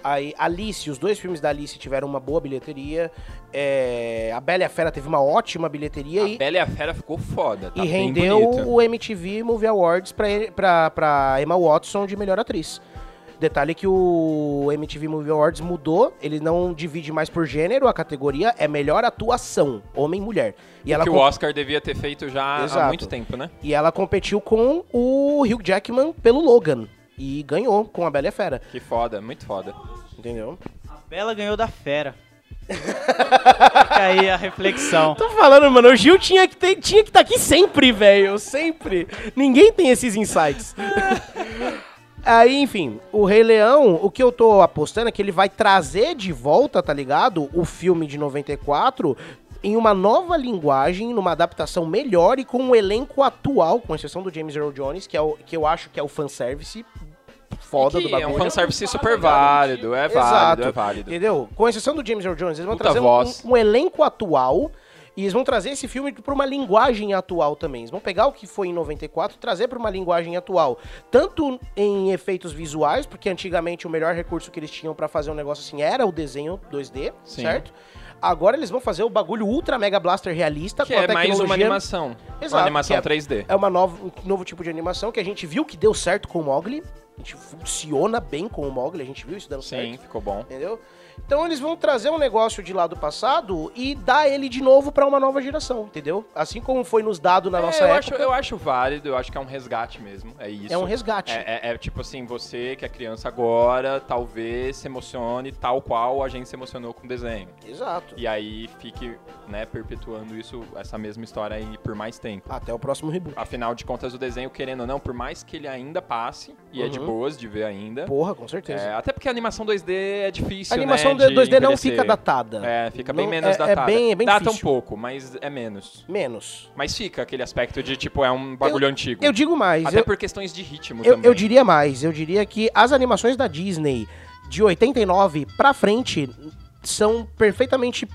Speaker 5: Aí, Alice, os dois filmes da Alice tiveram uma boa bilheteria. É, A Bela e a Fera teve uma ótima bilheteria
Speaker 2: a
Speaker 5: e,
Speaker 2: Bela e a Fera ficou foda. Tá
Speaker 5: e
Speaker 2: bem
Speaker 5: rendeu
Speaker 2: bonita.
Speaker 5: o MTV Movie Awards pra, ele- pra, pra Emma Watson de melhor atriz. Detalhe que o MTV Movie Awards mudou, ele não divide mais por gênero, a categoria é melhor atuação, homem e mulher. E ela
Speaker 2: que o
Speaker 5: com-
Speaker 2: Oscar devia ter feito já há
Speaker 5: Exato.
Speaker 2: muito tempo, né?
Speaker 5: E ela competiu com o Hugh Jackman pelo Logan. E ganhou com a Bela e a Fera,
Speaker 2: Que foda, muito foda.
Speaker 5: entendeu?
Speaker 8: a Bela ganhou da Fera. Fica aí a reflexão.
Speaker 5: Tô falando, mano, o Gil tinha que estar tinha que tá aqui sempre, velho. Sempre. Ninguém tem esses insights. Aí, enfim, o Rei Leão, o que eu tô apostando é que ele vai trazer de volta, tá ligado? O filme de 94 em uma nova linguagem, numa adaptação melhor e com um elenco atual, com exceção do James Earl Jones, que, é o, que eu acho que é o fanservice foda
Speaker 2: E que
Speaker 5: do bagulho.
Speaker 2: É um fanservice super válido, é válido, é
Speaker 5: Exato.
Speaker 2: válido.
Speaker 5: Entendeu? Com exceção do James Earl Jones, eles vão
Speaker 2: Puta
Speaker 5: trazer um-
Speaker 2: voz.
Speaker 5: um, um elenco atual e eles vão trazer esse filme pra uma linguagem atual também. Eles vão pegar o que foi em 94 e trazer pra uma linguagem atual. Tanto em efeitos visuais, porque antigamente o melhor recurso que eles tinham pra fazer um negócio assim era o desenho 2D,
Speaker 2: Sim.
Speaker 5: certo? Agora eles vão fazer o bagulho ultra mega blaster realista
Speaker 2: Que
Speaker 5: com a
Speaker 2: é mais uma
Speaker 5: tecnologia-
Speaker 2: animação.
Speaker 5: Exato,
Speaker 2: uma animação
Speaker 5: que é-
Speaker 2: 3D.
Speaker 5: é uma nova, um novo tipo de animação que a gente viu que deu certo com o Mogli. A gente funciona bem com o Mogli, a gente viu isso dando certo
Speaker 2: Sim, ficou bom.
Speaker 5: entendeu? Então eles vão trazer um negócio de lá do passado e dar ele de novo pra uma nova geração, entendeu? Assim como foi nos dado na
Speaker 2: É,
Speaker 5: nossa
Speaker 2: eu,
Speaker 5: época,
Speaker 2: acho, eu acho válido, eu acho que é um resgate mesmo. É isso.
Speaker 5: é um resgate.
Speaker 2: É, é- é tipo assim, você que é criança agora, talvez se emocione tal qual a gente se emocionou com o desenho.
Speaker 5: Exato.
Speaker 2: E aí fique, né, perpetuando isso, essa mesma história aí por mais tempo.
Speaker 5: Até o próximo reboot.
Speaker 2: Afinal de contas, o desenho, querendo ou não, por mais que ele ainda passe, e é de
Speaker 5: Uhum.
Speaker 2: boas de ver ainda.
Speaker 5: Porra, com
Speaker 2: é,
Speaker 5: certeza.
Speaker 2: até porque a animação 2D é difícil.
Speaker 5: a animação
Speaker 2: né,
Speaker 5: de
Speaker 2: de
Speaker 5: 2D não
Speaker 2: envelhecer.
Speaker 5: fica datada.
Speaker 2: É, fica bem
Speaker 5: Não-
Speaker 2: menos
Speaker 5: é- é
Speaker 2: datada.
Speaker 5: bem- é bem
Speaker 2: Data
Speaker 5: difícil.
Speaker 2: um pouco, mas é menos.
Speaker 5: Menos.
Speaker 2: Mas fica aquele aspecto de, tipo, é um bagulho antigo.
Speaker 5: Eu digo mais.
Speaker 2: Até
Speaker 5: eu-
Speaker 2: é por questões de ritmo
Speaker 5: Eu,
Speaker 2: também.
Speaker 5: eu diria mais, eu diria que as animações da Disney de 89 pra frente são perfeitamente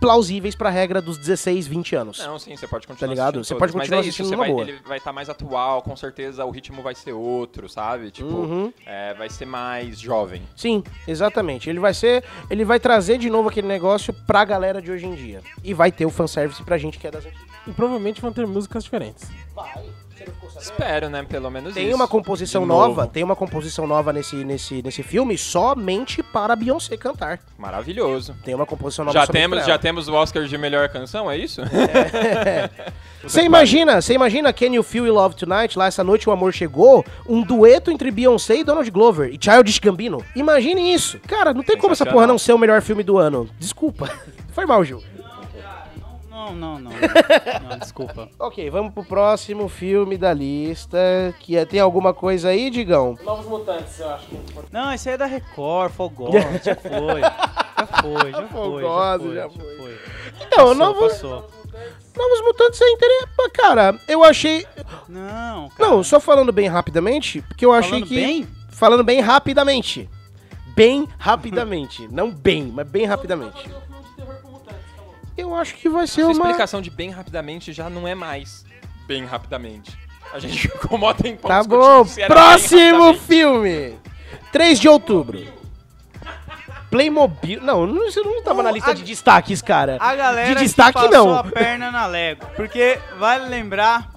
Speaker 5: plausíveis pra regra dos 16, 20 anos.
Speaker 2: Não, sim, você pode continuar
Speaker 5: Tá ligado?
Speaker 2: assistindo
Speaker 5: Você
Speaker 2: todos,
Speaker 5: pode continuar
Speaker 2: mas é isso,
Speaker 5: assistindo
Speaker 2: você
Speaker 5: numa
Speaker 2: vai,
Speaker 5: boa.
Speaker 2: Ele vai estar mais atual, com certeza o ritmo vai ser outro, sabe? Tipo,
Speaker 5: Uhum.
Speaker 2: é, vai ser mais jovem.
Speaker 5: Sim, exatamente. Ele vai ser. Ele vai trazer de novo aquele negócio pra galera de hoje em dia. E vai ter o fanservice pra gente que é das antigas.
Speaker 6: E provavelmente vão ter músicas diferentes.
Speaker 2: Espero, né? Pelo menos
Speaker 5: Tem
Speaker 2: isso.
Speaker 5: uma composição
Speaker 2: De novo.
Speaker 5: nova, tem uma composição nova nesse, nesse, nesse filme somente para Beyoncé cantar.
Speaker 2: Maravilhoso.
Speaker 5: Tem uma composição nova
Speaker 2: Já
Speaker 5: somente
Speaker 2: temos,
Speaker 5: pra
Speaker 2: já
Speaker 5: ela.
Speaker 2: temos o Oscar de melhor canção, é isso?
Speaker 5: Você imagina, você imagina Can You Feel Your Love Tonight, lá essa noite o amor chegou, um dueto entre Beyoncé e Donald Glover e Childish Gambino. Imagine isso. Cara, não tem como essa
Speaker 2: Sensacional.
Speaker 5: porra não ser o melhor filme do ano. Desculpa. Foi mal, Gil.
Speaker 8: Não, não, não. Não, desculpa.
Speaker 5: Ok, vamos pro próximo filme da lista, que é, tem alguma coisa aí, Digão?
Speaker 6: Novos Mutantes, eu acho. que é importante.
Speaker 8: Não, esse aí é da Record, Fogosa, já foi. Já foi, já foi. Já
Speaker 5: Fogosa,
Speaker 8: foi,
Speaker 5: já
Speaker 8: já foi.
Speaker 5: Então,
Speaker 8: Passou,
Speaker 5: Novo-
Speaker 8: passou.
Speaker 5: Novos Mutantes é interessante. Cara, eu achei...
Speaker 8: Não, cara.
Speaker 5: Não, só falando bem rapidamente, porque eu achei
Speaker 8: Falando
Speaker 5: que...
Speaker 8: bem?
Speaker 5: Falando bem rapidamente. Bem rapidamente. não bem, mas bem rapidamente. Eu acho que vai ser
Speaker 2: Sua
Speaker 5: uma...
Speaker 2: explicação de bem rapidamente já não é mais bem rapidamente. A gente ficou mó tempão
Speaker 5: Tá
Speaker 2: discutindo
Speaker 5: bom,
Speaker 8: é
Speaker 2: se era bem
Speaker 5: próximo
Speaker 2: rapidamente.
Speaker 5: filme. 3 de outubro. Playmobil. Não, não- isso não tava na lista de destaques, cara.
Speaker 8: A galera
Speaker 5: de destaque
Speaker 8: que passou
Speaker 5: não.
Speaker 8: a perna na Lego. Porque vale lembrar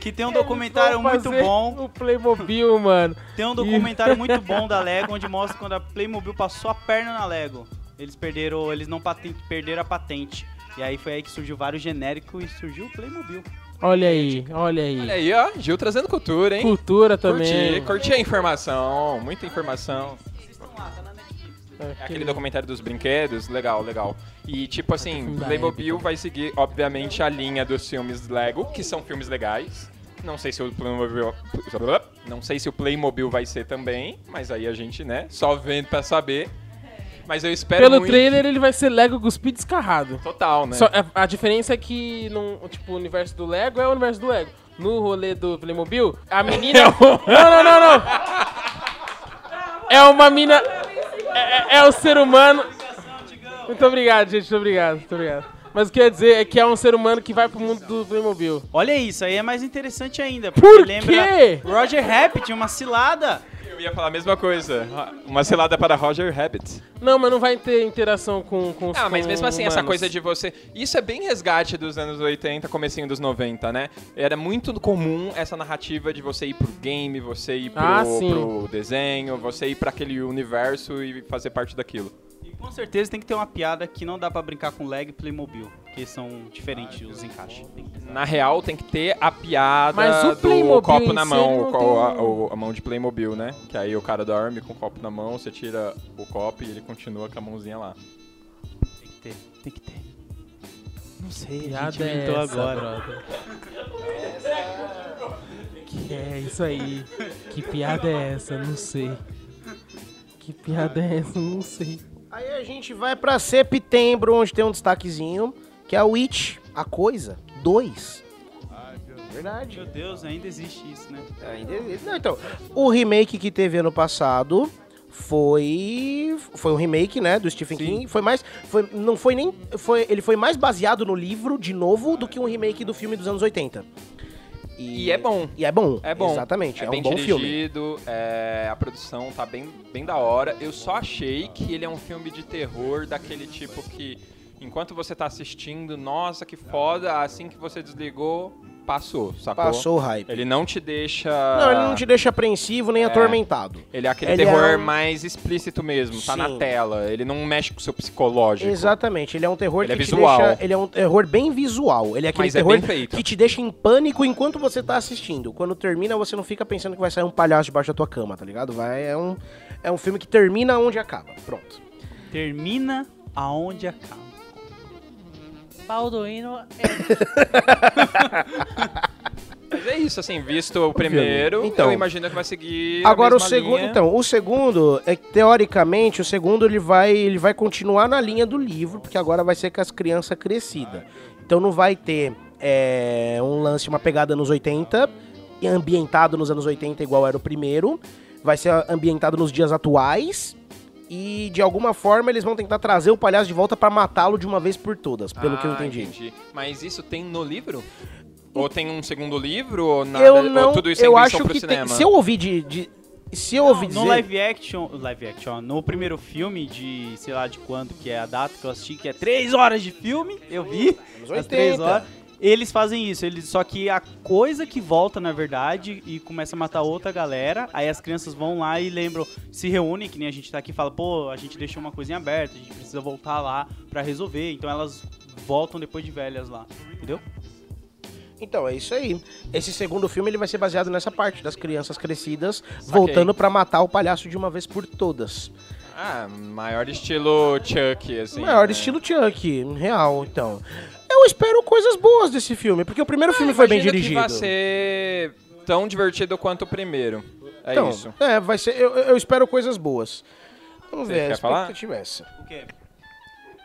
Speaker 8: que tem um documentário
Speaker 6: Eles
Speaker 8: muito
Speaker 6: vão
Speaker 8: bom.
Speaker 6: fazer O Playmobil, mano.
Speaker 8: Tem um documentário muito bom da Lego onde mostra quando a Playmobil passou a perna na Lego. Eles perderam, eles não paten- perderam a patente. E aí foi aí que surgiu vários genéricos e surgiu o Playmobil.
Speaker 6: Olha aí, olha aí.
Speaker 2: Olha aí, ó. Gil trazendo cultura, hein?
Speaker 6: Cultura também.
Speaker 2: Curti, curti a informação, muita informação. É aquele documentário dos brinquedos, legal, legal. E tipo assim, Playmobil vai seguir, obviamente, a linha dos filmes Lego, que são filmes legais. Não sei se o Playmobil. Não sei se o Playmobil vai ser também, mas aí a gente, né, só vendo pra saber. Mas eu espero
Speaker 8: é
Speaker 6: Pelo
Speaker 2: muito.
Speaker 6: trailer, ele vai ser Lego cuspido e descarrado.
Speaker 2: Total, né?
Speaker 6: Só- a, a diferença é que, no, tipo, o universo do Lego é o universo do Lego. No rolê do Playmobil,
Speaker 2: É
Speaker 6: a menina... não, não, não, não. É uma mina... É, é- é o ser humano... Muito obrigado, gente. Muito obrigado, muito obrigado. Mas o que eu ia dizer é que é um ser humano que vai pro mundo do Playmobil.
Speaker 8: Olha isso, aí é mais interessante ainda. Porque
Speaker 6: Por
Speaker 8: lembra
Speaker 6: quê?
Speaker 8: Roger Rabbit, uma cilada.
Speaker 2: Eu ia falar a mesma coisa. Uma selada para Roger Rabbit.
Speaker 6: Não, mas não vai ter interação com, com os
Speaker 2: Ah, mas
Speaker 6: com
Speaker 2: mesmo assim, essa
Speaker 6: humanos.
Speaker 2: coisa de você. Isso é bem resgate dos anos 80, comecinho dos 90, né? Era muito comum essa narrativa de você ir pro game, você ir pro,
Speaker 6: Ah, sim.
Speaker 2: pro desenho, você ir pra aquele universo e fazer parte daquilo.
Speaker 8: E com certeza tem que ter uma piada que não dá pra brincar com Lego e Playmobil, que são diferentes os encaixes.
Speaker 2: Na real, tem que ter a piada
Speaker 6: Mas o
Speaker 2: do
Speaker 6: Playmobil
Speaker 2: copo
Speaker 6: em
Speaker 2: na
Speaker 6: si,
Speaker 2: mão,
Speaker 6: ele
Speaker 2: o
Speaker 6: não
Speaker 2: co- a,
Speaker 6: tem- um-
Speaker 2: o- a mão de Playmobil, né? Que aí o cara dorme com o copo na mão, você tira o copo e ele continua com a mãozinha lá.
Speaker 8: Tem que ter, tem que ter. Não sei, a gente
Speaker 6: Piada é
Speaker 8: inventou
Speaker 6: essa,
Speaker 8: agora.
Speaker 6: brother? Que é isso aí? Que piada é essa? Não sei. Que piada é essa? Não sei.
Speaker 5: Aí a gente vai pra setembro, onde tem um destaquezinho, que é o It, a coisa, 2. Verdade.
Speaker 8: Meu Deus, ainda existe isso, né?
Speaker 5: Ainda existe. Não, então, o remake que teve ano passado foi foi um remake, né, do Stephen King. Foi mais foi não foi nem foi ele foi mais baseado no livro de novo do que um remake do filme dos anos 80.
Speaker 2: E é bom.
Speaker 5: E é bom.
Speaker 2: É bom.
Speaker 5: Exatamente, é,
Speaker 2: bem
Speaker 5: um bom filme.
Speaker 2: dirigido, é, a produção tá bem, bem da hora. Eu só achei que ele é um filme de terror daquele tipo que, enquanto você tá assistindo, nossa, que foda, assim que você desligou, passou, sacou?
Speaker 5: Passou o hype.
Speaker 2: Ele tá É. não te deixa...
Speaker 5: Não, ele não te deixa apreensivo nem atormentado.
Speaker 2: Ele é aquele
Speaker 5: Ele é
Speaker 2: terror
Speaker 5: um-
Speaker 2: mais explícito mesmo, tá na
Speaker 5: Sim.
Speaker 2: tela. Ele não mexe com o seu psicológico.
Speaker 5: Exatamente, ele é um terror
Speaker 2: Ele
Speaker 5: que
Speaker 2: é
Speaker 5: te
Speaker 2: visual.
Speaker 5: deixa. Ele é um terror bem visual. Ele é aquele
Speaker 2: Mas é
Speaker 5: terror
Speaker 2: bem feito.
Speaker 5: que te deixa em pânico enquanto você tá assistindo. Quando termina, você não fica pensando que vai sair um palhaço debaixo da tua cama, tá ligado? Vai, é um, é um filme que termina onde acaba. Pronto.
Speaker 8: Termina aonde acaba.
Speaker 4: Balduino é
Speaker 2: Mas é isso, assim, visto o primeiro,
Speaker 5: Então.
Speaker 2: eu imagino que vai seguir a
Speaker 5: Agora o
Speaker 2: mesma
Speaker 5: segundo,
Speaker 2: linha.
Speaker 5: então, o segundo é que, teoricamente, o segundo ele vai, ele vai continuar na linha do livro, porque agora vai ser com as crianças crescidas. Então não vai ter é, um lance, uma pegada nos 80, e ambientado nos anos 80 igual era o primeiro, vai ser ambientado nos dias atuais. E de alguma forma eles vão tentar trazer o palhaço de volta pra matá-lo de uma vez por todas, pelo que eu
Speaker 2: Ah,
Speaker 5: entendi.
Speaker 2: Mas isso tem no livro? Ou tem um segundo livro? Ou, nada,
Speaker 5: Eu não,
Speaker 2: ou tudo isso é
Speaker 5: eu
Speaker 2: invenção
Speaker 5: acho
Speaker 2: pro
Speaker 5: que
Speaker 2: cinema?
Speaker 5: tem, se eu ouvi de, de- se eu ouvi dizer,
Speaker 8: No live action, live action, ó, no primeiro filme de, sei lá de quando que é a data que eu assisti, que é 3 horas de filme, eu vi,
Speaker 5: Anos
Speaker 8: as 3
Speaker 5: 80.
Speaker 8: horas. Eles fazem isso, eles, só que a coisa que volta, na verdade, e começa a matar outra galera, aí as crianças vão lá e lembram, se reúnem, que nem a gente tá aqui e fala, pô, a gente deixou uma coisinha aberta, a gente precisa voltar lá pra resolver. Então elas voltam depois de velhas lá, entendeu?
Speaker 5: Então, é isso aí. Esse segundo filme ele vai ser baseado nessa parte das crianças crescidas voltando pra matar o palhaço de uma vez por todas.
Speaker 2: Ah, maior estilo Chuck, assim.
Speaker 5: Maior
Speaker 2: né?
Speaker 5: estilo Chuck, real, então. Eu espero coisas boas desse filme, porque o primeiro filme foi bem
Speaker 2: Ah, Imagino
Speaker 5: dirigido.
Speaker 2: que vai ser tão divertido quanto o primeiro. É
Speaker 5: então,
Speaker 2: isso.
Speaker 5: É, vai ser. Eu, eu espero coisas boas. Vamos
Speaker 2: Você
Speaker 5: ver, a
Speaker 2: quer falar?
Speaker 5: expectativa é essa.
Speaker 8: O quê?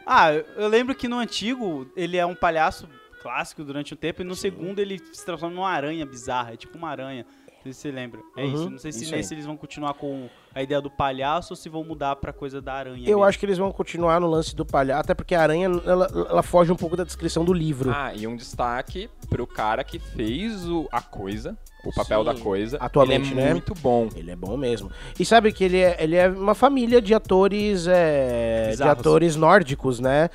Speaker 8: Ah, eu eu lembro que no antigo ele é um palhaço clássico durante o tempo e no segundo ele se transforma numa aranha bizarra, é tipo uma aranha. Não sei se você lembra. É
Speaker 5: Uhum,
Speaker 8: isso. Não sei se
Speaker 5: isso aí.
Speaker 8: nesse eles vão continuar com a ideia do palhaço ou se vão mudar pra coisa da aranha.
Speaker 5: Eu
Speaker 8: mesmo.
Speaker 5: acho que eles vão continuar no lance do palhaço, até porque a aranha ela, ela foge um pouco da descrição do livro.
Speaker 2: Ah, e um destaque pro cara que fez o, a coisa, o papel
Speaker 5: Sim.
Speaker 2: da coisa.
Speaker 5: Atualmente,
Speaker 2: Ele é
Speaker 5: né?
Speaker 2: muito bom.
Speaker 5: Ele é bom mesmo. E sabe que ele é, ele é uma família de atores é, de
Speaker 8: Bizarros.
Speaker 5: atores nórdicos, né?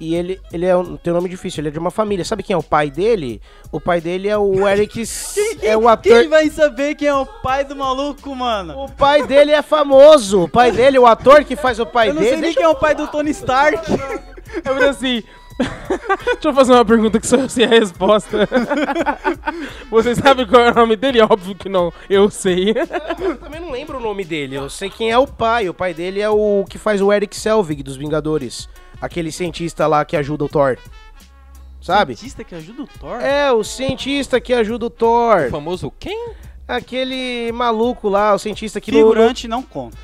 Speaker 5: E ele, ele é um, tem um nome difícil, ele é de uma família. Sabe quem é o pai dele? O pai dele é o Eric. S- é o ator.
Speaker 8: Quem vai saber quem é o pai do maluco, mano?
Speaker 5: O pai dele é famoso. O pai dele, o ator que faz o pai
Speaker 8: eu não
Speaker 5: dele.
Speaker 8: sei nem quem é o pai do Tony Stark.
Speaker 6: Eu falei assim. Deixa eu fazer uma pergunta que só eu sei a resposta. Você sabe qual é o nome dele? Óbvio que não. Eu sei.
Speaker 5: Eu também não lembro o nome dele. Eu sei quem é o pai. O pai dele é o que faz o Eric Selvig dos Vingadores. Aquele cientista lá que ajuda o Thor. Sabe?
Speaker 8: Artista que ajuda o Thor?
Speaker 5: É, o cientista que ajuda o Thor.
Speaker 2: O famoso quem?
Speaker 5: Aquele maluco lá, o cientista que no-
Speaker 8: Figurante não conta.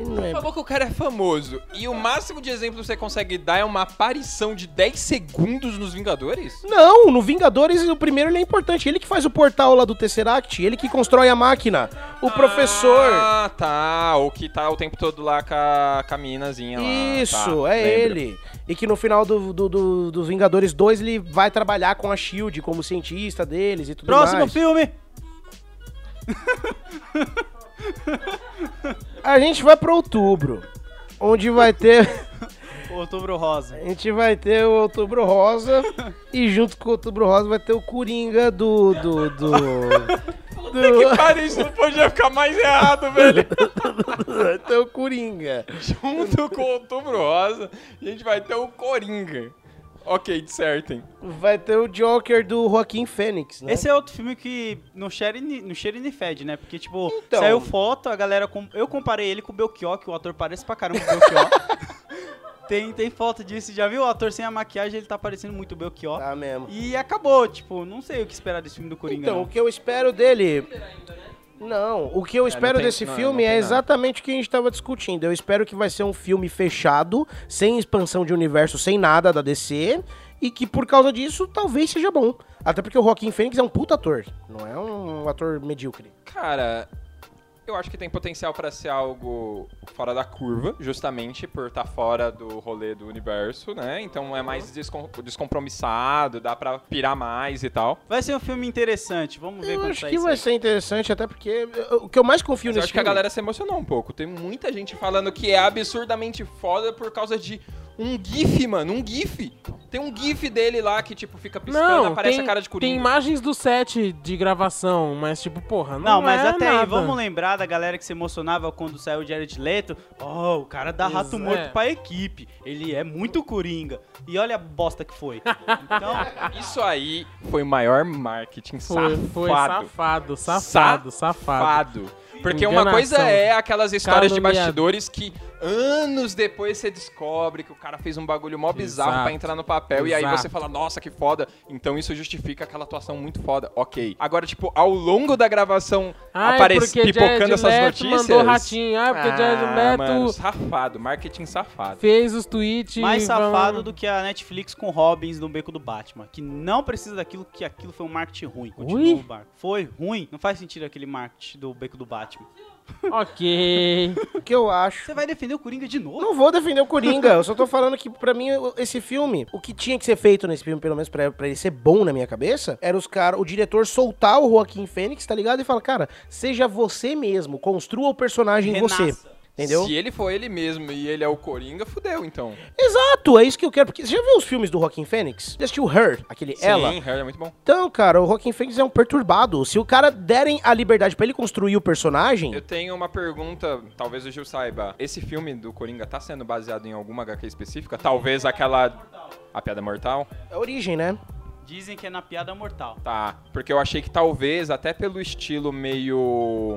Speaker 5: Não é-
Speaker 2: Falou que o cara é famoso. E o máximo de exemplo que você consegue dar é uma aparição de 10 segundos nos Vingadores?
Speaker 5: Não, no Vingadores o primeiro ele é importante. Ele que faz o portal lá do Tesseract, ele que constrói a máquina. O professor.
Speaker 2: Ah, tá. O que tá o tempo todo lá com a, com a minazinha lá.
Speaker 5: Isso,
Speaker 2: Tá,
Speaker 5: é
Speaker 2: lembro.
Speaker 5: ele. E que no final do, do, do- do Vingadores 2 ele vai trabalhar com a Shield como cientista deles e tudo
Speaker 8: Próximo
Speaker 5: mais.
Speaker 8: filme.
Speaker 5: A gente vai pra outubro, onde vai ter.
Speaker 8: Outubro Rosa.
Speaker 5: A gente vai ter o Outubro Rosa e junto com o Outubro Rosa vai ter o Coringa do. do. do. do...
Speaker 2: Cara, isso não podia ficar mais errado, velho.
Speaker 5: Vai ter o Coringa.
Speaker 2: Junto com o Outubro Rosa, a gente vai ter o Coringa. Ok, dissertem.
Speaker 5: Vai ter o Joker do Joaquim Fênix, né?
Speaker 8: Esse é outro filme que não cheira e ni- não cheira e nem fede, né? Porque, tipo,
Speaker 5: Então.
Speaker 8: saiu foto, a galera... com- Eu comparei ele com o Belchior, que o ator parece pra caramba com o Belchior. tem, tem foto disso. Já viu o ator sem a maquiagem? Ele tá parecendo muito o
Speaker 2: é
Speaker 8: Belchior.
Speaker 5: Tá mesmo.
Speaker 8: E acabou, tipo, não sei o que esperar desse filme do Coringa.
Speaker 5: Então, o
Speaker 8: não.
Speaker 5: que eu espero dele. Não, o que eu espero
Speaker 2: tem-
Speaker 5: desse
Speaker 2: É, não,
Speaker 5: filme
Speaker 2: não tem
Speaker 5: é
Speaker 2: nada.
Speaker 5: exatamente o que a gente tava discutindo. Eu espero que vai ser um filme fechado, sem expansão de universo, sem nada da DC, e que por causa disso talvez seja bom. Até porque o Joaquim Fênix é um puta ator, não é um ator medíocre.
Speaker 2: Cara, eu acho que tem potencial pra ser algo fora da curva, justamente por estar fora do rolê do universo, né? Então é mais descom- descompromissado, dá pra pirar mais e tal.
Speaker 8: Vai ser um filme interessante, vamos ver
Speaker 5: Eu
Speaker 8: como
Speaker 5: acho
Speaker 8: tá
Speaker 5: que
Speaker 8: isso
Speaker 5: vai
Speaker 8: aí.
Speaker 5: ser interessante, até porque eu- o que eu mais confio
Speaker 2: Mas eu
Speaker 5: nesse
Speaker 2: acho que a
Speaker 5: filme-
Speaker 2: galera se emocionou um pouco. Tem muita gente falando que é absurdamente foda por causa de um GIF, mano. Um GIF. Tem um GIF dele lá que, tipo, fica piscando,
Speaker 6: Não,
Speaker 2: aparece
Speaker 6: tem,
Speaker 2: a cara de Coringa.
Speaker 6: tem imagens do set de gravação, mas tipo, porra, não
Speaker 8: Não, mas
Speaker 6: é
Speaker 8: até
Speaker 6: nada.
Speaker 8: aí, vamos lembrar da galera que se emocionava quando saiu o Jared Leto. Oh, o cara dá rato
Speaker 6: Isso,
Speaker 8: morto
Speaker 6: é.
Speaker 8: pra equipe. Ele é muito coringa. E olha a bosta que foi. Então,
Speaker 2: Isso aí foi o maior marketing
Speaker 6: Foi,
Speaker 2: safado.
Speaker 6: foi safado, safado, safado.
Speaker 2: Safado. Porque uma
Speaker 6: Enganação.
Speaker 2: coisa é aquelas histórias de
Speaker 6: Caluniado.
Speaker 2: bastidores que anos depois você descobre que o cara fez um bagulho mó bizarro
Speaker 6: Exato.
Speaker 2: pra entrar no papel e aí
Speaker 6: Exato.
Speaker 2: você fala, nossa, que foda. Então isso justifica aquela atuação muito foda. Ok. Agora, tipo, ao longo da gravação
Speaker 6: Ai,
Speaker 2: aparece
Speaker 6: Ah, é porque Jared
Speaker 2: pipocando essas
Speaker 6: Leto
Speaker 2: notícias. Ah,
Speaker 6: mandou ratinho. Ai,
Speaker 8: Ah,
Speaker 6: porque Jared Leto
Speaker 2: mano, safado. Marketing safado.
Speaker 6: fez os tweets.
Speaker 8: mais
Speaker 6: e vamos-
Speaker 8: safado do que a Netflix com Robbins no Beco do Batman. Que não precisa daquilo, que aquilo foi um marketing ruim. Continua
Speaker 6: Ui.
Speaker 8: o barco. Foi ruim. Não faz sentido aquele marketing do Beco do Batman.
Speaker 6: Ok.
Speaker 5: O que eu acho.
Speaker 8: Você vai defender o Coringa de novo?
Speaker 5: Não vou defender o Coringa, eu só tô falando que pra mim o- esse filme, o que tinha que ser feito nesse filme, pelo menos pra, pra ele ser bom na minha cabeça, era os caras, o diretor soltar o Joaquim Fênix, tá ligado? E falar, cara, seja você mesmo, construa o personagem em você.
Speaker 8: Renasça.
Speaker 5: Entendeu?
Speaker 2: Se ele for ele mesmo e ele é o Coringa, fudeu, então.
Speaker 5: Exato, é isso que eu quero. Porque você já viu os filmes do Rockin' Fênix? Já assistiu Her, aquele Ela?
Speaker 2: Sim, Harry é muito bom.
Speaker 5: Então, cara, o Rockin' Fênix é um perturbado. Se o cara derem a liberdade pra ele construir o personagem,
Speaker 2: Eu tenho uma pergunta, talvez o Gil saiba. Esse filme do Coringa tá sendo baseado em alguma HQ específica? Talvez aquela. A Piada Mortal?
Speaker 5: é a origem, né?
Speaker 8: Dizem que é na piada mortal.
Speaker 2: Tá. Porque eu achei que talvez, até pelo estilo meio.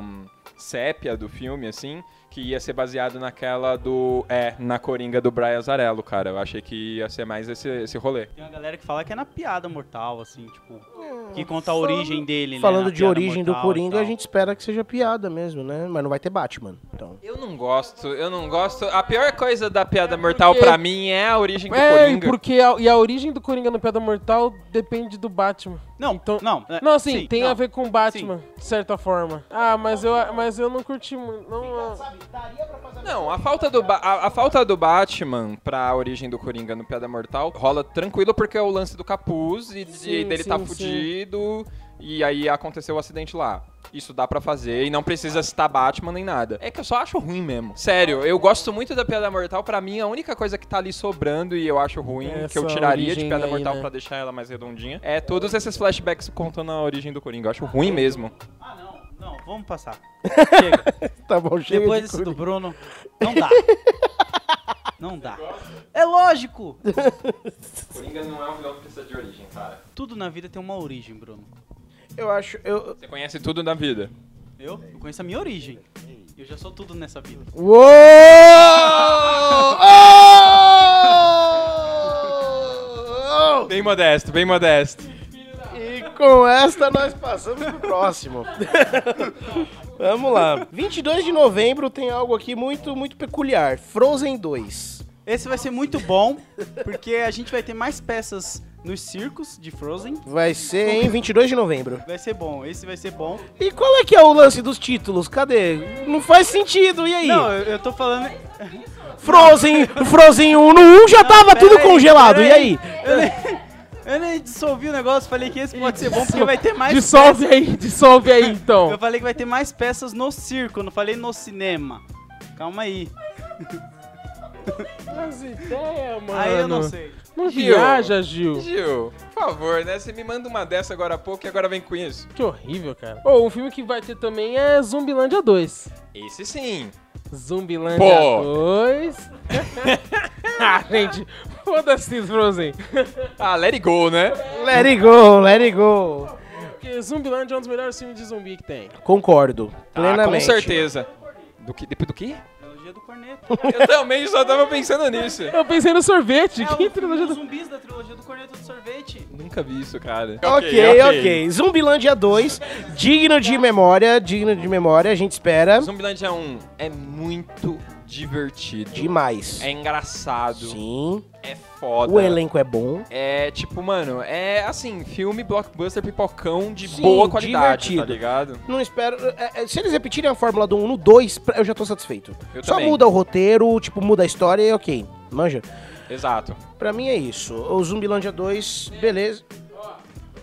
Speaker 2: hum, sépia do filme, assim, que ia ser baseado naquela do. É, na Coringa do Brian Azarello, cara. Eu achei que ia ser mais esse, esse rolê.
Speaker 8: Tem uma galera que fala que é na piada mortal, assim, tipo. Que conta a origem dele, né?
Speaker 5: Hum, Falando
Speaker 8: na
Speaker 5: de
Speaker 8: piada
Speaker 5: origem do
Speaker 8: mortal e
Speaker 5: Coringa, a
Speaker 8: tal.
Speaker 5: gente espera que seja piada mesmo, né? Mas não vai ter Batman. Então.
Speaker 2: Eu não gosto, eu não gosto. A pior coisa da Piada Mortal pra mim é a origem do
Speaker 6: É, e
Speaker 2: Coringa.
Speaker 6: porque a, e a origem do Coringa no Piada Mortal depende do Batman.
Speaker 8: Não,
Speaker 6: Então-
Speaker 8: não. é,
Speaker 6: Não, assim,
Speaker 8: sim,
Speaker 6: tem
Speaker 8: não.
Speaker 6: a ver com o Batman, de certa forma. Ah, mas eu, mas eu não curti muito. Não,
Speaker 2: Não, a falta, do Ba- a, a falta do Batman pra origem do Coringa no Piada Mortal rola tranquilo porque é o lance do capuz e de-
Speaker 6: Sim,
Speaker 2: dele tá
Speaker 6: sim,
Speaker 2: fudido e aí aconteceu o acidente lá. Isso dá pra fazer e não precisa citar Batman nem nada. É que eu só acho ruim mesmo. Sério, eu gosto muito da Piada Mortal. Pra mim, a única coisa que tá ali sobrando e eu acho ruim,
Speaker 6: É
Speaker 2: que eu
Speaker 6: essa
Speaker 2: tiraria de
Speaker 6: origem
Speaker 2: Piada
Speaker 6: aí,
Speaker 2: Mortal
Speaker 6: né?
Speaker 2: pra deixar ela mais redondinha, é todos esses flashbacks contando a origem do Coringa. Eu acho ruim mesmo.
Speaker 8: Ah, não, não, vamos passar.
Speaker 5: Tá bom, chega de
Speaker 8: Depois desse do
Speaker 5: Coringa.
Speaker 8: Bruno, não dá. Não dá. É lógico!
Speaker 2: Coringa não é um vilão que precisa de origem, cara.
Speaker 8: Tudo na vida tem uma origem, Bruno.
Speaker 5: Eu acho. Eu...
Speaker 2: Você conhece tudo na vida.
Speaker 8: Eu? Eu conheço a minha origem. Eu já sou tudo nessa vida.
Speaker 5: Uou! Oh!
Speaker 2: Bem modesto, bem modesto.
Speaker 5: E com esta nós passamos pro próximo. Vamos lá. 22 de novembro tem algo aqui muito, muito peculiar. Frozen 2.
Speaker 8: Esse vai ser muito bom, porque a gente vai ter mais peças nos circos de Frozen.
Speaker 5: Vai ser em 22 de novembro.
Speaker 8: Vai ser bom, esse vai ser bom.
Speaker 5: E qual é que é o lance dos títulos? Cadê? Não faz sentido, e aí?
Speaker 8: Não, eu, eu tô falando.
Speaker 5: Frozen, Frozen 1 no 1 já tava tudo
Speaker 8: Peraí,
Speaker 5: congelado,
Speaker 8: peraí.
Speaker 5: e aí?
Speaker 8: Eu nem, eu nem dissolvi o negócio, falei que esse pode ser bom porque vai ter mais.
Speaker 6: Dissolve aí, dissolve aí então.
Speaker 8: Eu falei que vai ter mais peças no circo, não falei no cinema. Calma aí.
Speaker 6: As ideias, mano.
Speaker 8: Aí eu não sei.
Speaker 6: Não
Speaker 2: Gil.
Speaker 6: viaja, Gil.
Speaker 2: Gil, por favor, né? Você me manda uma dessa agora há pouco e agora vem com isso.
Speaker 6: Que horrível, cara. Ou um filme que vai ter também é Zumbilândia 2.
Speaker 2: Esse sim.
Speaker 6: Zumbilândia
Speaker 2: Pô.
Speaker 6: 2. ah, gente, foda-se, Frozen.
Speaker 2: Ah, let it go, né?
Speaker 5: Let it go, let it go.
Speaker 6: Porque Zumbilândia é um dos melhores filmes de zumbi que tem.
Speaker 5: Concordo,
Speaker 2: Ah, com
Speaker 5: plenamente.
Speaker 2: certeza. Do que? Do que?
Speaker 8: Trilogia do Corneto.
Speaker 2: Eu também só tava pensando nisso.
Speaker 6: Eu pensei no sorvete.
Speaker 8: É,
Speaker 6: que
Speaker 8: o filme
Speaker 6: trilogia
Speaker 8: dos
Speaker 6: do...
Speaker 8: zumbis da trilogia do Corneto do Sorvete.
Speaker 2: Nunca vi isso, cara.
Speaker 5: Ok, ok. Zumbilândia 2, digno de memória, digno de memória, a gente espera
Speaker 2: Zumbilândia 1 é muito divertido.
Speaker 5: demais.
Speaker 2: É engraçado.
Speaker 5: Sim,
Speaker 2: É foda.
Speaker 5: o elenco é bom.
Speaker 2: É tipo, mano, é assim, filme blockbuster pipocão de
Speaker 5: Sim,
Speaker 2: boa qualidade, tá
Speaker 5: divertido.
Speaker 2: ligado?
Speaker 5: Não espero. é, é, se eles repetirem a fórmula do 1 no 2, pra- eu já tô satisfeito.
Speaker 2: Eu
Speaker 5: Só
Speaker 2: também.
Speaker 5: muda o roteiro, tipo, muda a história e ok. Manja.
Speaker 2: Exato.
Speaker 5: Pra mim é isso. O Zumbilândia 2, beleza.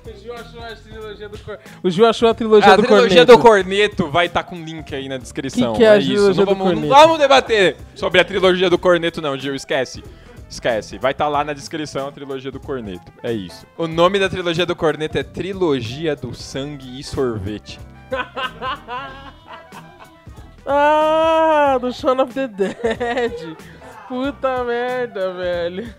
Speaker 6: O Gil achou a trilogia do Corneto. O Gil achou a trilogia
Speaker 2: a
Speaker 6: do
Speaker 2: trilogia
Speaker 6: Corneto.
Speaker 2: do Corneto vai estar com link aí na descrição.
Speaker 6: Que que é a
Speaker 2: isso.
Speaker 6: trilogia
Speaker 2: não,
Speaker 6: do
Speaker 2: vamos, não
Speaker 6: Corneto?
Speaker 2: vamos debater sobre a trilogia do Corneto, não, Gil. Esquece. Esquece. Vai estar lá na descrição a trilogia do Corneto. É isso. O nome da trilogia do Corneto é Trilogia do Sangue e Sorvete.
Speaker 6: Ah, do Shaun of the Dead. Puta merda, velho.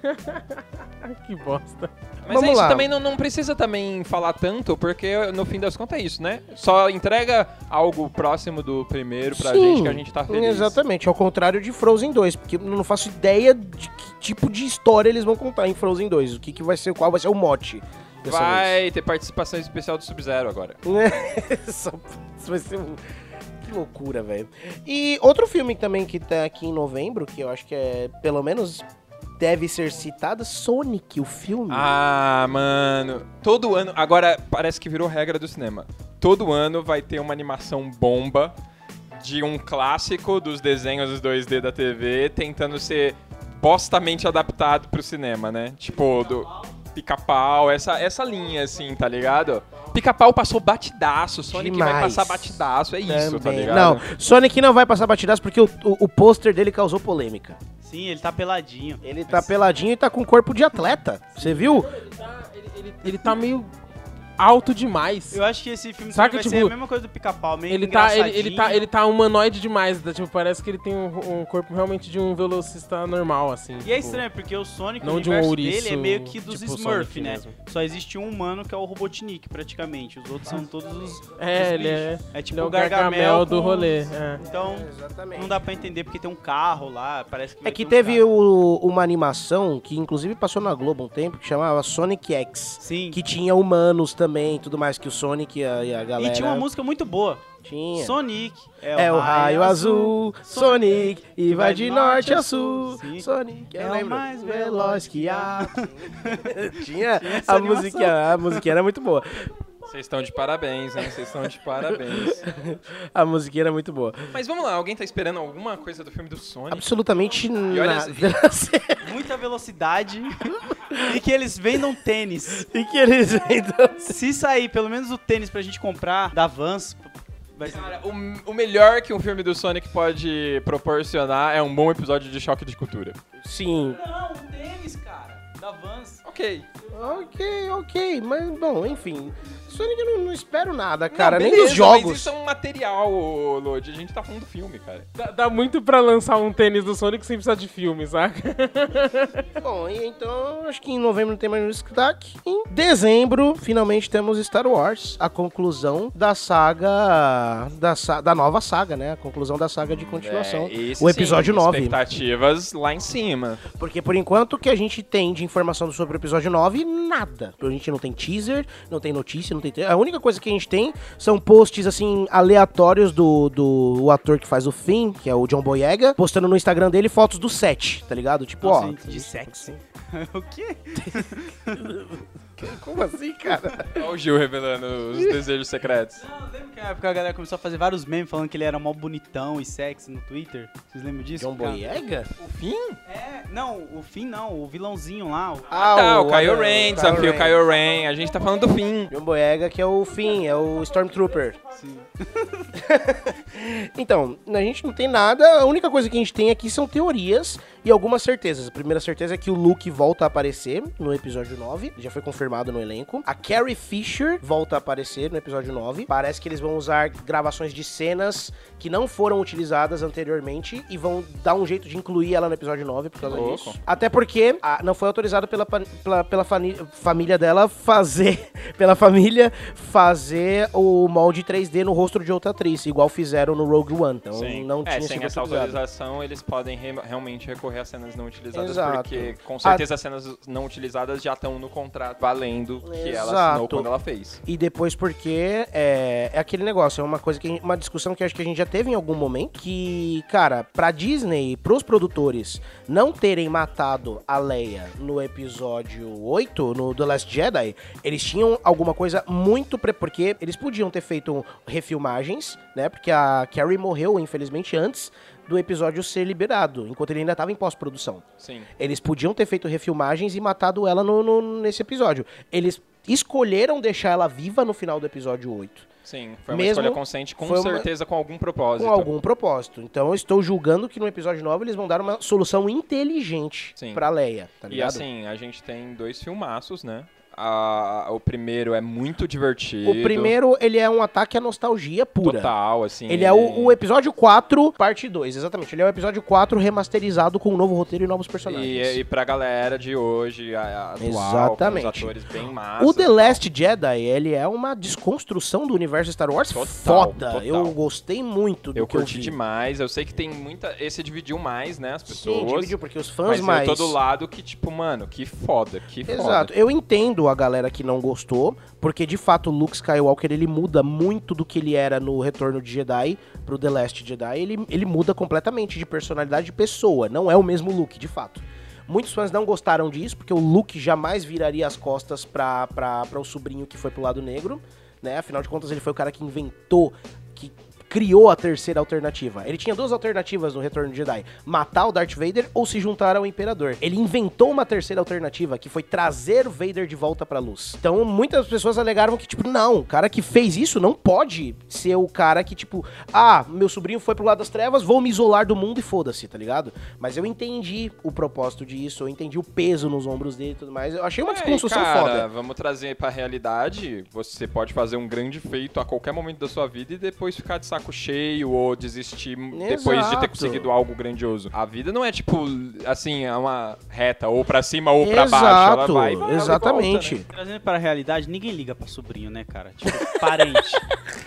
Speaker 6: que bosta.
Speaker 2: Mas
Speaker 5: Vamos
Speaker 2: é isso,
Speaker 5: lá.
Speaker 2: também não, não precisa também falar tanto, porque no fim das contas é isso, né? Só entrega algo próximo do primeiro pra gente que a gente tá feliz.
Speaker 5: Exatamente, ao contrário de Frozen 2, porque eu não faço ideia de que tipo de história eles vão contar em Frozen 2. O que, que vai ser, qual vai ser o mote dessa
Speaker 2: Vai ter participação especial do Sub-Zero agora.
Speaker 5: vez. Né? Só- Isso vai ser um... Que loucura, velho. E outro filme também que tá aqui em novembro, que eu acho que é, pelo menos, deve ser citado, é Sonic, o filme.
Speaker 2: Ah, mano. Todo ano. Agora parece que virou regra do cinema. Todo ano vai ter uma animação bomba de um clássico dos desenhos 2D da TV tentando ser postamente adaptado pro cinema, né? Tipo, do pica-pau, essa, essa linha, assim, tá ligado? Pica-pau passou batidaço, Sonic vai
Speaker 5: Demais.
Speaker 2: passar batidaço, é isso, tá
Speaker 5: Também.
Speaker 2: ligado?
Speaker 5: Não, Sonic não vai passar batidaço porque o, o, o pôster dele causou polêmica.
Speaker 8: Sim, ele tá peladinho.
Speaker 5: Ele tá peladinho e tá com corpo de atleta. Você viu?
Speaker 6: Ele, ele tá meio alto demais.
Speaker 8: Eu acho que esse filme
Speaker 6: Saca,
Speaker 8: também vai
Speaker 6: tipo,
Speaker 8: ser a mesma coisa do pica-pau, meio
Speaker 6: Ele tá, ele,
Speaker 8: engraçadinho.
Speaker 6: ele tá, ele tá humanoide demais, tá? tipo, parece que ele tem um, um corpo realmente de um velocista normal, assim.
Speaker 8: E é
Speaker 6: tipo,
Speaker 8: estranho, porque o Sonic, o
Speaker 6: não de um
Speaker 8: universo
Speaker 6: ouriço,
Speaker 8: dele é meio que dos
Speaker 6: tipo,
Speaker 8: Smurf,
Speaker 6: Sonic
Speaker 8: né?
Speaker 6: mesmo.
Speaker 8: Só existe um humano que é o Robotnik, praticamente. Os outros são
Speaker 5: Ah.
Speaker 8: todos os os
Speaker 6: É, ele é,
Speaker 8: bichos. É tipo
Speaker 6: ele é
Speaker 8: o Gargamel
Speaker 6: do
Speaker 8: com-
Speaker 6: rolê. é.
Speaker 8: Então, não dá pra entender porque tem um carro lá, parece que
Speaker 5: É
Speaker 8: vai
Speaker 5: que
Speaker 8: ter um
Speaker 5: teve
Speaker 8: carro.
Speaker 5: o- uma animação que inclusive passou na Globo um tempo que chamava Sonic X.
Speaker 8: Sim.
Speaker 5: Que tinha humanos também e tudo mais que o Sonic e a, e a
Speaker 2: um
Speaker 5: galera.
Speaker 8: E tinha uma música muito boa.
Speaker 5: Tinha.
Speaker 8: Sonic.
Speaker 5: É o raio azul, Sonic, e vai de norte a sul.
Speaker 8: Sim.
Speaker 5: Sonic
Speaker 8: É
Speaker 5: é
Speaker 8: o
Speaker 5: o
Speaker 8: mais
Speaker 5: mais veloz que há. Tinha
Speaker 8: essa
Speaker 5: a
Speaker 8: animação.
Speaker 5: musiquinha, a musiquinha era muito boa.
Speaker 2: Vocês estão de parabéns, hein? Vocês estão de parabéns.
Speaker 5: A musiquinha era muito boa.
Speaker 2: Mas vamos lá, alguém tá esperando alguma coisa do filme do Sonic?
Speaker 5: Absolutamente
Speaker 2: E olha-
Speaker 5: nada.
Speaker 8: Muita velocidade. e que eles vendam tênis.
Speaker 5: e que eles vendam.
Speaker 8: Se sair pelo menos o tênis pra gente comprar da Vans, vai ser
Speaker 2: Cara, o, o melhor que um filme do Sonic pode proporcionar é um bom episódio de choque de cultura.
Speaker 5: Sim.
Speaker 8: Não, um tênis, cara. Da Vans.
Speaker 2: Ok.
Speaker 5: Ok, ok, mas bom, enfim. Sonic eu não, não espero nada, cara.
Speaker 2: Não,
Speaker 5: nem
Speaker 2: beleza,
Speaker 5: dos jogos.
Speaker 2: Mas isso é um material, ô, Lodi. A gente tá falando do filme, cara.
Speaker 6: Dá, dá muito pra lançar um tênis do Sonic sem precisar de filme, saca?
Speaker 5: Bom, e então acho que em novembro não tem mais nenhum destaque. Em dezembro, finalmente temos Star Wars, a conclusão da saga. Da, sa- da nova saga, né? A conclusão da saga de continuação.
Speaker 2: É, esse
Speaker 5: o episódio
Speaker 2: sim,
Speaker 5: 9.
Speaker 2: Expectativas lá em cima.
Speaker 5: Porque por enquanto o que a gente tem de informação sobre o episódio 9, nada. A gente não tem teaser, não tem notícia, não tem. A única coisa que a gente tem são posts assim aleatórios do, do o ator que faz o Finn, que é o John Boyega, postando no Instagram dele fotos do set, tá ligado?
Speaker 8: Ah,
Speaker 5: Tipo, ó.
Speaker 8: de sexo. o quê?
Speaker 5: Como assim, cara?
Speaker 2: Olha o Gil revelando os desejos secretos.
Speaker 8: Não, lembra que na época a galera começou a fazer vários memes falando que ele era mó bonitão e sexy no Twitter? Vocês lembram disso?
Speaker 5: John
Speaker 8: cara?
Speaker 5: Boyega?
Speaker 2: O fim?
Speaker 8: É, não, o fim não, o vilãozinho lá. o-
Speaker 5: Ah,
Speaker 2: tá, o Kylo
Speaker 5: Adam-
Speaker 2: Ren, desafio
Speaker 5: Ren.
Speaker 2: Kylo Ren. A gente tá falando do fim.
Speaker 5: John Boyega, que é o Finn, é o Stormtrooper.
Speaker 8: Sim.
Speaker 5: Então, a gente não tem nada, a única coisa que a gente tem aqui são teorias e algumas certezas. A primeira certeza é que o Luke volta a aparecer no episódio 9, já foi confirmado no elenco. A Carrie Fisher volta a aparecer no episódio 9. Parece que eles vão usar gravações de cenas que não foram utilizadas anteriormente e vão dar um jeito de incluir ela no episódio 9 por causa
Speaker 2: Louco.
Speaker 5: disso. Até porque ah, não foi autorizado pela, pa- pela, pela fani- família dela fazer. Pela família fazer o molde 3D no rosto de outra atriz, igual fizeram no Rogue One. Então não
Speaker 2: é,
Speaker 5: tinha
Speaker 2: sem
Speaker 5: sido
Speaker 2: essa
Speaker 5: autorizado.
Speaker 2: autorização, eles podem re- realmente recorrer a cenas não utilizadas,
Speaker 5: Exato.
Speaker 2: porque com certeza as cenas não utilizadas já estão no contrato valendo que ela assinou
Speaker 5: Exato.
Speaker 2: quando ela fez.
Speaker 5: E depois porque é, é aquele negócio, é uma coisa que a gente- uma discussão que eu acho que a gente já teve em algum momento que, cara, pra Disney, pros produtores não terem matado a Leia no episódio 8, no The Last Jedi, eles tinham alguma coisa muito pre... porque eles podiam ter feito um- refilmagens, né? Porque a Carrie morreu infelizmente antes do episódio ser liberado, enquanto ele ainda tava em pós-produção.
Speaker 2: Sim.
Speaker 5: Eles podiam ter feito refilmagens e matado ela no, no- nesse episódio. Eles escolheram deixar ela viva no final do episódio 8.
Speaker 2: Sim, foi uma
Speaker 5: Mesmo-
Speaker 2: escolha consciente, com
Speaker 5: foi uma-
Speaker 2: certeza com algum propósito.
Speaker 5: Com algum propósito. Então eu estou julgando que no episódio 9 eles vão dar uma solução inteligente
Speaker 2: Sim.
Speaker 5: pra Leia, tá
Speaker 2: e
Speaker 5: ligado?
Speaker 2: assim, a gente tem dois filmaços, né? A- o primeiro é muito divertido.
Speaker 5: o primeiro, ele é um ataque à nostalgia pura.
Speaker 2: Total, assim.
Speaker 5: Ele é o, o episódio 4, parte 2, exatamente. Ele é o episódio 4 remasterizado com um novo roteiro e novos personagens.
Speaker 2: E, e pra galera de hoje, a, a atual,
Speaker 5: Exatamente.
Speaker 2: com os atores bem massa.
Speaker 5: O The Last Jedi, ele é uma desconstrução do universo Star Wars
Speaker 2: Total,
Speaker 5: foda.
Speaker 2: total.
Speaker 5: Eu gostei muito do
Speaker 2: Eu
Speaker 5: que
Speaker 2: curti
Speaker 5: eu vi.
Speaker 2: demais, eu sei que tem muita... Esse dividiu mais, né, as pessoas.
Speaker 5: Sim, dividiu, porque os fãs
Speaker 2: Mas
Speaker 5: mais...
Speaker 2: eu tô do lado que, tipo, mano, que foda, que foda.
Speaker 5: Exato. Eu entendo a galera que não gostou, porque de fato o Luke Skywalker ele muda muito do que ele era no Retorno de Jedi pro The Last Jedi. Ele, ele muda completamente de personalidade de pessoa. Não é o mesmo Luke, de fato. Muitos fãs não gostaram disso, porque o Luke jamais viraria as costas pra, pra, pra o sobrinho que foi pro lado negro, né? Afinal de contas, ele foi o cara que inventou, que criou a terceira alternativa. Ele tinha duas alternativas no Retorno de Jedi: matar o Darth Vader ou se juntar ao Imperador. Ele inventou uma terceira alternativa, que foi trazer o Vader de volta pra luz. Então, muitas pessoas alegaram que, tipo, não, o cara que fez isso não pode ser o cara que, tipo, ah, meu sobrinho foi pro lado das trevas, vou me isolar do mundo e foda-se, tá ligado? Mas eu entendi o propósito disso, eu entendi o peso nos ombros dele e tudo mais. Eu achei uma desconstrução
Speaker 2: É, cara,
Speaker 5: foda.
Speaker 2: Vamos trazer pra realidade. Você pode fazer um grande feito a qualquer momento da sua vida e depois ficar de saco cheio ou desistir depois de ter
Speaker 5: Exato.
Speaker 2: conseguido algo grandioso. A vida não é tipo assim, é uma reta, ou pra cima ou pra baixo. Ela né?
Speaker 5: Exato,
Speaker 2: vai, e vai
Speaker 5: exatamente.
Speaker 8: Trazendo pra realidade, ninguém liga pra sobrinho, né, cara? Tipo, parente.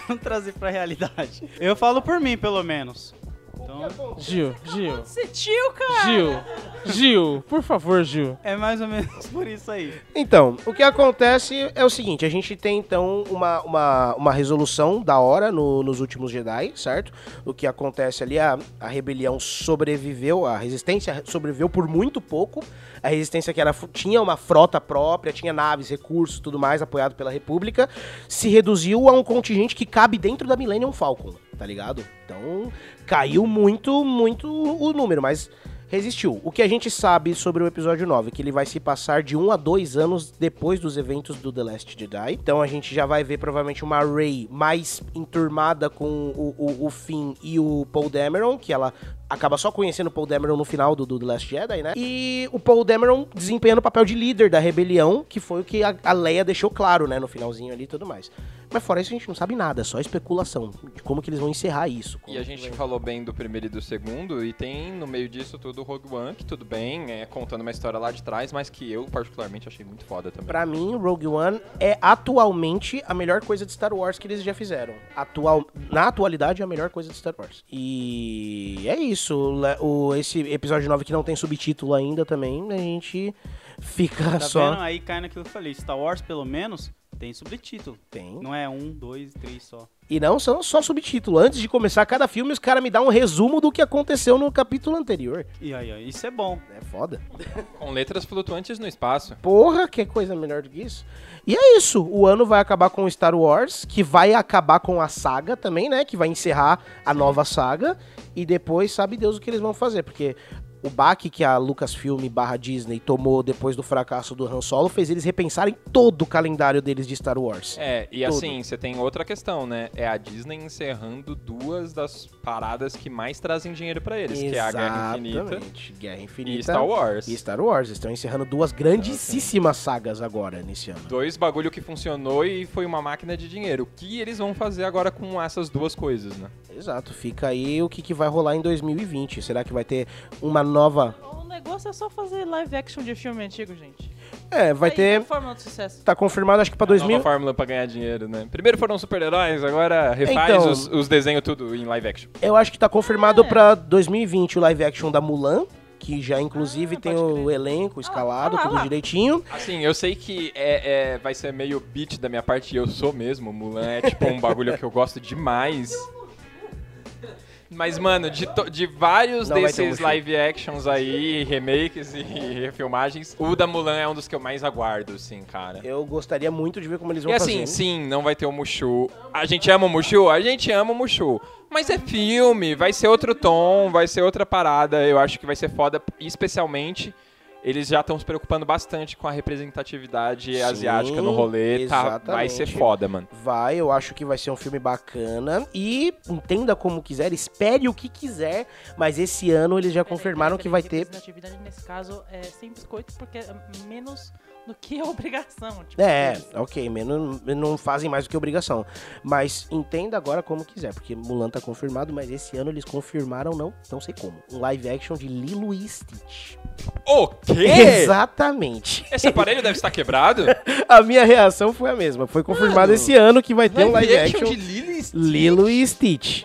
Speaker 8: Vamos trazer pra realidade. Eu falo por mim, pelo menos. Então,
Speaker 6: Gil, Gil,
Speaker 7: Você tio, cara.
Speaker 6: Gil, Gil, por favor, Gil.
Speaker 8: é mais ou menos por isso aí.
Speaker 5: Então, o que acontece é o seguinte: a gente tem então uma, uma, uma resolução da hora no- nos últimos Jedi, certo? O que acontece ali, a, a rebelião sobreviveu, a resistência sobreviveu por muito pouco. A resistência que era, fu- tinha uma frota própria, tinha naves, recursos tudo mais, apoiado pela República, se reduziu a um contingente que cabe dentro da Millennium Falcon, tá ligado? Então, caiu muito, muito o número, mas resistiu. O que a gente sabe sobre o episódio 9, que ele vai se passar de 1 a 2 anos depois dos eventos do The Last Jedi. Então a gente já vai ver provavelmente uma Rey mais enturmada com o, o, o Finn e o Paul Dameron, que ela acaba só conhecendo o Paul Dameron no final do, do The Last Jedi, né? E o Paul Dameron desempenhando o papel de líder da rebelião, que foi o que a, a Leia deixou claro, né, no finalzinho ali e tudo mais. Mas fora isso a gente não sabe nada, é só especulação de como que eles vão encerrar isso.
Speaker 2: E a gente falou bem do primeiro e do segundo, e tem no meio disso tudo o Rogue One, que tudo bem, é contando uma história lá de trás, mas que eu particularmente achei muito foda também.
Speaker 5: Pra mim, Rogue One é atualmente a melhor coisa de Star Wars que eles já fizeram. Atual, na atualidade, é a melhor coisa de Star Wars. E é isso. O le- O, esse episódio 9 que não tem subtítulo ainda também, a gente fica
Speaker 8: Tá
Speaker 5: só.
Speaker 8: vendo? Aí cai naquilo que eu falei. Star Wars, pelo menos, tem subtítulo.
Speaker 5: Tem.
Speaker 8: Não é um, dois, três só.
Speaker 5: E não são só subtítulo. Antes de começar cada filme, os caras me dão um resumo do que aconteceu no capítulo anterior.
Speaker 8: E aí, ó, isso é bom.
Speaker 5: É foda.
Speaker 2: Com letras flutuantes no espaço.
Speaker 5: Porra, que coisa melhor do que isso. E é isso. O ano vai acabar com Star Wars, que vai acabar com a saga também, né? Que vai encerrar a nova saga. E depois, sabe Deus o que eles vão fazer, porque. O baque que a Lucasfilm barra Disney tomou depois do fracasso do Han Solo fez eles repensarem todo o calendário deles de Star Wars.
Speaker 2: É, e
Speaker 5: Tudo.
Speaker 2: assim, você tem outra questão, né? É a Disney encerrando duas das paradas que mais trazem dinheiro pra eles, que é a Guerra Infinita
Speaker 5: Exatamente. Guerra Infinita
Speaker 2: e Star Wars.
Speaker 5: e Star Wars. Eles Estão encerrando duas grandíssimas sagas agora nesse ano.
Speaker 2: Dois bagulho que funcionou e foi uma máquina de dinheiro. O que eles vão fazer agora com essas duas coisas, né?
Speaker 5: Exato. Fica aí o que, que vai rolar em 2020. Será que vai ter uma nova
Speaker 4: O negócio é só fazer live action de filme antigo, gente.
Speaker 5: É, vai
Speaker 4: Aí né?
Speaker 5: ter.
Speaker 4: tem fórmula de sucesso.
Speaker 5: Tá confirmado, acho que pra
Speaker 2: É Nova
Speaker 5: 2000.
Speaker 2: fórmula pra ganhar dinheiro, né? Primeiro foram super-heróis, agora refaz
Speaker 5: Então-
Speaker 2: os, os desenhos tudo em live action.
Speaker 5: Eu acho que tá
Speaker 4: É.
Speaker 5: confirmado pra 2020 o live action da Mulan. Que já, inclusive, tem
Speaker 4: Ah, pode Ah,
Speaker 5: o elenco escalado,
Speaker 4: lá,
Speaker 5: tudo
Speaker 4: lá.
Speaker 5: direitinho.
Speaker 2: Assim, eu sei que é, é- vai ser meio beat da minha parte e eu sou mesmo. Mulan é tipo um bagulho que eu gosto demais. Mas, mano, de, to- de vários
Speaker 5: Não vai ter
Speaker 2: desses
Speaker 5: Mushu.
Speaker 2: live actions aí, remakes e refilmagens, o da Mulan é um dos que eu mais aguardo, sim, cara.
Speaker 5: Eu gostaria muito de ver como eles vão
Speaker 2: tá. E assim,
Speaker 5: fazer.
Speaker 2: sim, não vai ter o Mushu. A gente ama o Mushu? A gente ama o Mushu. Mas é filme, vai ser outro tom, vai ser outra parada. Eu acho que vai ser foda, especialmente. Eles já estão se preocupando bastante com a representatividade
Speaker 5: Sim,
Speaker 2: asiática no rolê. Tá, vai ser
Speaker 5: exatamente.
Speaker 2: foda, mano.
Speaker 5: Vai, eu acho que vai ser um filme bacana. E entenda como quiser, espere o que quiser. Mas esse ano eles
Speaker 4: É,
Speaker 5: já confirmaram que vai ter.
Speaker 4: Representatividade tipo nesse caso é sem biscoito, porque é menos do que a obrigação. Tipo,
Speaker 5: É,
Speaker 4: eles-
Speaker 5: ok, menos, não fazem mais do que obrigação. Mas entenda agora como quiser, porque Mulan tá confirmado, mas esse ano eles confirmaram, não, não sei como. Um live action de Lilo e Stitch.
Speaker 2: O quê?
Speaker 5: Exatamente.
Speaker 2: Esse aparelho deve estar quebrado?
Speaker 5: A minha reação foi a mesma. Foi confirmado esse ano que vai ter um live action,
Speaker 2: de Lily Stitch?
Speaker 5: Lilo e Stitch.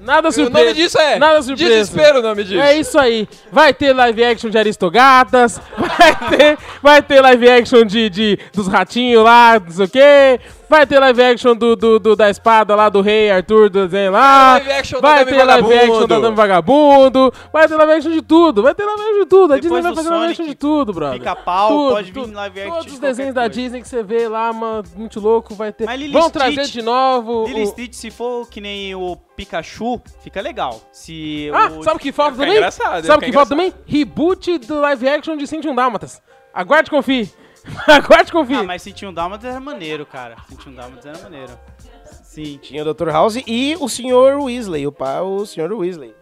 Speaker 6: Nada
Speaker 2: O nome
Speaker 6: surpresa.
Speaker 2: disso é.
Speaker 6: Nada surpresa.
Speaker 2: Desespero o nome disso.
Speaker 6: É isso aí. Vai ter live action de Aristogatas, vai ter, vai ter live action de, de- dos ratinhos lá, não sei o quê. Vai ter live action do, do, do- da espada lá, do rei Arthur, do desenho lá.
Speaker 2: Vai ter live action da
Speaker 6: vai
Speaker 2: Dama e
Speaker 6: ter live
Speaker 2: Vagabundo.
Speaker 6: action da Dama e Vagabundo. Vai ter live action de tudo. Vai ter live action de tudo. A Disney
Speaker 8: Depois
Speaker 6: vai
Speaker 8: do
Speaker 6: fazer live action
Speaker 8: Sonic,
Speaker 6: de tudo, brother.
Speaker 8: Pica-pau,
Speaker 6: Tudo,
Speaker 8: pode vir
Speaker 6: tudo.
Speaker 8: live action
Speaker 6: Todos
Speaker 8: de
Speaker 6: os
Speaker 8: qualquer
Speaker 6: desenho da
Speaker 8: coisa.
Speaker 6: Disney que você vê lá, mano, muito louco, vai ter.
Speaker 8: Mas Lilo
Speaker 6: Vão
Speaker 8: Stitch-
Speaker 6: trazer de novo.
Speaker 8: Lily
Speaker 6: o-
Speaker 8: Stitch, se for que nem o Pikachu, fica legal. Se
Speaker 6: Ah,
Speaker 8: o...
Speaker 6: sabe o que falta
Speaker 2: ficar
Speaker 6: também?
Speaker 2: engraçado, ia
Speaker 6: sabe o
Speaker 2: ficar
Speaker 6: que falta também? Reboot do live action de 101 Dálmatas. Aguarde e confie. Aguarde e confie.
Speaker 8: Ah, mas sentir um Dálmatas era maneiro, cara. Sentir um Dálmatas era maneiro. Sim.
Speaker 5: Tinha o Dr. House e o Sr. Weasley, o pai, o Sr. Weasley.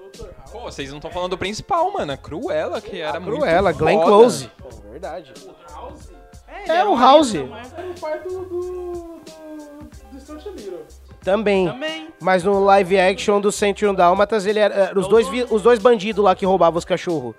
Speaker 2: Pô, vocês não estão falando do principal, mano. A Cruella, que era muito
Speaker 5: Cruella, Glenn
Speaker 2: foda.
Speaker 5: Close. Verdade. É, o House. Também.
Speaker 8: Também.
Speaker 5: Mas no live action do 101 Dálmatas, ele era, eh, os, dois, vi- os dois bandidos lá que roubavam os cachorros.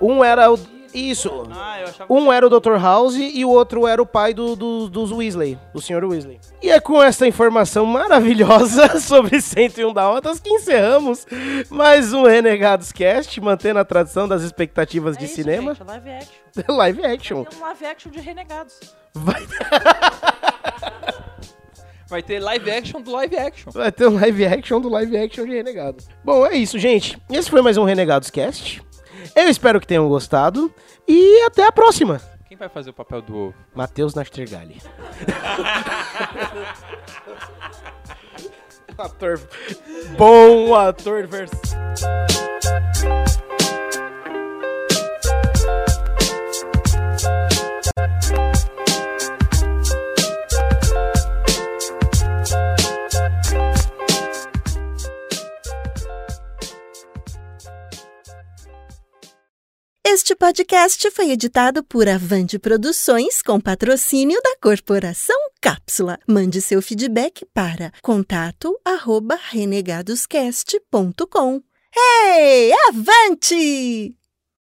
Speaker 5: Um era o... Isso.
Speaker 8: Ah, eu achava
Speaker 5: Um era o Dr. House e o outro era o pai do, do- dos Weasley, do Sr. Weasley. E é com essa informação maravilhosa sobre 101 Dálmatas que encerramos mais um Renegados Cast, mantendo a tradição das expectativas de
Speaker 4: É isso,
Speaker 5: cinema.
Speaker 4: gente, é live action.
Speaker 5: live action.
Speaker 4: Tem um live action de Renegados.
Speaker 5: Vai,
Speaker 2: Vai ter live action do live action.
Speaker 5: vai ter um live action do live action de Renegado. Bom, é isso, gente. Esse foi mais um Renegados Cast. Eu espero que tenham gostado e até a próxima.
Speaker 2: Quem vai fazer o papel do ovo?
Speaker 5: Matheus Nastergalli. ator. Bom ator versus.
Speaker 1: Este podcast foi editado por Avante Produções com patrocínio da Corporação Cápsula. Mande seu feedback para contato@renegadoscast.com. Hey, avante!